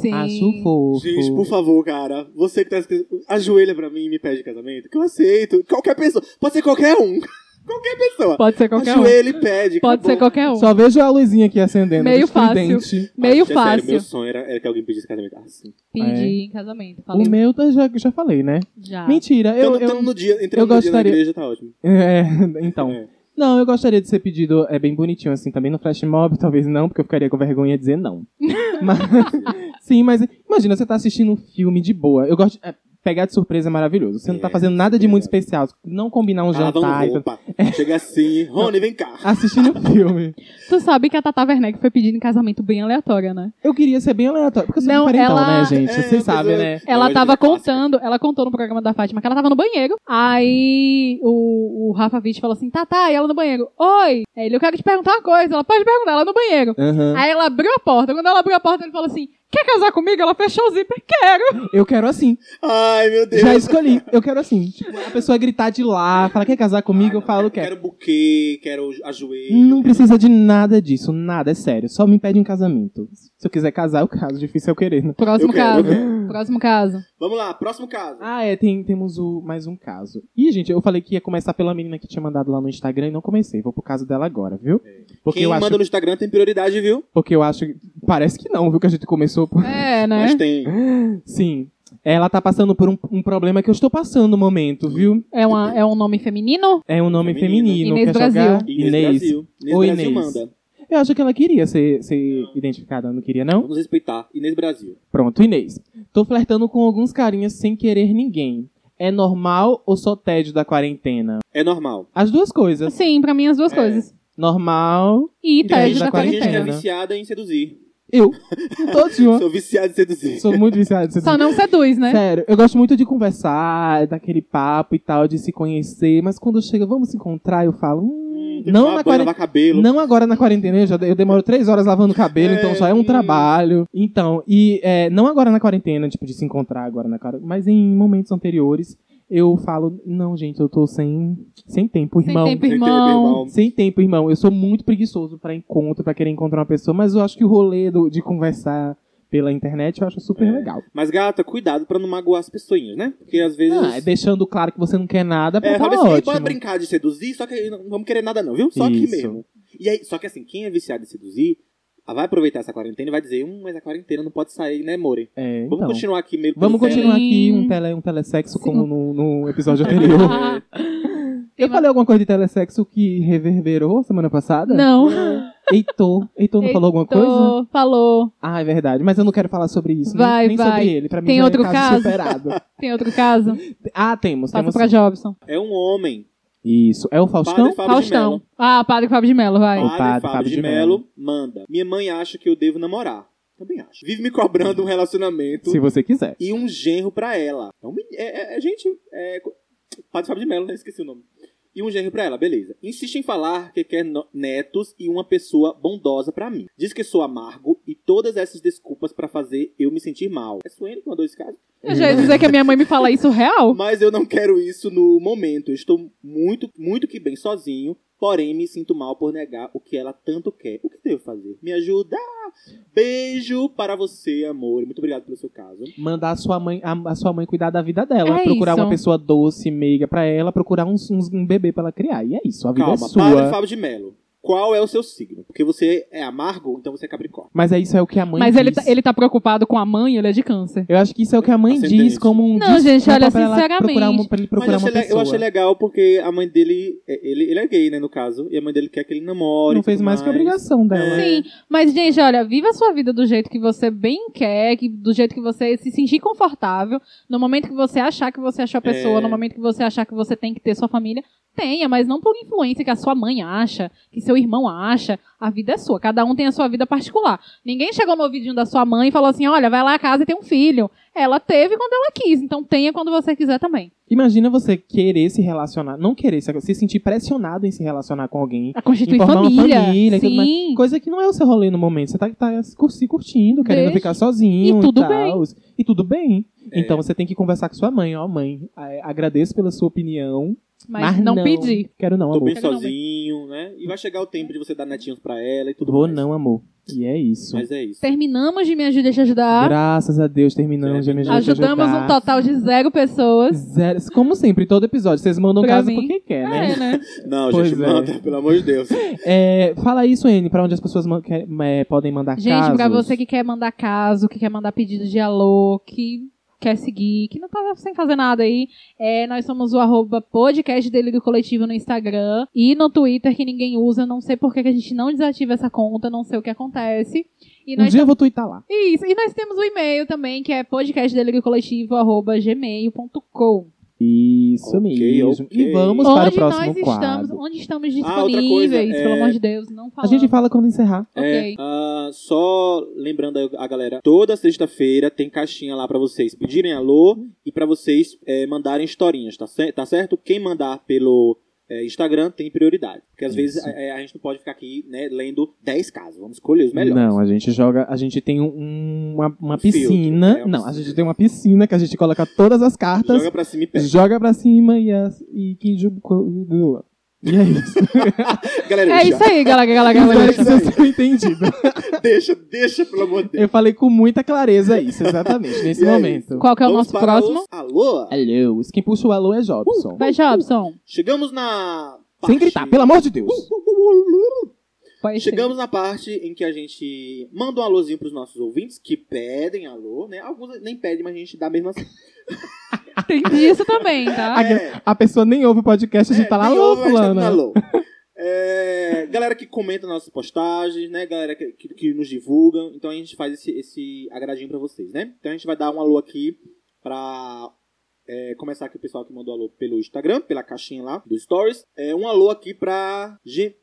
Sim. Ah, Acho fofo. Gente, por favor, cara. Você que tá escrevendo. Ajoelha pra mim e me pede casamento. Que eu aceito. Qualquer pessoa. Pode ser qualquer um. Qualquer pessoa. Pode ser qualquer um. Ajoelha e pede. Pode ser acabou. qualquer um. Só vejo a luzinha aqui acendendo. Meio do fácil. estridente. Meio Gente, é fácil. Sério, meu sonho era, era que alguém pedisse casamento. Ah, sim. Pedir em casamento. Falei O meu tá- já, já falei, né? já. Mentira, eu. Tamo- tamo eu... no dia, entrando eu no dia na gostaria- igreja, tá ótimo. É, então. É. Não, eu gostaria de ser pedido, é bem bonitinho assim, também no flash mob, talvez não, porque eu ficaria com vergonha de dizer não. Mas- sim, mas imagina, você tá assistindo um filme de boa. Eu gosto. é, pegar de surpresa é maravilhoso. Você não tá É, fazendo nada de muito verdade. especial. Não combinar um Ah, vamos, jantar. e tudo. roupa. Chega assim. Rony, vem cá. assistindo um filme. Tu sabe que a Tata Werneck foi pedindo em casamento bem aleatória, né? Eu queria ser bem aleatório. Porque eu sou Não, não, diferentão, ela- né, gente? É, Vocês pois sabem, é. né? Ela hoje tava é clássica. contando, ela contou no programa da Fátima que ela tava no banheiro. Aí o, o Rafa Witt falou assim: Tata, e ela no banheiro. Oi! Aí ele, eu quero te perguntar uma coisa. Ela pode perguntar, ela no banheiro. Aham. Aí ela abriu a porta. Quando ela abriu a porta, ele falou assim: Quer casar comigo? Ela fechou o zíper. Quero! Eu quero assim. Ai, meu Deus. Já escolhi. Eu quero assim. Tipo, a pessoa gritar de lá, falar, quer casar comigo? Eu falo, quero. Quero buquê, quero ajoelho. é. Não precisa de nada disso, nada, é sério. Só me pede um casamento. Se eu quiser casar, eu caso. Difícil é eu querer, né? Próximo Eu quero, eu caso. Próximo caso. Vamos lá, próximo caso. Ah, é, tem- temos o, mais um caso. Ih, gente, eu falei que ia começar pela menina que tinha mandado lá no Instagram e não comecei. Vou pro caso dela agora, viu? Porque É. Quem eu, manda acho, no Instagram tem prioridade, viu? porque eu acho. Parece que não, viu? Que a gente começou por. É, né? Mas tem. Sim. Ela tá passando por um, um problema que eu estou passando no momento, viu? É, uma, é um nome feminino? É um nome Feminino. feminino. Inês quer Brasil. jogar? Inês, Brasil. Inês Ô, Brasil Inês. manda. Eu acho que ela queria ser, ser identificada, não queria, não? Vamos respeitar. Inês Brasil. Pronto, Inês. Tô flertando com alguns carinhas sem querer ninguém. É normal ou só tédio da quarentena? É normal. As duas coisas. Sim, pra mim as duas É. coisas. Normal. E Então, tédio já da Tem gente que é quarentena. quarentena. viciada em seduzir. Eu. Todinho. Sou viciado em seduzir. Sou muito viciado nisso. Só não seduz, né? Sério, eu gosto muito de conversar, daquele papo e tal, de se conhecer, mas quando chega, vamos se encontrar, eu falo. Hum, Tem que não lavar na banho, quarentena. lavar cabelo. Não agora na quarentena, eu, já, eu demoro três horas lavando o cabelo, É, então já é um hum. trabalho. Então, e é, não agora na quarentena, tipo, de se encontrar agora na quarentena, mas em momentos anteriores, eu falo, não, gente, eu tô sem, sem tempo, Sem irmão. tempo, Tem que ter, meu irmão. Sem tempo, irmão. Eu sou muito preguiçoso pra encontro, pra querer encontrar uma pessoa, mas eu acho que o rolê do- de conversar pela internet eu acho super É. legal. Mas, gata, cuidado pra não magoar as pessoinhas, né? Porque às vezes. Ah, deixando claro que você não quer nada, pra É, tá fala assim, bora ótimo. brincar de seduzir, só que não vamos querer nada, não, viu? Só aqui Isso. mesmo. E aí, só que assim, quem é viciado em seduzir, ah, vai aproveitar essa quarentena e vai dizer, hum, mas a quarentena não pode sair, né, More? É, Vamos então. continuar aqui meio Vamos pelo continuar aqui Sim. um, tele, um telesexo Sim. como no, no episódio anterior. Tem Eu falei alguma coisa de telesexo que reverberou semana passada? Não. Heitor. Heitor não falou alguma Tô- coisa? Falou. Ah, é verdade. Mas eu não quero falar sobre isso. nem- Vai, nem vai. sobre ele. Pra mim Tem já outro é caso, caso? superado. Tem outro caso? Ah, temos. Passa temos pra Jobson. É um homem. Isso. É o Faustão? Padre Fábio de Faustão. Mello. Ah. Ah, Padre Fábio de Mello, vai. O Padre, padre Fábio, Fábio de de Melo manda. Minha mãe acha que eu devo namorar. Também acho. Vive me cobrando um relacionamento Se você quiser. e um genro pra ela. É, um men- é, é- é- gente, é... co- Padre Fábio de Mello, né? Esqueci o nome. E um genro pra ela, beleza. Insiste em falar que quer no- netos e uma pessoa bondosa pra mim. Diz que sou amargo e todas essas desculpas pra fazer eu me sentir mal. É Suene que mandou esse caso? Eu já ia dizer que a minha mãe me fala isso real. Mas eu não quero isso no momento. Eu estou muito, muito que bem sozinho. Porém, me sinto mal por negar o que ela tanto quer. O que devo fazer? Me ajuda! Beijo para você, amor. Muito obrigado pelo seu caso. Mandar a sua mãe, a, a sua mãe cuidar da vida dela. É procurar isso. uma pessoa doce, meiga pra ela. Procurar uns, uns- um bebê pra ela criar. E é isso. A vida é Calma, sua. Padre Fábio de Mello. Qual é o seu signo? Porque você é amargo, então você é capricórnio. Mas é isso é o que a mãe Mas diz. ele tá, ele tá preocupado com a mãe, ele é de câncer. Eu acho que isso é o que a mãe Ascendente. diz como um Não, gente, olha, desculpa pra ela sinceramente. procurar uma, pra ele procurar Mas eu uma achei, le- pessoa. eu achei legal porque a mãe dele. é- Ele, ele é gay, né, no caso. E a mãe dele quer que ele namore. Não e fez tudo mais que a obrigação dela. Sim, mas gente, olha, viva a sua vida do jeito que você bem quer, que, do jeito que você se sentir confortável, no momento que você achar que você achou a pessoa, É. no momento que você achar que você tem que ter sua família, tenha, mas não por influência que a sua mãe acha, que seu irmão acha. A vida é sua, cada um tem a sua vida particular. Ninguém chegou no ouvidinho da sua mãe e falou assim: olha, vai lá a casa e tem um filho. Ela teve quando ela quis, então tenha quando você quiser também. Imagina você querer se relacionar, não querer, se se sentir pressionado em se relacionar com alguém. A constituir Informar uma família. família e tudo mais. Sim. Coisa que não é o seu rolê no momento. Você tá, tá se cur- se curtindo, querendo Deixa. ficar sozinho. E tudo tal. E tudo bem. É. Então você tem que conversar com sua mãe. Ó, mãe, a- agradeço pela sua opinião. Mas, não, pedir. Quero não, Tô amor. bem Quero não, sozinho, né? E vai chegar o tempo de você dar netinhos pra ela e tudo Vou mais. não, amor. E é isso. Mas é isso. Terminamos de Me Ajude a Te Ajudar. Graças a Deus, terminamos de me ajudar. Tá. Ajudamos um total de zero pessoas. Zero. Como sempre, todo episódio, vocês mandam Pra caso mim. porque quer, né? É, né? Não, Pois gente, é. manda, pelo amor de Deus. É, fala isso, N, pra onde as pessoas man- quer- é, podem mandar Gente, casos. pra você que quer mandar caso, que quer mandar pedido de alô, que quer seguir, que não tá sem fazer nada aí, é, nós somos o arroba podcast Delírio Coletivo no Instagram e no Twitter, que ninguém usa, não sei por que que a gente não desativa essa conta, não sei o que acontece. E Um nós tá- dia eu vou twittar lá. Isso, e nós temos o e-mail também, que é podcastdeliriocoletivo.gmail.com Isso Ok, ok. mesmo. E vamos para o Onde próximo nós estamos, quadro. onde estamos Ah, outra coisa, disponíveis, é- pelo amor de Deus, não A falamos. gente fala quando encerrar. Ok. É, ah, só lembrando aí a galera, toda sexta-feira tem caixinha lá pra vocês pedirem alô e pra vocês eh, mandarem historinhas, tá, cer- tá certo? Quem mandar pelo eh, Instagram tem prioridade, porque às vezes Isso. eh, a gente não pode ficar aqui né, lendo 10 casos, vamos escolher os melhores. Não, é a gente joga. A gente tem um- uma, uma Um filtro, piscina. é, um não, a filtro. gente tem uma piscina que a gente coloca todas as cartas, Joga pra cima e pega. joga, pra cima e, as, e quem julga. E é isso. Galera, É já- isso aí, galera, galera, Espero galera. que vocês tenham entendido. deixa, deixa, pelo amor de Deus. Eu falei com muita clareza isso, exatamente, nesse E é momento. Qual que é o Vamos nosso para próximo? os Alô? Alô, quem puxa o alô é Jobson. Vai, Jobson. Chegamos na... Sem parte- gritar, pelo amor de Deus. Uh. Pode ser. Chegamos na parte em que a gente manda um alôzinho pros nossos ouvintes que pedem alô, né? Alguns nem pedem, mas a gente dá mesmo assim. Tem disso também, tá? É, A pessoa nem ouve o podcast, a gente é, tá lá, nem alô, ouve, a gente tá dando fulana. alô. É, galera que comenta nossas postagens, né? Galera que, que, que nos divulga. Então a gente faz esse, esse agradinho pra vocês, né? Então a gente vai dar um alô aqui pra é, começar aqui o pessoal que mandou alô pelo Instagram, pela caixinha lá do Stories. É, um alô aqui pra Ge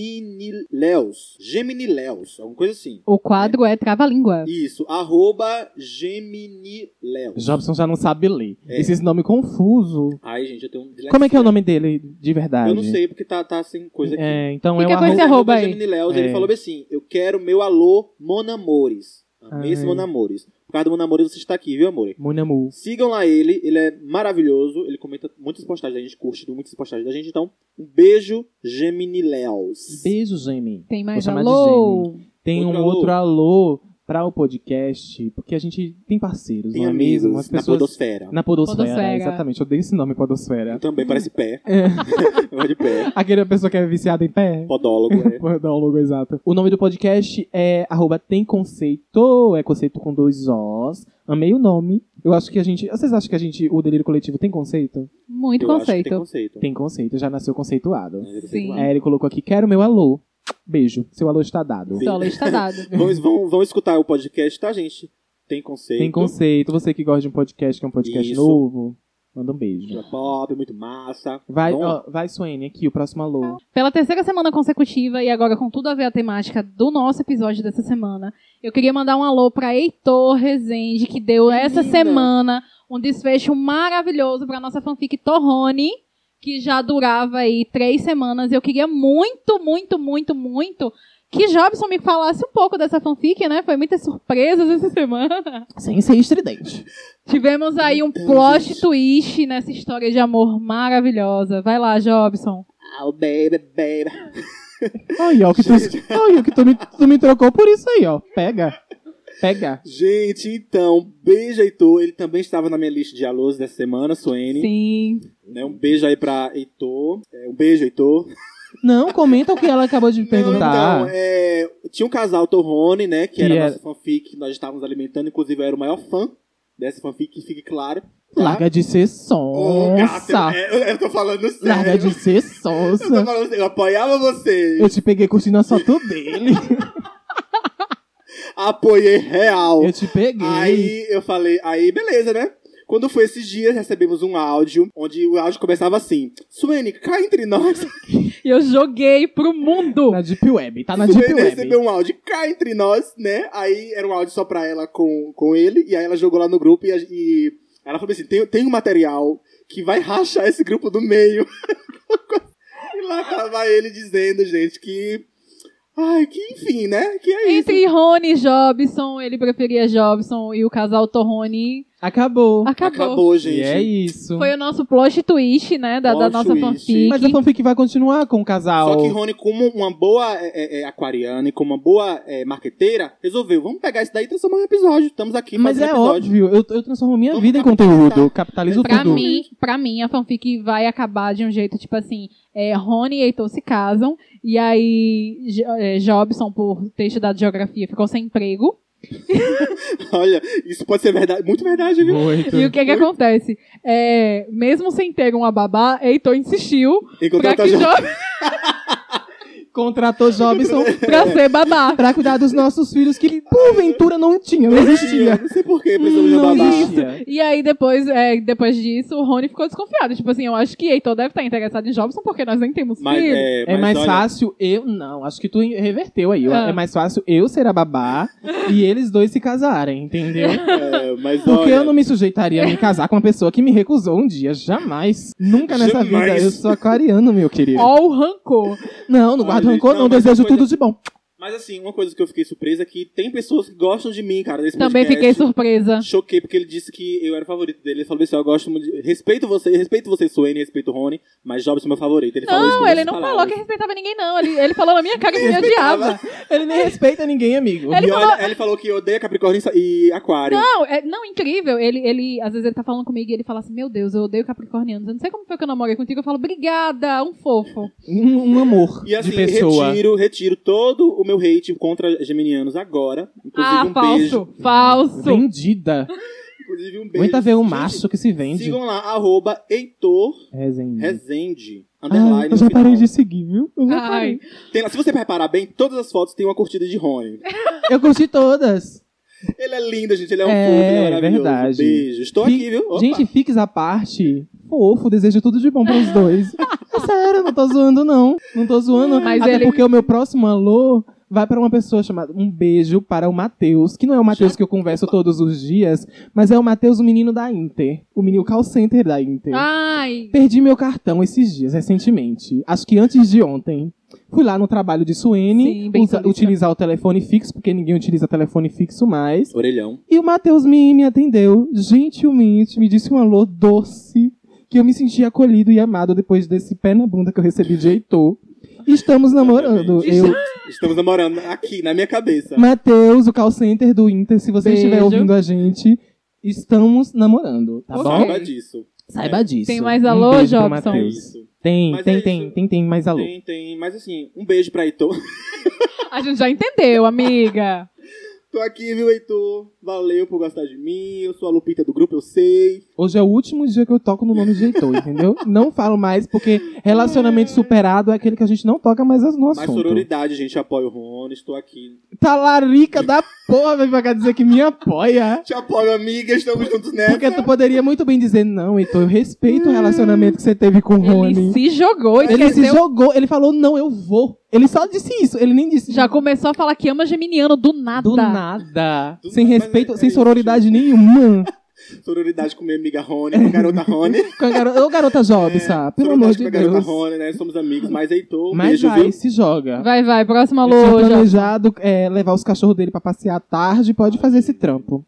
Geminileus. Geminileus, alguma coisa assim. O quadro é Trava-Língua. Isso, arroba Geminileus. Jobson já não sabe ler. É. Esses nomes confusos. Ai, gente, eu tenho um Como é que é o nome dele de verdade? Eu não sei, porque tá, tá sem coisa aqui. É, então Fica é com um esse arroba- arroba aí. Geminileus, É. ele falou assim, eu quero meu alô Monamores. Amei esse Ai. Monamores. Por causa do Monamores você está aqui, viu, amor? Munamu. Sigam lá ele, ele é maravilhoso, ele comenta muitas postagens da gente, curte muitas postagens da gente, então um beijo Geminileus. Beijo, Jamie. Tem mais Vou chamar de alô? Tem Outro um alô. outro alô pra o podcast, porque a gente tem parceiros, Tem não é amigos mesmo? As na pessoas... podosfera. Na podosfera. Podosfera. Exatamente, eu dei esse nome, podosfera. Também parece pé, É. vai de pé. Aquela pessoa que é viciada em pé. Podólogo, é. Vou dar o logo exato. O nome do podcast é arroba tem conceito, é conceito com dois Os. Amei o nome. Eu acho que a gente. Vocês acham que a gente, o Delírio Coletivo, tem conceito? Muito Eu acho que tem conceito. conceito. Tem conceito, já nasceu conceituado. É, tem Sim. conceito. É, ele colocou aqui, quero meu alô. Beijo, seu alô está dado. Sim. Solo está dado. Vão, vão, vão escutar o podcast, tá, gente? Tem conceito. Tem conceito, você que gosta de um podcast, que é um podcast Isso. novo, manda um beijo. É Pop, muito massa. Vai, Vamos lá. ó, vai, Suene, aqui, o próximo alô. Pela terceira semana consecutiva, e agora com tudo a ver a temática do nosso episódio dessa semana, eu queria mandar um alô pra Heitor Rezende, que deu essa Menina. semana um desfecho maravilhoso pra nossa fanfic Torrone, que já durava aí três semanas. E eu queria muito, muito, muito, muito que Jobson me falasse um pouco dessa fanfic, né? Foi muitas surpresas essa semana. Ah, Sem ser estridente. Tivemos aí um plot twist nessa história de amor maravilhosa. Vai lá, Jobson. Oh, baby, baby. Aí, ó, que, tu, aí, ó, que tu, me, tu me trocou por isso aí, ó. Pega. Pega. Gente, então, beijo, Heitor. Ele também estava na minha lista de alôs dessa semana, Suene. Sim. Né, Um beijo aí pra Heitor. É, um beijo, Heitor. Não, comenta o que ela acabou de Não, perguntar. então, é, tinha um casal, Torrone, né? Que era Que é- nossa fanfic, nós estávamos alimentando. Inclusive, eu era o maior fã dessa fanfic, que fique claro. tá? Larga de ser Ô, gata, sonsa. é, eu, eu tô falando sério. Larga de ser eu, tô sonsa. falando, sério, eu apoiava vocês. Eu te peguei curtindo a foto dele. apoiei real. Eu te peguei. Aí eu falei, aí beleza, né? Quando foi esses dias, recebemos um áudio, onde o áudio começava assim: Suene, cá entre nós. E eu joguei pro mundo. Na Deep Web, tá na Deep Suene Web. recebeu um áudio, cá entre nós, né? Aí era um áudio só pra ela com, com ele, e aí ela jogou lá no grupo e, a- e ela falou assim: tem, tem um material que vai rachar esse grupo do meio. e lá tava ele dizendo, gente, que. Ai, que enfim, né? Que é isso. Entre Rony e Jobson, ele preferia Jobson e o casal Torrone Acabou. acabou. Acabou, gente. E é isso. Foi o nosso plot twist, né? Da, da Plot nossa twist. fanfic. Mas a fanfic vai continuar com o casal. Só que Rony, como uma boa é, é, é, aquariana e como uma boa é, marqueteira, resolveu, vamos pegar isso daí e transformar em episódio. Estamos aqui Mas fazendo é episódio. óbvio, eu, eu transformo minha Vamos vida em capitalizar. conteúdo. Capitalizo Pra tudo. mim, pra mim, a fanfic vai acabar de um jeito tipo assim: é, Rony e Heitor se casam, e aí Jo- é, Jobson, por ter estudado geografia, ficou sem emprego. Olha, isso pode ser verdade, muito verdade, viu? Muito. E o que que acontece? É, mesmo sem ter uma babá, Heitor insistiu pra, Encontrar que Jobson, Contratou Jobson pra ser babá. pra cuidar dos nossos filhos que porventura não tinha, não existia. Não sei por que precisamos de Não é, babá. existia. E aí, depois, é, depois disso, o Rony ficou desconfiado. Tipo assim, eu acho que Heitor deve estar interessado em Jobson porque nós nem temos Mas filho. é, É mas mais olha, fácil eu. Não, acho que tu reverteu aí. ó. Ah. É mais fácil eu ser a babá e eles dois se casarem, entendeu? é, mas Porque olha, eu não me sujeitaria a me casar com uma pessoa que me recusou um dia. Jamais. Nunca nessa Jamais. vida. Eu sou aquariano, meu querido. Ó, o rancor. Não, não guardo Olha, rancor, não, não. mas Desejo uma coisa- tudo de bom. Mas assim, uma coisa que eu fiquei surpresa é que tem pessoas que gostam de mim, cara. Desse Também podcast. fiquei surpresa. Choquei, porque ele disse que eu era o favorito dele. Ele falou assim: ó, eu gosto muito. De... Respeito você, respeito você, Suene, respeito o Rony, mas Jobson é meu favorito. Ele falou isso Não, com ele essas não falou palavras. que respeitava ninguém, não. Ele, ele falou na minha cara que me odiava. Ele nem respeita ninguém, amigo. Ele E olha, falou- ele falou que odeia Capricórnio e Aquário. Não, é, não, incrível. Ele, ele, às vezes ele tá falando comigo e ele fala assim: Meu Deus, eu odeio Capricornianos. Eu não sei como foi que eu namorei contigo. Eu falo, obrigada, um fofo. Um, um amor E assim, de pessoa. retiro, retiro todo o meu hate contra geminianos agora. Inclusive ah, um falso, beijo. falso. Vendida. Inclusive um beijo. Aguenta ver um Gente, macho que se vende. Sigam lá, arroba Heitor Resenha. Rezende. Ah, Underline. eu no já parei final. de seguir, viu? Eu já Ai, parei. Tem lá- se você reparar bem, todas as fotos têm uma curtida de Rony. Eu curti todas. Ele é lindo, gente. Ele é um É, fofo, ele é maravilhoso. verdade. Beijo. Estou Fi- aqui, viu? Opa. Gente, fiques à parte. Fofo, desejo tudo de bom pros dois. É sério, não tô zoando, não. Não tô zoando. Mas Até ele- porque o meu próximo alô vai pra uma pessoa chamada. Um beijo para o Matheus, que não é o Matheus que eu converso todos os dias, mas é o Matheus, o menino da Inter. O menino call center da Inter. Ah. ai. Perdi meu cartão esses dias, recentemente. Acho que antes de ontem. Fui lá no trabalho de Suene, Sim, bem usa- solista. utilizar o telefone fixo, porque ninguém utiliza telefone fixo mais. Orelhão. E o Matheus me, me atendeu gentilmente, me disse um alô doce, que eu me senti acolhido e amado depois desse pé na bunda que eu recebi de Heitor. Estamos namorando. Exatamente. Eu, Estamos namorando aqui, na minha cabeça. Matheus, o call center do Inter, se você Beijo. estiver ouvindo a gente, estamos namorando, tá Ok. bom? Saiba disso. Saiba disso. Tem mais alô, um beijo pro Jobson? É Matheus. isso. Tem, Mas tem, é tem, isso. tem, tem, mais alô. Tem, tem. Mas assim, um beijo pra Heitor. A gente já entendeu, amiga. Tô aqui, viu, Heitor? Valeu por gostar de mim. Eu sou a Lupita do grupo, eu sei. Hoje é o último dia que eu toco no nome de Heitor, entendeu? Não falo mais, porque relacionamento superado é aquele que a gente não toca mais as nossas. Mas sororidade, gente, apoia o Rony. Estou aqui. Talarica Tá da porra, vem pra cá dizer que me apoia. Te apoio, amiga. Estamos juntos né? nessa. Porque tu poderia muito bem dizer, não, Heitor, eu respeito o relacionamento que você teve com o Ele Rony. se jogou, Ele se esqueceu. jogou, ele falou, não, eu vou. Ele só disse isso, ele nem disse. Já começou a falar que ama Geminiano do nada. Do nada. Do sem nada, respeito, é sem isso. sororidade nenhuma. Sororidade com minha amiga Rony, com a garota Rony. Com a garo- Ô, garota Job, É, sabe? Pelo amor Sororidade de com a garota Deus. Rony, né? Somos amigos. Mas Heitor, um Mas beijo, vai, viu? se joga. Vai, vai, próximo Ele tinha alô. já- planejado é, levar os cachorros dele pra passear à tarde, pode fazer esse trampo.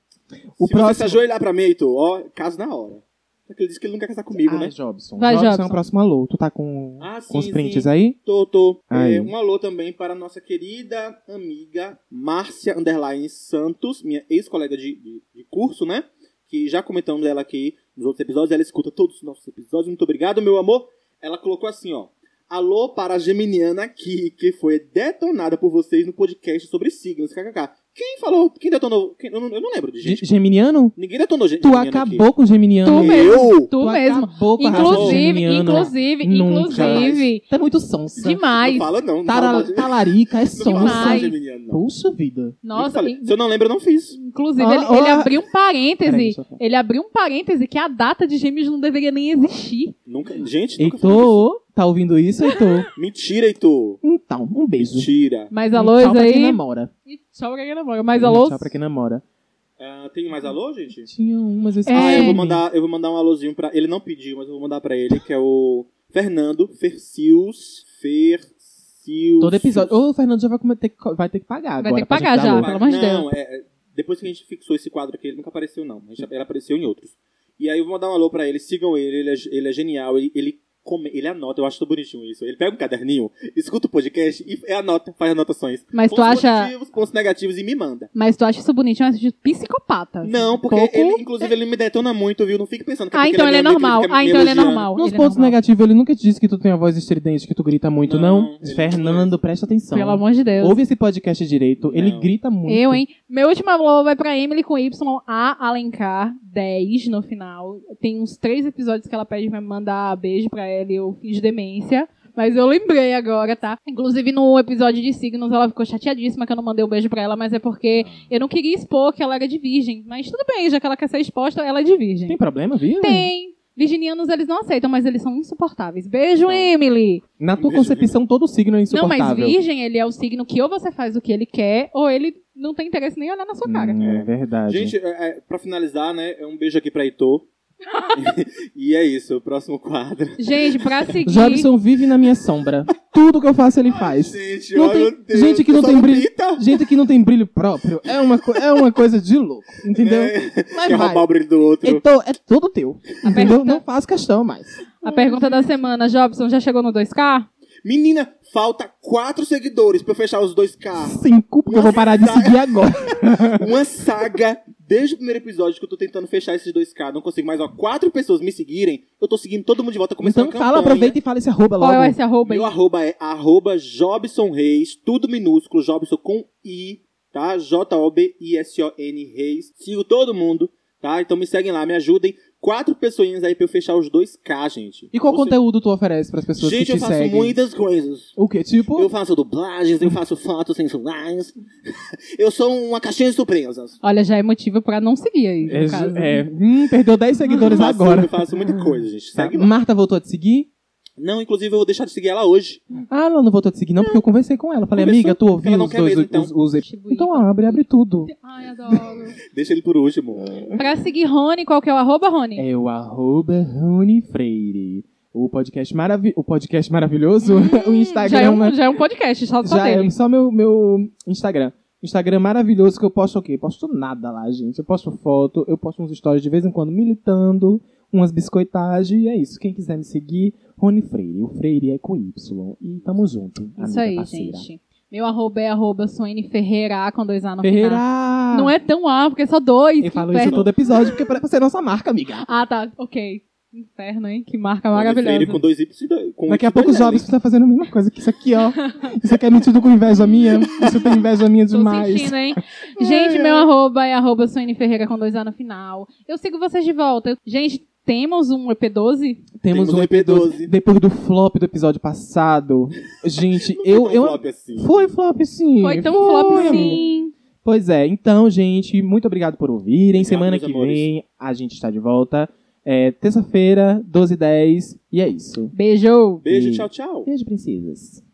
se você tá se O próximo. ajoelhar pra mim, Heitor, ó, caso na hora. Porque ele disse que ele não quer casar comigo, Ah, né? Jobson. Vai, Jobson, é Jobson. o próximo alô. Tu tá com, Ah, sim, com os prints sim. aí? Tô, tô. Aí. É, um alô também para a nossa querida amiga Márcia Underline Santos, minha ex-colega de, de, de curso, né? Que já comentamos dela aqui nos outros episódios. Ela escuta todos os nossos episódios. Muito obrigado, meu amor. Ela colocou assim, ó. Alô para a geminiana aqui, que foi detonada por vocês no podcast sobre signos, kkk. Quem falou? Quem detonou? Quem- eu, não, eu não lembro de gente. Ge- Geminiano? Ninguém detonou gente. Tu geminiana acabou com o Geminiano. Tu mesmo, Eu? tu mesmo. acabou com a raça Inclusive, geminiana. inclusive, Nunca. inclusive, Tá muito sonsa. Aqui. demais. Não fala não. Não fala mal Tara, de- talarica é não fala mal de sonsa. Demais. um geminiano, não. Puxa vida. Eu Nossa, falei, in- Se eu não lembro, eu não fiz. inclusive, Ah, ele, ah, ele ah. abriu um Peraí, parêntese. deixa eu falar. Ele abriu um parêntese que a data de gêmeos não deveria nem existir. Nunca... Gente, nunca falei Heitor, tá ouvindo isso, Heitor? isso. Mentira, Heitor. Então, um beijo. Mentira. Mas Um alô, tchau pra quem aí. namora. E Tchau pra quem namora. Mas Um alô. Tchau pra quem namora. Ah, tem mais alô, gente? Tinha um, mas eu esqueci. Ah, É. eu vou mandar, eu vou mandar um alôzinho pra. Ele não pediu, mas eu vou mandar pra ele, que é o Fernando Fercius. Fercius. Todo episódio. Ô, o Fernando já vai come- ter que, co- vai ter que pagar agora. Vai ter que pra pagar gente dar já. alô. pelo amor de Não, é, é, depois que a gente fixou esse quadro aqui, ele nunca apareceu, não. Mas já- Ele apareceu em outros. E aí eu vou mandar um alô pra ele, sigam ele, ele é, ele é genial, ele. ele come- ele anota, eu acho tão bonitinho isso. Ele pega um caderninho, escuta o podcast e anota, faz anotações. Mas tu pontos acha. positivos, pontos negativos e me manda. Mas tu acha isso bonitinho? Mas de psicopata. Não, porque Pouco- ele, inclusive, ele me detona muito, viu? Não fique pensando que Ah, porque então ele é meu amigo, normal. fica me Ah, então ele é elogiando. normal. Nos Ele é pontos normal. negativos, ele nunca te disse que tu tem a voz estridente, que tu grita muito, não? Não, é. ele- Fernando, presta atenção. Pelo amor de Deus. Ouve esse podcast direito, ele Não. grita muito. Eu, hein? Meu último alô vai pra Emily com Y, A Alencar, 10 no final. Tem uns três episódios que ela pede pra me mandar beijo pra ela e eu fiz demência. Mas eu lembrei agora, tá? Inclusive no episódio de signos ela ficou chateadíssima que eu não mandei o beijo pra ela, mas é porque eu não queria expor que ela era de virgem. Mas tudo bem, já que ela quer ser exposta, ela é de virgem. Tem problema, viu? Tem. Virginianos eles não aceitam, mas eles são insuportáveis. Beijo, Emily! Na tua Beijo, concepção, todo signo é Não, insuportável. mas virgem, ele é o signo que ou você faz o que ele quer, ou ele não tem interesse nem em olhar na sua cara. Hum, é verdade. Gente, é, é, pra finalizar, né? é Um beijo aqui pra Heitor. e é isso, o próximo quadro. Gente, pra seguir. Jobson vive na minha sombra. Tudo que eu faço, ele faz. Gente, Não olha tem- meu Deus, gente que não só tem no brilho. Pita, Gente que não tem brilho próprio é uma, co- é uma coisa de louco, entendeu? né? Mas Quer vai. roubar o brilho do outro. Então, é todo teu. Entendeu? pergunta- Não faço questão mais. A pergunta da semana, Jobson, já chegou no 2K? Menina, falta quatro seguidores pra eu fechar os dois K. Cinco, porque eu vou parar de seguir agora. Uma saga desde o primeiro episódio que eu tô tentando fechar esses dois K. Não consigo mais, ó. Quatro pessoas me seguirem. Eu tô seguindo todo mundo de volta. Começando Então a fala, campanha. aproveita e fala esse arroba Qual é logo. esse arroba aí? Meu arroba é arroba Jobson Reis, tudo minúsculo, Jobson com I, tá? J-O-B-I-S-O-N Reis. Sigo todo mundo, tá? Então me seguem lá, me ajudem. Quatro pessoinhas aí pra eu fechar os dois K, gente. E qual Você- conteúdo tu oferece pras pessoas Gente, que eu te faço seguem? muitas coisas. O quê? Tipo, Eu faço dublagens, eu faço fotos sensuais. Eu sou uma caixinha de surpresas. Olha, já é motivo pra não seguir aí. No é, caso. é, né? hum, perdeu 10 seguidores eu faço, agora. Eu faço muita coisa, gente. Tá. assim, Segue lá. Marta voltou a te seguir? Não, inclusive eu vou deixar de seguir ela hoje. Ah, ela não voltou a te seguir não, porque eu conversei com ela. Falei, Conversou? amiga, tu ouviu Ela não os quer dois... mesmo, então. os, os... ep- Distribuir. Então abre, abre tudo. Ai, adoro. Deixa ele por último. pra seguir Rony, qual que é o arroba, Rony? É o arroba Rony Freire. O podcast, maravi... o podcast maravilhoso, o Instagram... já, né? é um, já é um podcast, só, só Já é dele. só meu, meu Instagram. Instagram maravilhoso que eu posto o quê? Posto nada lá, gente. Eu posto foto, eu posto uns stories de vez em quando militando, umas biscoitagens e é isso. Quem quiser me seguir, Rony Freire. O Freire é com Y. E tamo junto. Isso amiga aí, parceira. gente. Meu arroba é arroba Suene Ferreira, com dois A no Ferreira! final. Não é tão A, porque é só dois. Eu que falo isso inferno. todo episódio porque é pra ser nossa marca, amiga. Ah, tá, ok. Inferno, hein? Que marca Ele maravilhosa. com dois Y e dois- com Tá Daqui Y a e pouco dois né? os L, jovens estão fazendo a mesma coisa que isso aqui, ó. Isso aqui é metido com inveja minha. Isso tem inveja minha Tô demais. sentindo, hein? Gente, meu arroba é arroba Suene Ferreira com dois A no final. Eu sigo vocês de volta. Eu- Gente, temos um EP12? Temos, um EP12. Depois do flop do episódio passado. Gente, eu. Então, eu flop assim. Foi flop, sim. Foi tão flop, amiga. sim. Pois é, então, gente, muito obrigado por ouvirem. Obrigado, Semana meus que amores. vem a gente está de volta. É, Terça-feira, 12 h 10 E é isso. Beijo! Beijo, E- tchau, tchau. Beijo, princesas.